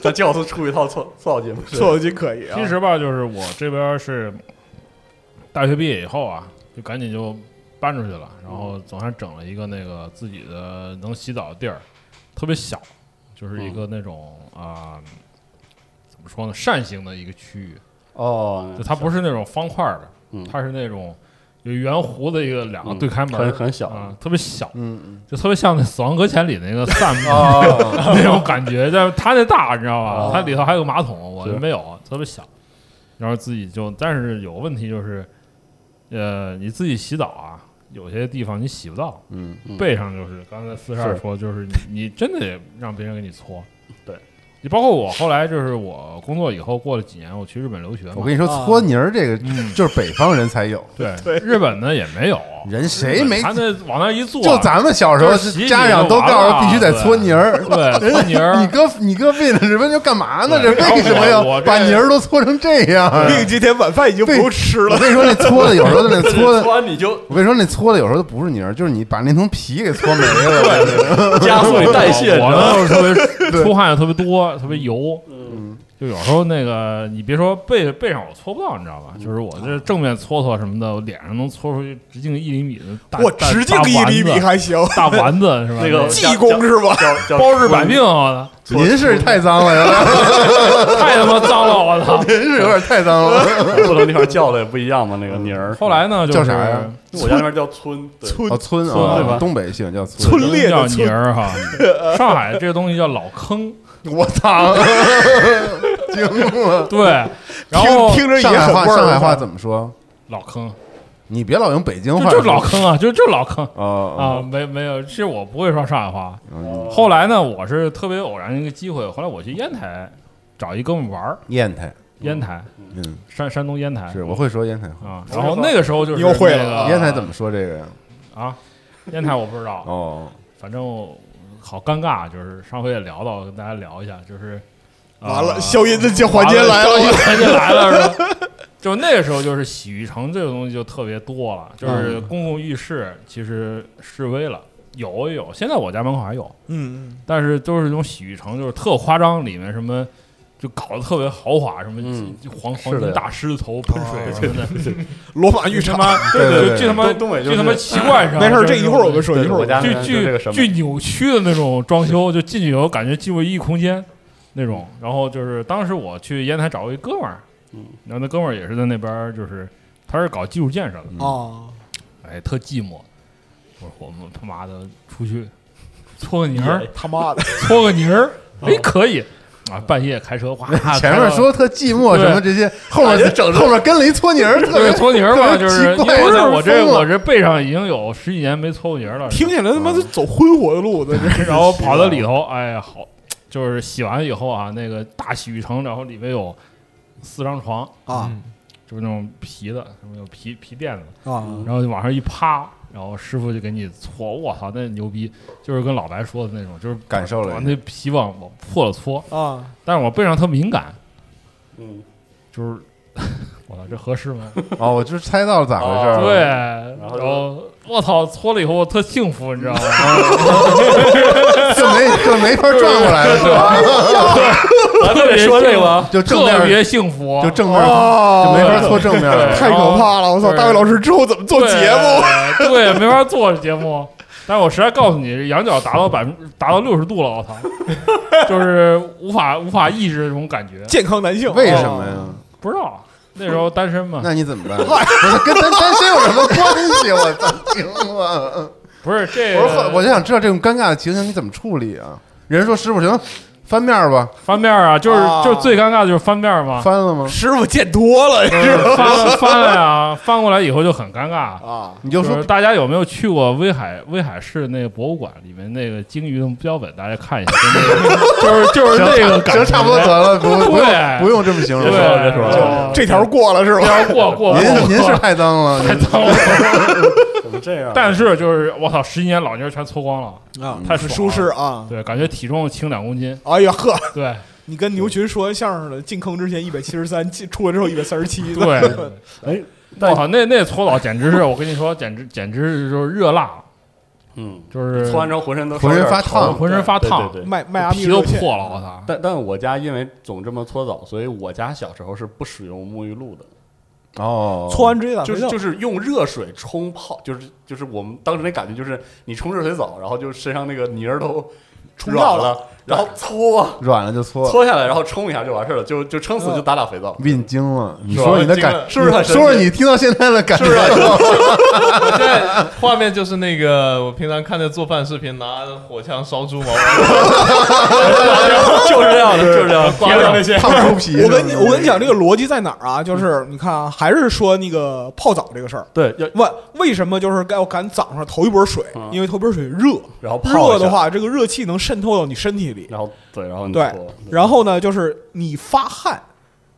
[SPEAKER 1] 咱教师出一套搓搓澡巾吧，是
[SPEAKER 6] 搓澡巾可以啊。
[SPEAKER 2] 其实吧，就是我这边是大学毕业以后啊，就赶紧就搬出去了，然后总算整了一个那个自己的能洗澡的地儿，特别小，就是
[SPEAKER 1] 嗯
[SPEAKER 2] 一个那种啊、怎么说呢，扇形的一个区域，
[SPEAKER 1] 哦
[SPEAKER 2] 就它不是那种方块的，
[SPEAKER 1] 嗯
[SPEAKER 2] 它是那种有圆弧的一个两个
[SPEAKER 1] 嗯
[SPEAKER 2] 对开门，
[SPEAKER 1] 很很小
[SPEAKER 2] 啊、特别小，
[SPEAKER 5] 嗯，
[SPEAKER 2] 就特别像那《死亡搁浅》里那个扇
[SPEAKER 1] [LAUGHS]
[SPEAKER 5] 哦，
[SPEAKER 2] [LAUGHS] 那种感觉，但是它那大，你知道吧
[SPEAKER 1] 哦？
[SPEAKER 2] 它里头还有个马桶，我就是没有，特别小。然后自己就，但是有个问题就是，呃，你自己洗澡啊，有些地方你洗不到，
[SPEAKER 5] 嗯，
[SPEAKER 1] 嗯
[SPEAKER 2] 背上就是刚才四十二
[SPEAKER 1] 是
[SPEAKER 2] 说，就是你你真得让别人给你搓。
[SPEAKER 5] 嗯
[SPEAKER 1] 对，
[SPEAKER 2] 你包括我后来就是我工作以后过了几年，我去日本留学嘛，
[SPEAKER 5] [LAUGHS] 我跟你说，搓泥儿这个
[SPEAKER 2] 嗯
[SPEAKER 5] 就是北方人才有，
[SPEAKER 2] 对日本呢也没有，
[SPEAKER 5] 人谁没？
[SPEAKER 2] 他那往那一坐，
[SPEAKER 5] 就咱们小时候
[SPEAKER 2] 就是洗洗，
[SPEAKER 5] 家长都告诉必须得搓泥儿。 [LAUGHS]
[SPEAKER 2] 对搓泥
[SPEAKER 5] 你
[SPEAKER 2] 儿，
[SPEAKER 5] 哥，你哥为了什么就干嘛呢？这
[SPEAKER 2] 对然后
[SPEAKER 5] 为什么
[SPEAKER 2] 我我
[SPEAKER 5] 要
[SPEAKER 2] 这
[SPEAKER 5] 把泥儿都搓成这样啊？
[SPEAKER 2] [LAUGHS]
[SPEAKER 6] 另今天晚饭已经不用吃了
[SPEAKER 5] 我，跟你说，那搓的有时候那搓
[SPEAKER 1] 搓
[SPEAKER 5] 的，
[SPEAKER 1] 完你就
[SPEAKER 5] 我跟你说，那搓的有时候都不是泥儿，就是你把那层皮给搓没了。
[SPEAKER 6] [LAUGHS]
[SPEAKER 1] 加速你代谢，你知
[SPEAKER 2] 我
[SPEAKER 1] 道吗？
[SPEAKER 2] 呢就是特别 [LAUGHS] 出汗也特别多，特别油，
[SPEAKER 1] 嗯，
[SPEAKER 2] 就有时候那个你别说背背上我搓不到，你知道吧？就是我这正面搓搓什么的，我脸上能搓出去直径一厘米的大，
[SPEAKER 6] 我
[SPEAKER 2] 大
[SPEAKER 6] 直径一厘米还行，
[SPEAKER 2] 大丸子大丸子是吧？
[SPEAKER 1] 那
[SPEAKER 2] [LAUGHS]
[SPEAKER 1] 个
[SPEAKER 6] 济公是吧？
[SPEAKER 1] 叫
[SPEAKER 6] [LAUGHS]
[SPEAKER 1] 叫
[SPEAKER 2] 包治百病，我
[SPEAKER 5] 您是太脏了，
[SPEAKER 2] 操，啊太他妈脏了，我操！
[SPEAKER 5] 您是有点太脏了。
[SPEAKER 1] 不同地方叫的也不一样嘛，那个泥儿。
[SPEAKER 2] 后来呢，就
[SPEAKER 5] 叫
[SPEAKER 2] 是
[SPEAKER 5] 啥呀
[SPEAKER 1] 我家那边叫村，对
[SPEAKER 6] 村
[SPEAKER 5] 哦，村
[SPEAKER 1] 村对
[SPEAKER 5] 啊
[SPEAKER 1] 吧，
[SPEAKER 5] 东北喜欢叫村。
[SPEAKER 6] 村裂
[SPEAKER 2] 叫
[SPEAKER 6] 的
[SPEAKER 2] 泥
[SPEAKER 6] 村，
[SPEAKER 2] 儿
[SPEAKER 6] [LAUGHS]
[SPEAKER 2] 哈，上海这个东西叫老坑，
[SPEAKER 5] 我操，惊了！
[SPEAKER 6] [LAUGHS]
[SPEAKER 2] 对，然
[SPEAKER 6] 听
[SPEAKER 2] 后
[SPEAKER 6] 听着也
[SPEAKER 5] 上海
[SPEAKER 6] 很
[SPEAKER 5] 话，
[SPEAKER 6] 味儿。
[SPEAKER 5] 上海话怎么说？
[SPEAKER 2] 老坑
[SPEAKER 5] 你别老用北京
[SPEAKER 2] 就
[SPEAKER 5] 话，
[SPEAKER 2] 就老坑啊，就就老坑。啊，
[SPEAKER 5] 哦
[SPEAKER 2] 没没有，其实我不会说上海话。
[SPEAKER 5] 哦，
[SPEAKER 2] 后来呢，我是特别偶然一个机会，后来我去烟台找一哥们玩儿，
[SPEAKER 5] 烟台，
[SPEAKER 2] 烟台，
[SPEAKER 5] 嗯，
[SPEAKER 2] 山山东烟台
[SPEAKER 5] 是我会说烟台话。
[SPEAKER 2] 啊。然后那个时候就是
[SPEAKER 6] 你又会了
[SPEAKER 2] 那个
[SPEAKER 5] 烟台怎么说这个呀？
[SPEAKER 2] 啊？烟台我不知道，
[SPEAKER 5] 哦，
[SPEAKER 2] 反正我好尴尬，就是上回也聊到，跟大家聊一下，就是
[SPEAKER 6] 完了，消音的这环节来
[SPEAKER 2] 啊消音
[SPEAKER 6] 了，
[SPEAKER 2] 环节来了是吧？ [LAUGHS] 就那个时候，就是洗浴城这个东西就特别多了，就是
[SPEAKER 5] 嗯
[SPEAKER 2] 公共浴室其实示威了，有有，现在我家门口还有，
[SPEAKER 6] 嗯，
[SPEAKER 2] 但是都是那种洗浴城，就是特夸张，里面什么就搞得特别豪华，什么
[SPEAKER 1] 嗯
[SPEAKER 2] 黄黄
[SPEAKER 1] 是的
[SPEAKER 2] 金大狮子头喷水什么的，
[SPEAKER 6] 罗马浴
[SPEAKER 2] 巨他
[SPEAKER 6] 场。
[SPEAKER 2] 妈
[SPEAKER 5] 对对
[SPEAKER 2] 对，
[SPEAKER 5] 对
[SPEAKER 2] 巨他妈
[SPEAKER 1] 东东北就是
[SPEAKER 2] 巨他妈奇怪，
[SPEAKER 6] 没事儿，这一会儿我跟说，
[SPEAKER 1] 对
[SPEAKER 6] 一会儿我
[SPEAKER 1] 我家
[SPEAKER 2] 巨
[SPEAKER 1] 就这
[SPEAKER 2] 巨
[SPEAKER 1] 个什么
[SPEAKER 2] 巨扭曲的那种装修，就进去以后感觉进入异空间那种。然后就是当时我去烟台找一哥们儿，
[SPEAKER 1] 嗯
[SPEAKER 2] 然后那哥们儿也是在那边儿，就是他是搞技术建设的，
[SPEAKER 6] 啊，
[SPEAKER 2] 哎，特寂寞。我说我们他妈的出去搓个泥儿，
[SPEAKER 6] 哎他妈的，
[SPEAKER 2] 搓个泥
[SPEAKER 5] [LAUGHS]
[SPEAKER 2] 儿，哎，可以啊！半夜啊开车，哇，
[SPEAKER 5] 前面说特寂寞
[SPEAKER 2] 对
[SPEAKER 5] 什么这些，后面后面跟了一搓泥儿，特
[SPEAKER 2] 对
[SPEAKER 5] 别
[SPEAKER 2] 搓泥儿嘛，
[SPEAKER 5] 特别
[SPEAKER 2] 就是
[SPEAKER 5] 奇
[SPEAKER 2] 因为
[SPEAKER 5] 怪就是
[SPEAKER 2] 我这
[SPEAKER 5] 疯了
[SPEAKER 2] 我这背上已经有十几年没搓过泥儿了，
[SPEAKER 6] 听起来他妈是走荤火的路子，这是
[SPEAKER 2] [LAUGHS] 然后跑到里头，哎呀，好，就是洗完以后啊，那个大洗浴城，然后里面有四张床，
[SPEAKER 6] 啊
[SPEAKER 2] 就是那种皮的，什么有皮皮垫子，
[SPEAKER 6] 啊
[SPEAKER 2] 然后就往上一趴。然后师傅就给你搓，我操，那牛逼！就是跟老白说的那种，就是
[SPEAKER 5] 感受了
[SPEAKER 2] 把
[SPEAKER 5] 一下
[SPEAKER 2] 那皮往往破了搓。
[SPEAKER 6] 啊！
[SPEAKER 2] 但是我背上特敏感，
[SPEAKER 1] 嗯，
[SPEAKER 2] 就是 [LAUGHS] 我操，这合适吗？
[SPEAKER 5] 哦，我就猜到了咋回事儿。
[SPEAKER 2] 对，，
[SPEAKER 1] 然
[SPEAKER 2] 然
[SPEAKER 1] 后就
[SPEAKER 2] 后我操，搓了以后我特幸福，你知道吗？
[SPEAKER 5] 就没就没法转过来了，是
[SPEAKER 2] [LAUGHS]
[SPEAKER 5] 吧？
[SPEAKER 1] 咱们得说这个吗？
[SPEAKER 5] 就正
[SPEAKER 2] 特
[SPEAKER 5] 面
[SPEAKER 2] 别幸啊福，
[SPEAKER 5] 就正面
[SPEAKER 6] 哦
[SPEAKER 5] 就没法搓正面了。
[SPEAKER 2] 对
[SPEAKER 6] 太可怕了！我操，
[SPEAKER 2] 啊对
[SPEAKER 6] 大卫老师之后怎么做节目？
[SPEAKER 2] 对，对，没法做节目。但我实在告诉你，羊角达到百分达到六十度了，我
[SPEAKER 5] [LAUGHS]
[SPEAKER 2] 操，就是无法无法抑制这种感觉，
[SPEAKER 6] 健康男性
[SPEAKER 5] 为什么？呀？
[SPEAKER 2] 不知道那时候单身嘛，
[SPEAKER 5] 那你怎么办？不是跟咱单身有什么关系？我操，行吗？
[SPEAKER 2] 不是这
[SPEAKER 5] 我说我就想知道这种尴尬的情形你怎么处理啊？人说师傅行，翻面儿吧，
[SPEAKER 2] 翻面啊，就是
[SPEAKER 7] 啊
[SPEAKER 2] 就是最尴尬的就是翻面嘛，
[SPEAKER 5] 翻了
[SPEAKER 6] 啊
[SPEAKER 5] 吗？
[SPEAKER 7] 师傅见多了
[SPEAKER 2] 就是翻翻啊，翻过来以后就很尴尬。
[SPEAKER 7] 啊，
[SPEAKER 5] 你就
[SPEAKER 2] 就
[SPEAKER 5] 说
[SPEAKER 2] 是大家有没有去过威海威海市那个博物馆里面那个鲸鱼的标本？大家看一下，
[SPEAKER 5] [LAUGHS]
[SPEAKER 2] 就那个就是就是那个感觉，
[SPEAKER 5] 行，差不多得了，不不
[SPEAKER 2] 对
[SPEAKER 5] 用不用这么形
[SPEAKER 2] 对，
[SPEAKER 5] 容。
[SPEAKER 1] 别说了别说
[SPEAKER 2] 了，
[SPEAKER 7] 这条过了是吧？
[SPEAKER 2] 要过过
[SPEAKER 5] 您
[SPEAKER 2] 过
[SPEAKER 5] 您是
[SPEAKER 2] 过
[SPEAKER 5] 太脏了，
[SPEAKER 2] 太
[SPEAKER 5] 您
[SPEAKER 2] 脏了，
[SPEAKER 1] 怎么这样？啊
[SPEAKER 2] 但是就是我操，十一年老妞全搓光了，
[SPEAKER 6] 啊，
[SPEAKER 2] 嗯太
[SPEAKER 7] 很
[SPEAKER 2] 爽
[SPEAKER 7] 舒
[SPEAKER 2] 了
[SPEAKER 7] 适。啊！
[SPEAKER 2] 对，感觉体重轻两公斤。
[SPEAKER 6] 哎呀呵，
[SPEAKER 5] [LAUGHS]
[SPEAKER 2] 对
[SPEAKER 6] 你跟牛群说完相声了，进坑之前一百七十三，进出来之后一百三十七，
[SPEAKER 2] 对，
[SPEAKER 1] 哎，
[SPEAKER 2] 我操，那那搓澡简直是我跟你说，简直简直就是热辣，
[SPEAKER 1] 嗯，
[SPEAKER 2] 就是
[SPEAKER 1] 搓完之后浑身都
[SPEAKER 5] 浑身
[SPEAKER 1] 烧点
[SPEAKER 5] 发烫
[SPEAKER 1] 头
[SPEAKER 2] 浑身发烫
[SPEAKER 1] 对对对
[SPEAKER 6] 迈迈阿密
[SPEAKER 2] 皮都
[SPEAKER 6] 热线
[SPEAKER 2] 破了，我操。
[SPEAKER 1] 但但我家因为总这么搓澡，所以我家小时候是不使用沐浴露的，
[SPEAKER 5] 哦，
[SPEAKER 6] 搓完直接打
[SPEAKER 1] 就
[SPEAKER 6] 肥
[SPEAKER 1] 是
[SPEAKER 6] 皂
[SPEAKER 1] 就是用热水冲泡，就是就是我们当时那感觉就是你冲热水澡，然后就身上那个泥儿都
[SPEAKER 6] 冲
[SPEAKER 1] 软
[SPEAKER 6] 掉
[SPEAKER 1] 了，然后搓
[SPEAKER 5] 软了就搓，
[SPEAKER 1] 搓下来，然后冲一下就完事儿了，就就撑死就打打肥 [LAUGHS] 皂。
[SPEAKER 5] 给你惊了。你
[SPEAKER 1] 是吧
[SPEAKER 5] 说你的
[SPEAKER 1] 我惊
[SPEAKER 5] 感
[SPEAKER 1] 了是不是很神
[SPEAKER 5] 说说
[SPEAKER 1] 奇
[SPEAKER 5] 你听到现在的感觉
[SPEAKER 1] 是不？是？
[SPEAKER 3] 我现在画面就是那个我平常看的做饭视频，拿火枪烧猪毛，
[SPEAKER 1] 就是这样的， [LAUGHS] 就是这样的。
[SPEAKER 2] 贴上那
[SPEAKER 1] 些
[SPEAKER 5] 烫猪皮。
[SPEAKER 6] 我跟你
[SPEAKER 5] 是吧
[SPEAKER 6] 我跟你讲，这个逻辑在哪儿啊？就是你看啊，还是说那个泡澡这个事儿。
[SPEAKER 1] 对，要
[SPEAKER 6] 问为什么就是要赶早上头一波水
[SPEAKER 1] 嗯？
[SPEAKER 6] 因为头一波水热，
[SPEAKER 1] 然后泡
[SPEAKER 6] 热
[SPEAKER 1] 一下
[SPEAKER 6] 的，话，这个热气能渗透到你身体里。
[SPEAKER 1] 然后对，然后你
[SPEAKER 6] 对
[SPEAKER 1] 搓
[SPEAKER 6] 然后呢，就是你发汗，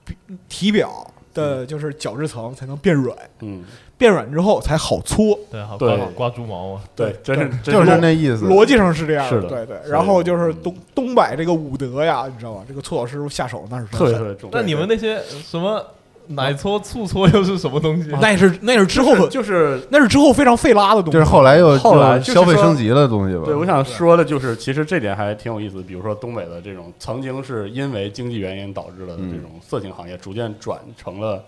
[SPEAKER 6] 比体表的就是角质层才能变软，
[SPEAKER 1] 嗯，
[SPEAKER 6] 变软之后才好搓。
[SPEAKER 3] 对，好
[SPEAKER 1] 对
[SPEAKER 3] 刮刮猪毛啊，
[SPEAKER 1] 对，真是真
[SPEAKER 5] 就是那意思，
[SPEAKER 6] 逻辑上是这样
[SPEAKER 1] 是的
[SPEAKER 6] 对对。
[SPEAKER 1] 所以
[SPEAKER 6] 然后就是
[SPEAKER 1] 嗯
[SPEAKER 6] 东东北这个武德呀，你知道吧？这个搓澡师傅下手那是真
[SPEAKER 1] 特别特
[SPEAKER 6] 狠
[SPEAKER 1] 别重。
[SPEAKER 3] 那你们那些什么奶搓、醋搓又是什么东西？
[SPEAKER 6] 那也是那也是之后
[SPEAKER 1] 就是
[SPEAKER 6] 很
[SPEAKER 1] 就是
[SPEAKER 6] 那是之后非常费拉的东西。
[SPEAKER 5] 就是后来又
[SPEAKER 1] 后来
[SPEAKER 5] 又
[SPEAKER 1] 就是
[SPEAKER 5] 消费
[SPEAKER 1] 说
[SPEAKER 5] 升级了的东西吧。
[SPEAKER 1] 对，我想说的就是，其实这点还挺有意思。比如说东北的这种，曾经是因为经济原因导致了的
[SPEAKER 5] 嗯
[SPEAKER 1] 这种色情行业，逐渐转成了，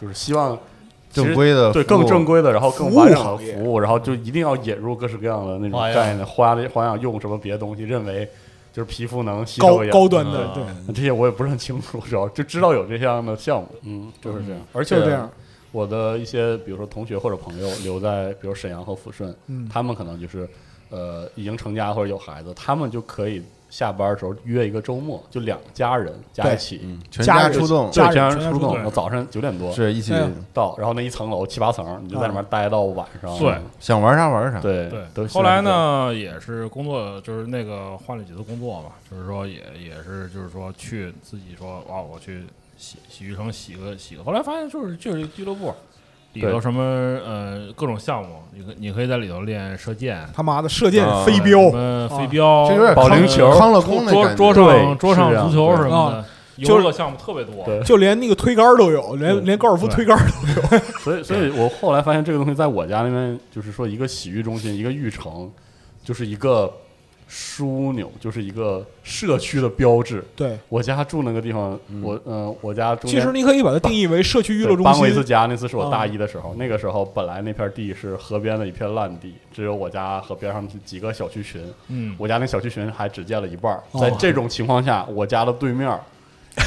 [SPEAKER 1] 就是希望其实
[SPEAKER 5] 正规的
[SPEAKER 1] 对
[SPEAKER 5] 服务
[SPEAKER 1] 更正规的，然后更
[SPEAKER 6] 服务
[SPEAKER 1] 完整的
[SPEAKER 6] 行业
[SPEAKER 1] 服务，然后就一定要引入各式各样的那种
[SPEAKER 3] 花样
[SPEAKER 1] 概念，花里花样用什么别的东西，认为就是皮肤能吸
[SPEAKER 6] 高
[SPEAKER 1] 收一样
[SPEAKER 6] 高端的
[SPEAKER 1] 嗯，
[SPEAKER 6] 对，
[SPEAKER 1] 这些我也不是很清楚，主要就知道有这样的项目，嗯，就是这样，而且
[SPEAKER 6] 就这样。
[SPEAKER 1] 我的一些，比如说同学或者朋友留在，比如沈阳和抚顺，
[SPEAKER 6] 嗯
[SPEAKER 1] 他们可能就是，呃，已经成家或者有孩子，他们就可以下班的时候约一个周末，就两家人加一起，
[SPEAKER 5] 嗯全
[SPEAKER 6] 家
[SPEAKER 5] 家
[SPEAKER 6] 人
[SPEAKER 5] 出动
[SPEAKER 1] 对
[SPEAKER 6] 家人
[SPEAKER 1] 家
[SPEAKER 6] 全家
[SPEAKER 1] 出
[SPEAKER 6] 出
[SPEAKER 1] 动
[SPEAKER 2] 动，
[SPEAKER 1] 我早上九点多
[SPEAKER 5] 是一起
[SPEAKER 6] 哎呀
[SPEAKER 1] 到，然后那一层楼七八层，你就在里面待到晚上，
[SPEAKER 2] 对
[SPEAKER 5] 想玩啥玩啥。
[SPEAKER 1] 对
[SPEAKER 2] 对，
[SPEAKER 1] 都
[SPEAKER 2] 后来？呢，也是工作，就是那个换了几次工作嘛，就是说也也是就是说去自己说啊，我去洗洗浴城洗个洗个，后来发现就是就是一个俱乐部，里头
[SPEAKER 1] 对
[SPEAKER 2] 什么呃各种项目，你可你可以在里头练射箭、
[SPEAKER 6] 他妈的射箭
[SPEAKER 5] 啊
[SPEAKER 6] 飞
[SPEAKER 2] 什
[SPEAKER 6] 镖，
[SPEAKER 2] 么飞
[SPEAKER 6] 啊
[SPEAKER 2] 镖、
[SPEAKER 5] 这有点
[SPEAKER 1] 保龄球
[SPEAKER 5] 康乐
[SPEAKER 2] 桌
[SPEAKER 5] 宫那
[SPEAKER 2] 桌
[SPEAKER 5] 感觉
[SPEAKER 2] 桌
[SPEAKER 1] 对
[SPEAKER 2] 上桌上
[SPEAKER 1] 是这样
[SPEAKER 2] 足球
[SPEAKER 1] 对
[SPEAKER 2] 什么的，
[SPEAKER 6] 就
[SPEAKER 2] 游
[SPEAKER 6] 是
[SPEAKER 2] 乐项目特别多。
[SPEAKER 1] 对
[SPEAKER 6] 就连那个推杆儿都有，
[SPEAKER 1] 对
[SPEAKER 6] 连连高尔夫
[SPEAKER 2] 对
[SPEAKER 6] 推杆儿
[SPEAKER 1] 所以，所以我后来发现这个东西在我家那边，就是说一个洗浴中心，一个浴城，就是一个枢纽，就是一个社区的标志。
[SPEAKER 6] 对。
[SPEAKER 1] 我家住那个地方，我嗯、呃我家中
[SPEAKER 6] 其
[SPEAKER 1] 间
[SPEAKER 6] 实你可以把它定义为社区娱乐
[SPEAKER 1] 对
[SPEAKER 6] 中
[SPEAKER 1] 搬过一次
[SPEAKER 6] 心，
[SPEAKER 1] 家，那次是我
[SPEAKER 6] 啊
[SPEAKER 1] 大一的时候，那个时候本来那片地是河边的一片烂地，只有我家和边上几个小区群，
[SPEAKER 2] 嗯，
[SPEAKER 1] 我家那小区群还只建了一半儿。
[SPEAKER 6] 哦
[SPEAKER 1] 在这种情况下，我家的对面儿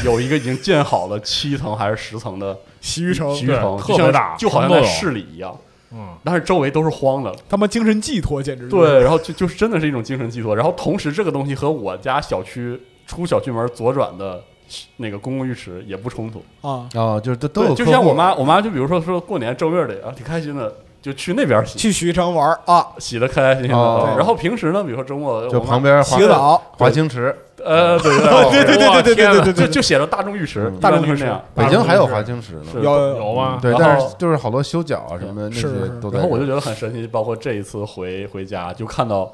[SPEAKER 1] 有一个已经建好了七层还是十层的
[SPEAKER 6] 洗浴城
[SPEAKER 1] 洗浴城，就
[SPEAKER 2] 对特别
[SPEAKER 1] 像
[SPEAKER 2] 大
[SPEAKER 1] 就好像
[SPEAKER 2] 什
[SPEAKER 1] 在
[SPEAKER 2] 么都有
[SPEAKER 1] 市里一样。
[SPEAKER 2] 嗯，
[SPEAKER 1] 但是周围都是荒的，
[SPEAKER 6] 他妈精神寄托，简直就是
[SPEAKER 1] 对， [LAUGHS] 然后就就是真的是一种精神寄托。然后同时，这个东西和我家小区出小区门左转的那个公共浴池也不冲突。
[SPEAKER 6] 啊！
[SPEAKER 5] 哦，就是都都
[SPEAKER 1] 对，
[SPEAKER 5] 有
[SPEAKER 1] 就
[SPEAKER 5] 客
[SPEAKER 1] 像
[SPEAKER 5] 户
[SPEAKER 1] 我妈，我妈就比如说说过年正月里啊，挺开心的，就去那边洗，
[SPEAKER 6] 去洗浴城玩儿啊，
[SPEAKER 1] 洗的开开心心的。啊
[SPEAKER 5] 哦
[SPEAKER 1] 对然后平时呢，比如说周末
[SPEAKER 5] 就
[SPEAKER 1] 我妈
[SPEAKER 5] 旁边
[SPEAKER 6] 洗个澡，啊
[SPEAKER 5] 华清池，
[SPEAKER 1] 呃，对对
[SPEAKER 6] 哦对对对对对对对
[SPEAKER 1] 就
[SPEAKER 6] 对，
[SPEAKER 1] 就写着大众浴池
[SPEAKER 5] 嗯，
[SPEAKER 1] 一般
[SPEAKER 6] 大众
[SPEAKER 1] 都
[SPEAKER 6] 浴嗯
[SPEAKER 1] 是
[SPEAKER 6] 池
[SPEAKER 1] 那样。嗯
[SPEAKER 5] 北京还有
[SPEAKER 2] 是
[SPEAKER 5] 华清池呢。
[SPEAKER 1] 是
[SPEAKER 6] 有
[SPEAKER 2] 有啊吗？
[SPEAKER 5] 对，
[SPEAKER 1] 然
[SPEAKER 5] 但
[SPEAKER 1] 后
[SPEAKER 5] 是就是好多修脚啊什么的那
[SPEAKER 6] 是
[SPEAKER 5] 些
[SPEAKER 6] 是
[SPEAKER 5] 都在这儿。
[SPEAKER 1] 然后我就觉得很神奇，包括这一次回回家，就看到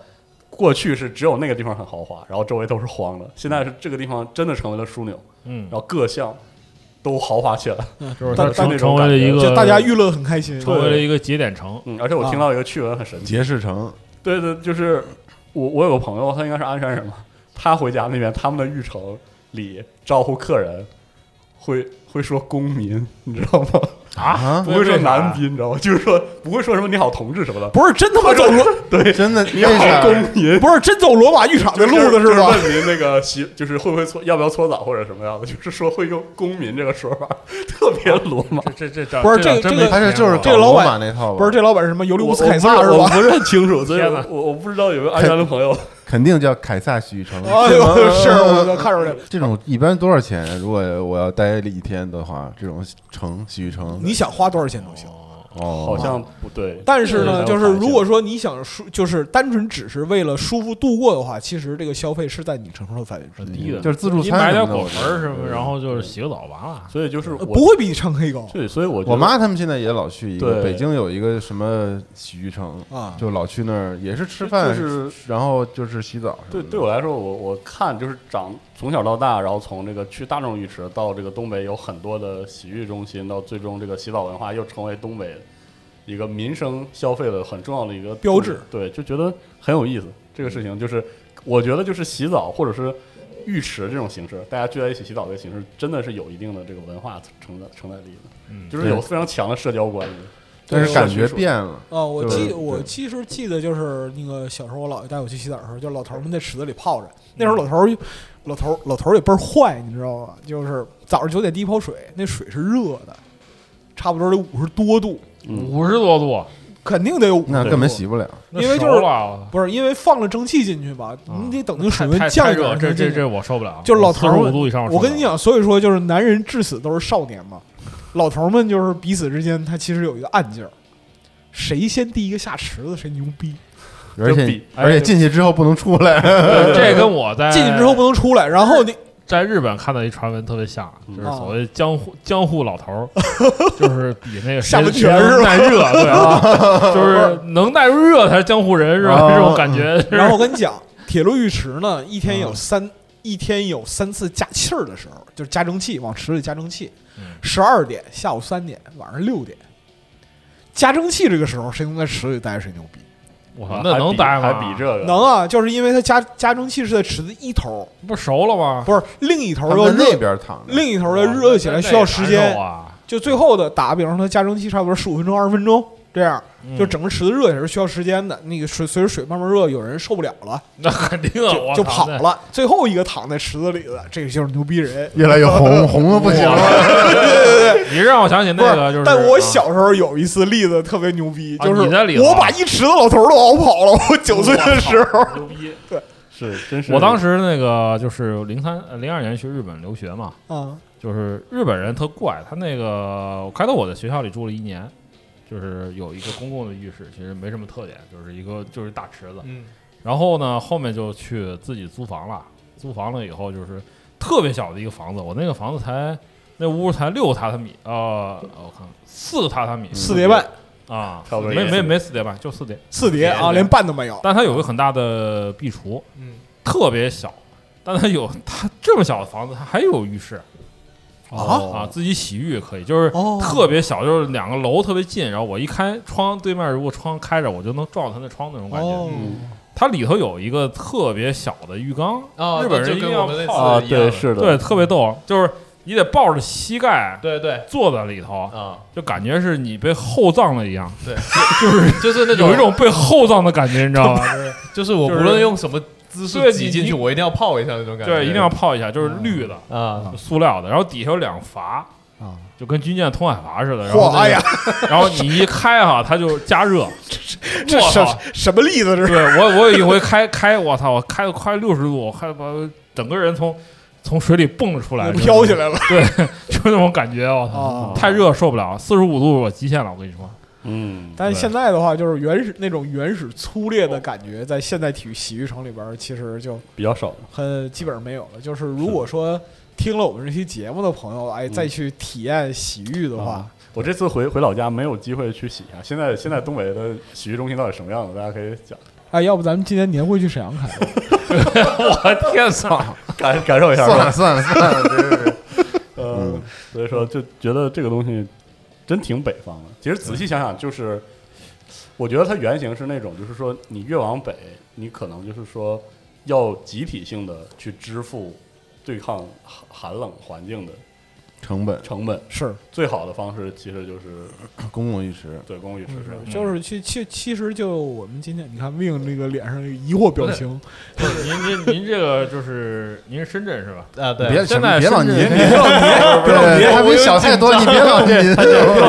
[SPEAKER 1] 过去是只有那个地方很豪华，然后周围都是荒的，现在是这个地方真的成为了枢纽，
[SPEAKER 2] 嗯
[SPEAKER 1] 然，后各项都豪华起来。
[SPEAKER 2] 就是
[SPEAKER 1] 但
[SPEAKER 2] 它
[SPEAKER 1] 但那
[SPEAKER 2] 成成
[SPEAKER 1] 种
[SPEAKER 2] 为
[SPEAKER 1] 感
[SPEAKER 2] 了
[SPEAKER 1] 觉
[SPEAKER 2] 一个
[SPEAKER 6] 就大家娱乐得很开心，
[SPEAKER 2] 成为了一个节点城。
[SPEAKER 1] 嗯，啊而且我听到一个趣闻很神奇，
[SPEAKER 5] 杰士城，
[SPEAKER 1] 对对，就是我我有个朋友，他应该是鞍山人嘛，他回家那边他们的浴城里招呼客人。会会说公民，你知道吗？
[SPEAKER 5] 啊
[SPEAKER 1] 不，会说男宾，你知道吗？就是说不会说什么你好同志什么 [LAUGHS] 的，
[SPEAKER 6] 不是真他妈走罗，
[SPEAKER 1] 对，
[SPEAKER 5] [LAUGHS] 真的
[SPEAKER 1] 你好
[SPEAKER 5] 为啥？
[SPEAKER 1] 公民。
[SPEAKER 6] 不是真走罗马浴场
[SPEAKER 1] [LAUGHS]
[SPEAKER 6] 的
[SPEAKER 1] 就是
[SPEAKER 6] 路子
[SPEAKER 1] 就是
[SPEAKER 6] 吧？
[SPEAKER 1] 问您那个洗，就是会不会搓，要不要搓澡或者什么样的？就是说会用“公民”这个说法，特别罗马。
[SPEAKER 2] 这这这
[SPEAKER 6] 不是
[SPEAKER 2] 这
[SPEAKER 6] 这个
[SPEAKER 2] 真
[SPEAKER 6] 这
[SPEAKER 2] 没
[SPEAKER 6] 个
[SPEAKER 5] 他是
[SPEAKER 2] 听
[SPEAKER 5] 就
[SPEAKER 2] 过
[SPEAKER 5] 是
[SPEAKER 6] 这个
[SPEAKER 5] 搞
[SPEAKER 6] 老
[SPEAKER 5] 罗
[SPEAKER 6] 板
[SPEAKER 5] 马那套吧？
[SPEAKER 6] 不是这老板是什么尤利乌斯凯撒
[SPEAKER 1] 我
[SPEAKER 6] 是
[SPEAKER 1] 我
[SPEAKER 6] 吧？
[SPEAKER 1] 不是很清楚，所以
[SPEAKER 2] 天哪
[SPEAKER 1] 我我我不知道有没有安阳的朋友。
[SPEAKER 5] 肯定叫凯撒洗浴城。
[SPEAKER 6] 哎呦，是
[SPEAKER 1] [LAUGHS]
[SPEAKER 6] 我都看出来了。
[SPEAKER 5] [LAUGHS] 这种一般多少钱？如果我要待一天的话，这种城洗浴城，
[SPEAKER 6] 你想花多少钱都行，
[SPEAKER 5] 哦，
[SPEAKER 1] 好像不对，
[SPEAKER 6] 但是呢，
[SPEAKER 1] 嗯
[SPEAKER 6] 就是如果说你想舒，就是单纯只是为了舒服度过的话，其实这个消费是在你承受的范围之内，
[SPEAKER 2] 低的
[SPEAKER 5] 就是自助
[SPEAKER 2] 你
[SPEAKER 5] 餐
[SPEAKER 2] 买
[SPEAKER 5] 什
[SPEAKER 2] 点
[SPEAKER 5] 么的
[SPEAKER 2] 果
[SPEAKER 5] 我觉
[SPEAKER 2] 盆
[SPEAKER 5] 得
[SPEAKER 2] 儿什
[SPEAKER 6] 嗯
[SPEAKER 2] 么，然后就是洗个澡完了。
[SPEAKER 1] 所以就是
[SPEAKER 6] 呃
[SPEAKER 1] 我
[SPEAKER 6] 不会比你唱 K 高
[SPEAKER 1] 对，所以我觉得
[SPEAKER 5] 我妈他们现在也老去一个
[SPEAKER 1] 对
[SPEAKER 5] 北京有一个什么洗浴城，
[SPEAKER 6] 啊。
[SPEAKER 5] 就老去那儿也是吃
[SPEAKER 1] 就
[SPEAKER 5] 饭，
[SPEAKER 1] 是
[SPEAKER 5] 然后就是洗澡什么的。
[SPEAKER 1] 对对我来说，我我看就是长从小到大，然后从这个去大众浴池到这个东北有很多的洗浴中心，到最终这个洗澡文化又成为东北一个民生消费的很重要的一个
[SPEAKER 6] 标志。
[SPEAKER 1] 对，就觉得很有意思。这个事情就是，我觉得就是洗澡或者是浴池这种形式，大家聚在一起洗澡这个形式，真的是有一定的这个文化承载承载力的，
[SPEAKER 2] 嗯
[SPEAKER 1] 就是有非常强的社交关系。
[SPEAKER 5] 但是
[SPEAKER 1] 对
[SPEAKER 5] 感
[SPEAKER 1] 我
[SPEAKER 5] 觉
[SPEAKER 1] 去
[SPEAKER 5] 变了。
[SPEAKER 6] 啊，我
[SPEAKER 5] 就是
[SPEAKER 6] 记我
[SPEAKER 5] 对
[SPEAKER 6] 其实记得就是那个小时候我姥爷带我去洗澡的时候，就老头儿们在池子里泡着。那时候老头儿，老头儿老头儿也倍儿坏，你知道吗？就是早上九点第一泡水，那水是热的，差不多得五十多度，
[SPEAKER 1] 嗯，
[SPEAKER 2] 五十多度，
[SPEAKER 6] 肯定得有五十
[SPEAKER 5] 那
[SPEAKER 6] 多度。
[SPEAKER 5] 根本洗不了，
[SPEAKER 2] 那
[SPEAKER 6] 因为
[SPEAKER 2] 熟
[SPEAKER 6] 就是
[SPEAKER 2] 了
[SPEAKER 6] 不是因为放了蒸汽进去吧？
[SPEAKER 2] 啊
[SPEAKER 6] 你得等那个水
[SPEAKER 2] 太
[SPEAKER 6] 温
[SPEAKER 2] 太
[SPEAKER 6] 降一
[SPEAKER 2] 热了，
[SPEAKER 6] 点。
[SPEAKER 2] 这这这，我受不了。
[SPEAKER 6] 就是老
[SPEAKER 2] 十
[SPEAKER 6] 头儿
[SPEAKER 2] 五度以上受
[SPEAKER 6] 我
[SPEAKER 2] 不了，
[SPEAKER 6] 跟你讲，所以说就是男人至死都是少年嘛。老头儿们就是彼此之间，他其实有一个暗劲儿，谁先第一个下池子谁牛逼。
[SPEAKER 5] 而且
[SPEAKER 1] 比
[SPEAKER 5] 而且进去之后不能出来。
[SPEAKER 2] 对，这跟我在
[SPEAKER 6] 进去之后不能出来，然后你
[SPEAKER 2] 在日本看到一传闻特别像，
[SPEAKER 1] 嗯
[SPEAKER 6] 啊
[SPEAKER 2] 就是所谓江户江户老
[SPEAKER 6] [LAUGHS]
[SPEAKER 2] 头儿，就是比那个
[SPEAKER 6] 下
[SPEAKER 2] 谁
[SPEAKER 6] 不
[SPEAKER 2] 谁
[SPEAKER 6] 全是
[SPEAKER 2] 能耐热，对
[SPEAKER 6] [LAUGHS]
[SPEAKER 2] 啊，就是能耐住热才是江户人是吧？
[SPEAKER 6] 啊
[SPEAKER 5] 哦
[SPEAKER 2] 这种感觉 [LAUGHS] 是
[SPEAKER 6] 然后我跟你讲，铁路浴池呢，一天有三、一天有三次加气儿的时候，就是加蒸汽，往池里加蒸汽
[SPEAKER 2] 嗯。
[SPEAKER 6] 十二点、下午三点、晚上六点，加蒸汽这个时候，谁能在池子里待着谁牛逼？
[SPEAKER 2] 我操，那能待吗？
[SPEAKER 1] 啊还比这个
[SPEAKER 6] 能啊，就是因为它加加蒸汽是在池子一头，
[SPEAKER 2] 不熟了吗？
[SPEAKER 6] 不是另一头
[SPEAKER 5] 他
[SPEAKER 6] 要
[SPEAKER 5] 们 [LAUGHS] 在那
[SPEAKER 6] 热，
[SPEAKER 5] 边躺着，
[SPEAKER 6] 另一头要热起来需要时
[SPEAKER 2] 哦那也难
[SPEAKER 6] 间
[SPEAKER 2] 受。啊，
[SPEAKER 6] 就最后的打个比方说，它加蒸汽差不多十五分钟、二十分钟这样。
[SPEAKER 2] 嗯
[SPEAKER 6] 就整个池子热也是需要时间的，那个水随着水慢慢热，有人受不了了，
[SPEAKER 2] [LAUGHS] 那肯定啊
[SPEAKER 6] 就
[SPEAKER 2] 我
[SPEAKER 6] 就
[SPEAKER 2] 操
[SPEAKER 6] 跑
[SPEAKER 2] 那
[SPEAKER 6] 了。最后一个躺在池子里的，这个就是牛逼人。
[SPEAKER 5] 越来越红，红的不行了。
[SPEAKER 2] 你让我想起那个就是，
[SPEAKER 6] 但我小时候有一次例子特别牛逼，
[SPEAKER 2] 啊
[SPEAKER 6] 就是
[SPEAKER 2] 你在里头啊
[SPEAKER 6] 我把一池子老头儿都熬跑了。我九岁的时候，
[SPEAKER 2] 牛逼。
[SPEAKER 1] 是真是
[SPEAKER 2] 我当时那个就是零三呃零二年去日本留学嘛，
[SPEAKER 6] 啊，
[SPEAKER 2] 就是日本人特怪，他那个我开头我在学校里住了一年，就是有一个公共的浴室，其实没什么特点，就是一个就是一大池子。
[SPEAKER 3] 嗯，
[SPEAKER 2] 然后呢，后面就去自己租房了，租房了以后就是特别小的一个房子，我那个房子才那屋才六个榻榻米，呃，我看看四个榻榻米，
[SPEAKER 6] 四叠半，
[SPEAKER 2] 啊
[SPEAKER 1] 差不，多
[SPEAKER 2] 没
[SPEAKER 1] 也
[SPEAKER 2] 没
[SPEAKER 1] 是
[SPEAKER 2] 没四叠半，就四叠，
[SPEAKER 6] 四
[SPEAKER 2] 四
[SPEAKER 6] 叠
[SPEAKER 2] 叠
[SPEAKER 6] 啊，连半都没有。
[SPEAKER 2] 但它有个很大的壁橱，
[SPEAKER 3] 嗯，
[SPEAKER 2] 特别小，但它有它这么小的房子，它还有浴室啊，
[SPEAKER 1] 啊
[SPEAKER 2] 自己洗浴可以，就是
[SPEAKER 6] 哦
[SPEAKER 2] 特别小，就是两个楼特别近，然后我一开窗，对面如果窗开着，我就能照到它那窗那种感觉。
[SPEAKER 6] 哦，
[SPEAKER 2] 它里头有一个特别小的浴缸，
[SPEAKER 3] 哦
[SPEAKER 2] 日本人
[SPEAKER 3] 就
[SPEAKER 2] 一定
[SPEAKER 3] 跟
[SPEAKER 2] 要
[SPEAKER 3] 我们那次
[SPEAKER 2] 泡
[SPEAKER 1] 啊，
[SPEAKER 3] 哦一样
[SPEAKER 1] 对，是的，
[SPEAKER 2] 对，特别逗，就是你得抱着膝盖
[SPEAKER 3] 对对
[SPEAKER 2] 坐在里头，
[SPEAKER 3] 啊，
[SPEAKER 2] 就感觉是你被厚葬了一样，
[SPEAKER 3] 对，就是就是那种
[SPEAKER 2] 有一种被厚葬的感觉，你知
[SPEAKER 1] [LAUGHS]
[SPEAKER 2] 道吗？
[SPEAKER 3] 就是我
[SPEAKER 2] 就
[SPEAKER 3] 无
[SPEAKER 2] 是
[SPEAKER 3] 论用什么姿势
[SPEAKER 2] 对
[SPEAKER 3] 挤
[SPEAKER 2] 你
[SPEAKER 3] 进
[SPEAKER 2] 你
[SPEAKER 3] 去，我一定要泡一下那种感觉。
[SPEAKER 2] 对，一定要泡一下，就是绿的，
[SPEAKER 3] 啊，
[SPEAKER 2] 塑料的，然后底下有两阀
[SPEAKER 6] 啊，
[SPEAKER 2] 就跟军舰通海阀似的。然后
[SPEAKER 6] 嚯，
[SPEAKER 2] 那个
[SPEAKER 6] 哎呀，，
[SPEAKER 2] [LAUGHS] 然后你一开哈，它就加热。
[SPEAKER 6] [LAUGHS] 这
[SPEAKER 2] 我
[SPEAKER 6] 什
[SPEAKER 2] 操！
[SPEAKER 6] 什么例子这是？
[SPEAKER 2] 对我，我有一回开开，我操，我开了快六十度，我快把整个人从从水里蹦出来，嗯就是
[SPEAKER 6] 飘起来了
[SPEAKER 2] 就那种感觉，我操，
[SPEAKER 6] 啊！
[SPEAKER 2] 太热受不了，四十五度我极限了，我跟你
[SPEAKER 6] [LAUGHS]
[SPEAKER 2] 说。
[SPEAKER 1] 嗯，
[SPEAKER 6] 但是现在的话，就是原始那种原始粗劣的感觉，在现代体育洗浴城里边儿，其实就
[SPEAKER 1] 比较少。
[SPEAKER 6] 很基本上没有了。就是如果说听了我们这期节目的朋友，哎，
[SPEAKER 1] 嗯
[SPEAKER 6] 再去体验洗浴的话
[SPEAKER 1] 啊，我这次回回老家没有机会去洗一下。现在现在东北的洗浴中心到底什么样子？大家可以讲 [LAUGHS]
[SPEAKER 6] 哎，要不咱们今年年会去沈阳开？
[SPEAKER 2] 我天 [LAUGHS] 操！
[SPEAKER 1] 感感受一下。
[SPEAKER 5] 算了
[SPEAKER 1] 吧。
[SPEAKER 5] 算了算了，别别别
[SPEAKER 1] 嗯，所以说就觉得这个东西真挺北方的。其实仔细想想，就是我觉得它原型是那种，就是说你越往北，你可能就是说要集体性的去支付对抗寒寒冷环境的
[SPEAKER 5] 成本，
[SPEAKER 1] 成本。
[SPEAKER 6] 是，
[SPEAKER 1] 最好的方式其实就是
[SPEAKER 5] 公共浴池。
[SPEAKER 1] 对公共浴池是吧，
[SPEAKER 6] 就是其其其实就我们今天你看 Win 那个脸上那个疑惑表情，
[SPEAKER 2] 不是您您您这个就是您是深圳是吧？
[SPEAKER 3] 啊，对，
[SPEAKER 5] 别
[SPEAKER 3] 现在
[SPEAKER 5] 别老
[SPEAKER 3] 深
[SPEAKER 5] [LAUGHS] 您，
[SPEAKER 3] 圳
[SPEAKER 5] 别老您，对，还比小太多，你别 [LAUGHS] 老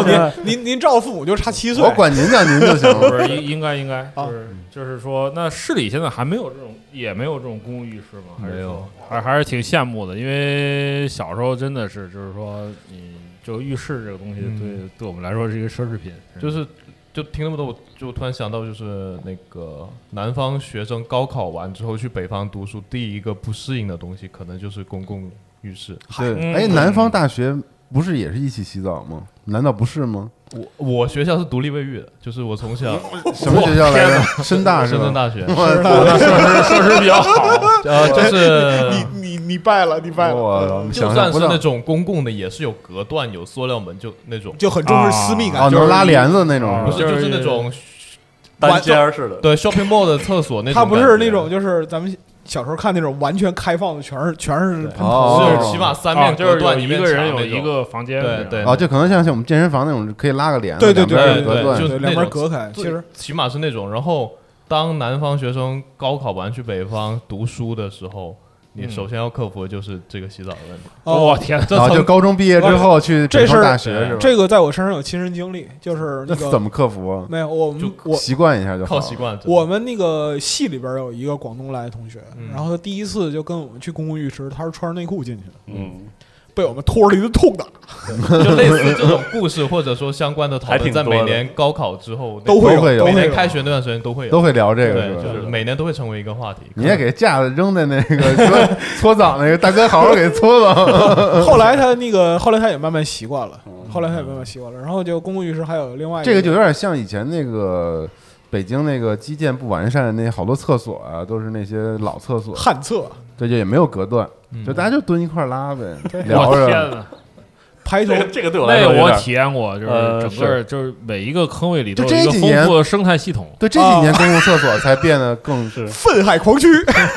[SPEAKER 5] 您，
[SPEAKER 6] 您您照父母就差七岁
[SPEAKER 5] 我，管您叫您就行
[SPEAKER 2] 不
[SPEAKER 5] 了。
[SPEAKER 2] 是应应该应该就是就是说，那市里现在还没有这种，也没有这种公共浴室吗？还是
[SPEAKER 3] 没有
[SPEAKER 2] 说，还还是挺羡慕的，因为小时候真的是就是说，你就浴室这个东西
[SPEAKER 6] 嗯
[SPEAKER 2] 对对我们来说是一个奢侈品，
[SPEAKER 3] 就是就听那么多，我就突然想到，就是那个南方学生高考完之后去北方读书，第一个不适应的东西，可能就是公共浴室。
[SPEAKER 5] [LAUGHS] 对，哎，南方大学不是也是一起洗澡吗？难道不是吗？
[SPEAKER 3] 我我学校是独立卫浴的，就是我从小
[SPEAKER 1] [LAUGHS]
[SPEAKER 5] 什么学校来着？深 [LAUGHS] 大是
[SPEAKER 3] 深
[SPEAKER 5] 吧 [LAUGHS]
[SPEAKER 3] 圳？大学，
[SPEAKER 6] [LAUGHS]
[SPEAKER 2] 设施比较好，
[SPEAKER 3] 呃，就是
[SPEAKER 7] 你你你败了，你败了。
[SPEAKER 5] 我
[SPEAKER 3] 就
[SPEAKER 5] 想
[SPEAKER 3] 算
[SPEAKER 5] 象
[SPEAKER 3] 是
[SPEAKER 5] 不到
[SPEAKER 3] 那种公共的，也是有隔断、有塑料门，就那种，
[SPEAKER 6] 就很重视私密
[SPEAKER 5] 哦，
[SPEAKER 6] 感，
[SPEAKER 5] 能拉帘子那种
[SPEAKER 3] 不
[SPEAKER 5] 是
[SPEAKER 3] 是
[SPEAKER 5] 吧？
[SPEAKER 3] 就是那种
[SPEAKER 1] [LAUGHS] 单间儿似的。
[SPEAKER 3] 对 shopping mall 的厕所那种
[SPEAKER 6] 它
[SPEAKER 3] 感觉，
[SPEAKER 6] 不是那种就是咱们小时候看那种完全开放的，全是全是喷
[SPEAKER 5] 哦
[SPEAKER 6] 头的，
[SPEAKER 3] 是起码三
[SPEAKER 2] 啊
[SPEAKER 3] 面
[SPEAKER 2] 就是
[SPEAKER 3] 隔
[SPEAKER 2] 有
[SPEAKER 3] 断，
[SPEAKER 2] 一
[SPEAKER 3] 面
[SPEAKER 2] 个人
[SPEAKER 3] 墙
[SPEAKER 2] 有
[SPEAKER 3] 那
[SPEAKER 2] 一
[SPEAKER 3] 种
[SPEAKER 2] 个房间这样，
[SPEAKER 3] 对对
[SPEAKER 5] 哦，就可能像像我们健身房那种可以拉个帘子，
[SPEAKER 6] 对对对
[SPEAKER 5] 两边有
[SPEAKER 3] 对
[SPEAKER 5] 隔断
[SPEAKER 3] 对就
[SPEAKER 6] 对，两边
[SPEAKER 3] 那种
[SPEAKER 6] 隔开，其
[SPEAKER 3] 对
[SPEAKER 6] 实
[SPEAKER 3] 起码是那种。然后当南方学生高考完去北方读书的时候，你
[SPEAKER 2] 嗯
[SPEAKER 3] 首先要克服的就是这个洗澡的问题。
[SPEAKER 2] 我
[SPEAKER 6] 哦。
[SPEAKER 2] 天，
[SPEAKER 3] 这
[SPEAKER 5] 然后就
[SPEAKER 3] 从
[SPEAKER 5] 高中毕业之后去
[SPEAKER 6] 这
[SPEAKER 5] 北
[SPEAKER 6] 事
[SPEAKER 5] 方
[SPEAKER 6] 儿
[SPEAKER 5] 大学是吧？
[SPEAKER 6] 这个在我身上有亲身经历，就是
[SPEAKER 5] 那
[SPEAKER 6] 那
[SPEAKER 5] 怎
[SPEAKER 6] 个
[SPEAKER 5] 么克服啊？
[SPEAKER 6] 没有我
[SPEAKER 3] 就
[SPEAKER 6] 们我
[SPEAKER 5] 习惯一下就好
[SPEAKER 3] 靠
[SPEAKER 5] 了。
[SPEAKER 3] 习惯。真的
[SPEAKER 6] 我们那个系里边有一个广东来的同学，
[SPEAKER 3] 嗯
[SPEAKER 6] 然后他第一次就跟我们去公共浴池，他是穿着内裤进去的，
[SPEAKER 1] 嗯，
[SPEAKER 6] 被我们拖着一顿痛打，
[SPEAKER 3] 就类似这种故事，或者说相关的讨
[SPEAKER 1] 还挺
[SPEAKER 3] 论，在
[SPEAKER 1] 多
[SPEAKER 3] 每
[SPEAKER 1] 的
[SPEAKER 3] 年高考之后
[SPEAKER 6] 都会
[SPEAKER 5] 嗯都会有
[SPEAKER 6] 有，都
[SPEAKER 3] 每
[SPEAKER 6] 会
[SPEAKER 3] 年
[SPEAKER 6] 有
[SPEAKER 3] 开学那段时间都会有，
[SPEAKER 5] 都会聊这个
[SPEAKER 3] 对
[SPEAKER 5] 是，吧？
[SPEAKER 3] 就是每年都会成为一个话题。
[SPEAKER 5] 你也给架子扔在那个搓搓澡那个大哥，好好给搓搓。
[SPEAKER 6] 后来他那个，后来他也慢慢习惯了，后来他也慢慢习惯了。然后就公共浴室还有另外一
[SPEAKER 5] 嗯这个就有点像以前那个北京那个基建不完善，那好多厕所啊都是那些老厕所，
[SPEAKER 6] 旱厕
[SPEAKER 5] 这就也没有隔断，
[SPEAKER 3] 嗯
[SPEAKER 5] 就大家就蹲一块儿拉呗，聊
[SPEAKER 2] 我天
[SPEAKER 5] 着。
[SPEAKER 2] 呐，
[SPEAKER 6] 排头
[SPEAKER 1] 这，个这个对我来
[SPEAKER 2] 那
[SPEAKER 1] 说有
[SPEAKER 2] 我
[SPEAKER 1] 点
[SPEAKER 2] 体验过，就是
[SPEAKER 1] 呃
[SPEAKER 2] 整个就是每一个坑位里都
[SPEAKER 5] 就
[SPEAKER 2] 有
[SPEAKER 5] 这
[SPEAKER 2] 一个
[SPEAKER 5] 几
[SPEAKER 2] 丰
[SPEAKER 5] 年
[SPEAKER 2] 富的生态系统，
[SPEAKER 5] 对，这几年公共厕所才变得更
[SPEAKER 1] 是
[SPEAKER 6] 愤海狂
[SPEAKER 5] [LAUGHS]
[SPEAKER 6] 区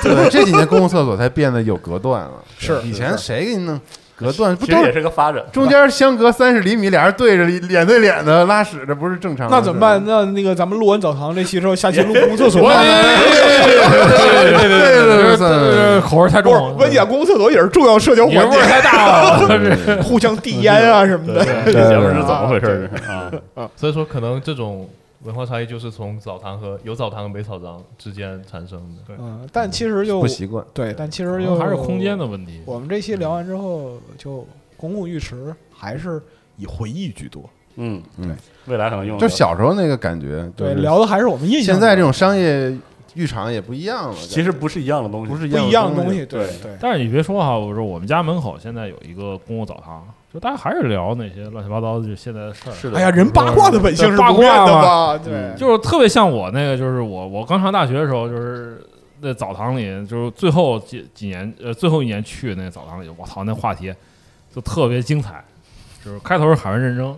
[SPEAKER 5] 对，这几年公共厕所才变得有隔断了。
[SPEAKER 6] 是
[SPEAKER 5] 以前谁给你弄隔断？不
[SPEAKER 1] 其
[SPEAKER 5] 都
[SPEAKER 1] 实也
[SPEAKER 5] 是
[SPEAKER 1] 是个发
[SPEAKER 5] [LAUGHS]
[SPEAKER 1] 展。
[SPEAKER 5] 中间相隔三十厘米，俩人对着脸对脸的拉屎，这不是正常的事儿吗？
[SPEAKER 6] 那怎么办？
[SPEAKER 5] 啊
[SPEAKER 6] 那那个咱们录完澡堂这期之后，下期录公共厕所
[SPEAKER 2] 我。
[SPEAKER 5] 对对对对
[SPEAKER 2] 这口味太重
[SPEAKER 6] 不是，
[SPEAKER 2] 了，
[SPEAKER 6] 我跟你讲，公共厕所也是重要社交
[SPEAKER 2] 你这
[SPEAKER 6] 环
[SPEAKER 2] 味
[SPEAKER 6] 节
[SPEAKER 2] 儿，太大了，
[SPEAKER 5] 对对，
[SPEAKER 6] [LAUGHS] 互相递烟啊什么
[SPEAKER 1] 对，
[SPEAKER 6] 的。
[SPEAKER 1] 这节目是怎么回事儿啊？
[SPEAKER 3] 所以说，可能这种文化差异就是从澡堂和有澡堂和没澡堂之间产生的。对，
[SPEAKER 6] 嗯，但其实就
[SPEAKER 5] 不习惯。
[SPEAKER 6] 对，但其
[SPEAKER 2] 可
[SPEAKER 6] 实就
[SPEAKER 2] 能还是空间的。问题。
[SPEAKER 6] 我们这期聊完之后，就公共浴池还是以回忆居多。
[SPEAKER 1] 嗯
[SPEAKER 5] 嗯，
[SPEAKER 1] 未来可能用
[SPEAKER 5] 就小时候那个感觉，
[SPEAKER 6] 对，聊的还是我们印象。
[SPEAKER 5] 现在这种商业浴场也不一样了，
[SPEAKER 1] 其实不是一样的东西，
[SPEAKER 5] 不是
[SPEAKER 6] 不一样的东西，
[SPEAKER 1] 对
[SPEAKER 6] 对对。
[SPEAKER 2] 但是你别说哈，我说我们家门口现在有一个公共澡堂，就大家还是聊那些乱七八糟的现在的事儿。
[SPEAKER 1] 是的。
[SPEAKER 6] 哎呀，人啊八卦的本性是
[SPEAKER 2] 八
[SPEAKER 6] 不变
[SPEAKER 2] 卦
[SPEAKER 6] 的
[SPEAKER 2] 嘛
[SPEAKER 6] 吧？对
[SPEAKER 1] 嗯，
[SPEAKER 2] 就是特别像我那个，就是我我刚上大学的时候，就是那澡堂里，就是最后几几年呃最后一年去那澡堂里，我操那话题就特别精彩，就是开头是海湾战争，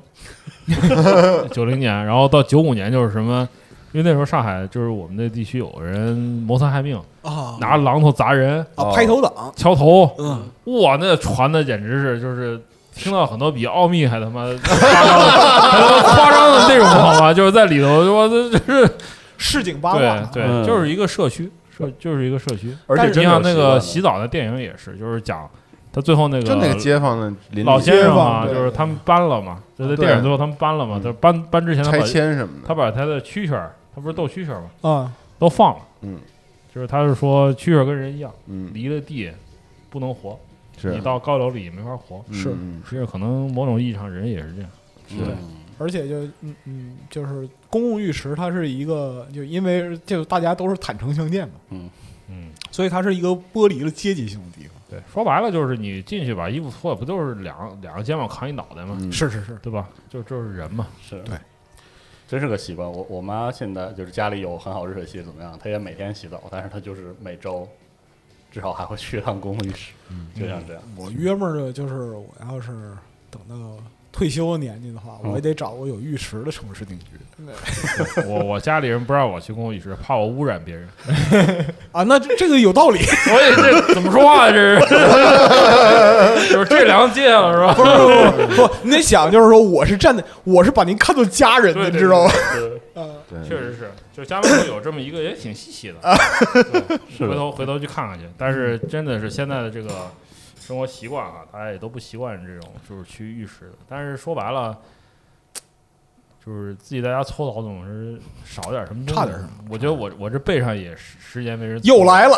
[SPEAKER 2] [LAUGHS] 九零年，然后到九五年就是什么。因为那时候上海就是我们那地区有人谋财害命，
[SPEAKER 6] 啊
[SPEAKER 2] 拿榔头砸人、
[SPEAKER 6] 啊，拍头党，
[SPEAKER 2] 敲头，
[SPEAKER 6] 嗯，
[SPEAKER 2] 哇，那传的简直是就是听到很多比奥秘还
[SPEAKER 1] [LAUGHS]
[SPEAKER 2] 他妈夸张的、还他妈夸张的内容，好吗？就是在里头，我这就是
[SPEAKER 6] 市井八
[SPEAKER 2] 对
[SPEAKER 6] 卦，啊
[SPEAKER 2] 对，
[SPEAKER 1] 嗯
[SPEAKER 2] 就是一个社区，社就是一个社区。
[SPEAKER 1] 而且
[SPEAKER 2] 你
[SPEAKER 1] 真的有
[SPEAKER 2] 像那
[SPEAKER 1] 习惯
[SPEAKER 2] 个
[SPEAKER 1] 的
[SPEAKER 2] 洗澡的电影也是，就是讲他最后那
[SPEAKER 5] 就那个街坊的邻
[SPEAKER 2] 老
[SPEAKER 5] 居啊
[SPEAKER 2] 先生啊嘛，
[SPEAKER 6] 街坊
[SPEAKER 2] 就是他们搬了嘛，就在
[SPEAKER 5] 对嗯
[SPEAKER 2] 电影最后他们搬了嘛，就是搬搬之前他
[SPEAKER 5] 拆
[SPEAKER 2] 把
[SPEAKER 5] 迁什么的，
[SPEAKER 2] 他把他的蛐蛐儿，他不是斗蛐蛐儿嘛，
[SPEAKER 6] 啊，
[SPEAKER 2] 都放了，
[SPEAKER 5] 嗯，
[SPEAKER 2] 就是他是说蛐蛐儿跟人一样，
[SPEAKER 5] 嗯，
[SPEAKER 2] 离了地不能活，
[SPEAKER 5] 是
[SPEAKER 2] 你到高楼里也没法活。
[SPEAKER 5] 嗯
[SPEAKER 6] 是
[SPEAKER 5] 嗯
[SPEAKER 2] 其实可能某种意义上人也是这样，
[SPEAKER 1] 嗯
[SPEAKER 6] 对而且就嗯嗯，就是公共浴池，它是一个，就因为就大家都是坦诚相见嘛，
[SPEAKER 2] 嗯，
[SPEAKER 6] 所以它是一个剥离了阶级性的地方。
[SPEAKER 2] 对，说白了就是你进去把衣服脱了，不就是两两个肩膀扛一脑袋吗？
[SPEAKER 5] 嗯
[SPEAKER 6] 是是是，
[SPEAKER 2] 对吧？就就是人
[SPEAKER 6] [LAUGHS]
[SPEAKER 2] 嘛，
[SPEAKER 1] 是，
[SPEAKER 6] 对，
[SPEAKER 1] 真是个习惯。我我妈现在就是家里有很好热水器，怎么样？她也每天洗澡，但是她就是每周至少还会去一趟公共浴室，就像这样。
[SPEAKER 6] 我约摸着就是我要是等到退休的年纪的话，我也得找个有浴池的城市定居
[SPEAKER 2] 我我家里人不让我去公共浴室，怕我污染别人。 [LAUGHS]
[SPEAKER 6] 啊。那这这个有道理，
[SPEAKER 2] 我也这怎么说话、啊、这是？ [LAUGHS] 就是这良界了是吧？
[SPEAKER 6] 不不不不，你得想，就是说我是站在，我是把您看作家人的，
[SPEAKER 2] 对
[SPEAKER 6] 你知道吗？？
[SPEAKER 2] 对对
[SPEAKER 6] 嗯啊
[SPEAKER 5] 对，
[SPEAKER 2] 确实是，就家门口有这么一个也挺稀奇的，
[SPEAKER 6] [LAUGHS]
[SPEAKER 2] 对
[SPEAKER 1] 是
[SPEAKER 2] 回
[SPEAKER 1] 的，
[SPEAKER 2] 头回头去看看去。但是真的是现在的这个生活习惯啊，大家也都不习惯这种就是去浴室的。但是说白了，就是自己在家搓澡总是少点什么东西，
[SPEAKER 6] 差点什么
[SPEAKER 2] 我觉得我我这背上也十十年没人
[SPEAKER 6] 又来了，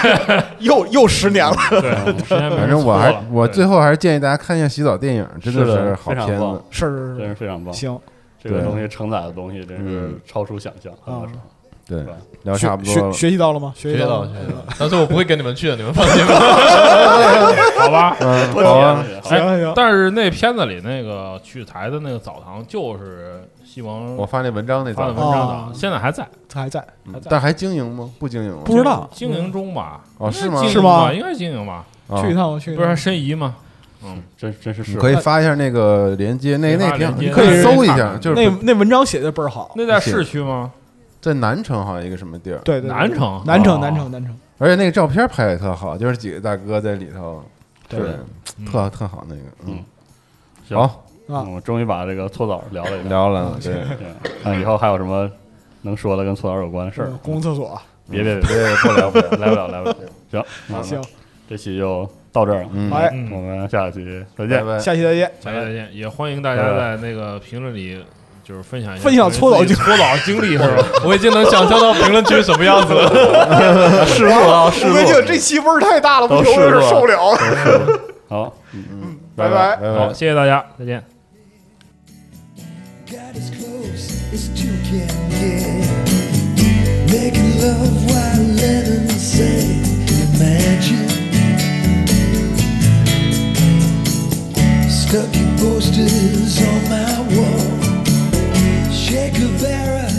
[SPEAKER 6] 对，又又十年了。
[SPEAKER 2] 了，对，十年没人
[SPEAKER 5] 反正我
[SPEAKER 2] 搓
[SPEAKER 5] 还
[SPEAKER 2] 了哎
[SPEAKER 5] 我
[SPEAKER 2] 对
[SPEAKER 5] 最后还是建议大家看一下洗澡电影，真
[SPEAKER 1] 是
[SPEAKER 5] 是
[SPEAKER 1] 的
[SPEAKER 5] 好
[SPEAKER 1] 非常
[SPEAKER 5] 片子
[SPEAKER 1] 棒。
[SPEAKER 6] 是是
[SPEAKER 1] 真是非常棒
[SPEAKER 6] 是，。行，
[SPEAKER 1] 这个
[SPEAKER 5] 对
[SPEAKER 1] 东西承载的东西真是
[SPEAKER 5] 嗯
[SPEAKER 1] 超出想象，很多时候
[SPEAKER 5] 对
[SPEAKER 1] 是吧，
[SPEAKER 5] 聊差不多
[SPEAKER 6] 学
[SPEAKER 5] 了
[SPEAKER 6] 学。学习到了吗？学
[SPEAKER 3] 学
[SPEAKER 6] 习
[SPEAKER 3] 习到
[SPEAKER 6] 了
[SPEAKER 3] 了，
[SPEAKER 6] 吗
[SPEAKER 3] 学习到了。但是我不会跟你们去的，你们放心吧。
[SPEAKER 2] 好吧。
[SPEAKER 5] 嗯，
[SPEAKER 1] 多
[SPEAKER 5] 好
[SPEAKER 1] 体验
[SPEAKER 5] 啊
[SPEAKER 1] 了，也好
[SPEAKER 2] 哎
[SPEAKER 6] 行行
[SPEAKER 2] 但是那片子里那个取材的那个澡堂就是西蒙
[SPEAKER 5] 我发那文章那
[SPEAKER 2] 发的
[SPEAKER 5] 早
[SPEAKER 2] 文章
[SPEAKER 5] 上，
[SPEAKER 2] 的，
[SPEAKER 6] 哦
[SPEAKER 2] 现在还在，
[SPEAKER 6] 他还在，
[SPEAKER 5] 嗯但还经营吗？不经营了。啊
[SPEAKER 6] 不知道嗯
[SPEAKER 2] 经营中吧？
[SPEAKER 5] 哦，是吗
[SPEAKER 2] 经？营
[SPEAKER 6] 是吗
[SPEAKER 2] 吧应该是经营吧？
[SPEAKER 5] 啊
[SPEAKER 6] 去一趟吧，去一
[SPEAKER 2] 不是还
[SPEAKER 6] 趟。
[SPEAKER 2] 申遗吗？
[SPEAKER 1] 真真是
[SPEAKER 5] 你
[SPEAKER 1] 是
[SPEAKER 5] 可以发一下那个链接，那
[SPEAKER 2] 可以
[SPEAKER 5] 那
[SPEAKER 2] 发
[SPEAKER 5] 挺好，
[SPEAKER 2] 链接
[SPEAKER 5] 你可以搜
[SPEAKER 2] 可以
[SPEAKER 5] 一
[SPEAKER 2] 看
[SPEAKER 5] 下，
[SPEAKER 2] 看
[SPEAKER 5] 就是
[SPEAKER 6] 那那文章写的倍儿好，
[SPEAKER 2] 那在市区吗？
[SPEAKER 5] 在南城好像一个什么地儿，
[SPEAKER 6] 对对，对
[SPEAKER 2] 南城，
[SPEAKER 6] 南城
[SPEAKER 2] 哦
[SPEAKER 6] 南城南城，
[SPEAKER 5] 而且那个照片拍的特好，就是几个大哥在里头，
[SPEAKER 1] 对
[SPEAKER 5] 是
[SPEAKER 2] 嗯
[SPEAKER 5] 特特好那个，嗯，
[SPEAKER 1] 行
[SPEAKER 5] 好
[SPEAKER 6] 啊
[SPEAKER 1] 嗯我终于把这个搓澡聊了一聊，
[SPEAKER 5] 聊了，对，
[SPEAKER 1] 对看以后还有什么能说的跟搓澡有关的事儿
[SPEAKER 6] 嗯，公共厕所啊
[SPEAKER 1] 别别别别不 [LAUGHS] 聊不聊，来不了来不了，行，那
[SPEAKER 6] 行，
[SPEAKER 1] 这期就到这儿了，
[SPEAKER 5] 嗯，
[SPEAKER 6] 哎，
[SPEAKER 1] 我
[SPEAKER 2] 嗯，
[SPEAKER 1] 们下期再
[SPEAKER 5] 拜
[SPEAKER 1] 见。
[SPEAKER 5] 拜。
[SPEAKER 6] 下期再见。
[SPEAKER 2] 大家再见，也欢迎大家在那个评论里就是分享一下
[SPEAKER 6] 分享搓澡经
[SPEAKER 2] 搓澡经历是吧？
[SPEAKER 3] 我已经能想象到评论区是什么样子
[SPEAKER 1] [LAUGHS]
[SPEAKER 3] 了。
[SPEAKER 1] 失落啊，失
[SPEAKER 6] 我跟你讲，这期味儿太大了，不
[SPEAKER 1] 都
[SPEAKER 6] 行，我有
[SPEAKER 1] 试
[SPEAKER 6] 点
[SPEAKER 1] 过
[SPEAKER 6] 受不了。
[SPEAKER 1] 好，
[SPEAKER 5] 嗯
[SPEAKER 6] 拜拜。
[SPEAKER 5] 拜拜
[SPEAKER 2] 好，。谢谢大家，再见。
[SPEAKER 4] God is close, it's two can get. Making love while letting it say magic. Stuck your posters on my wall. Shake a Vera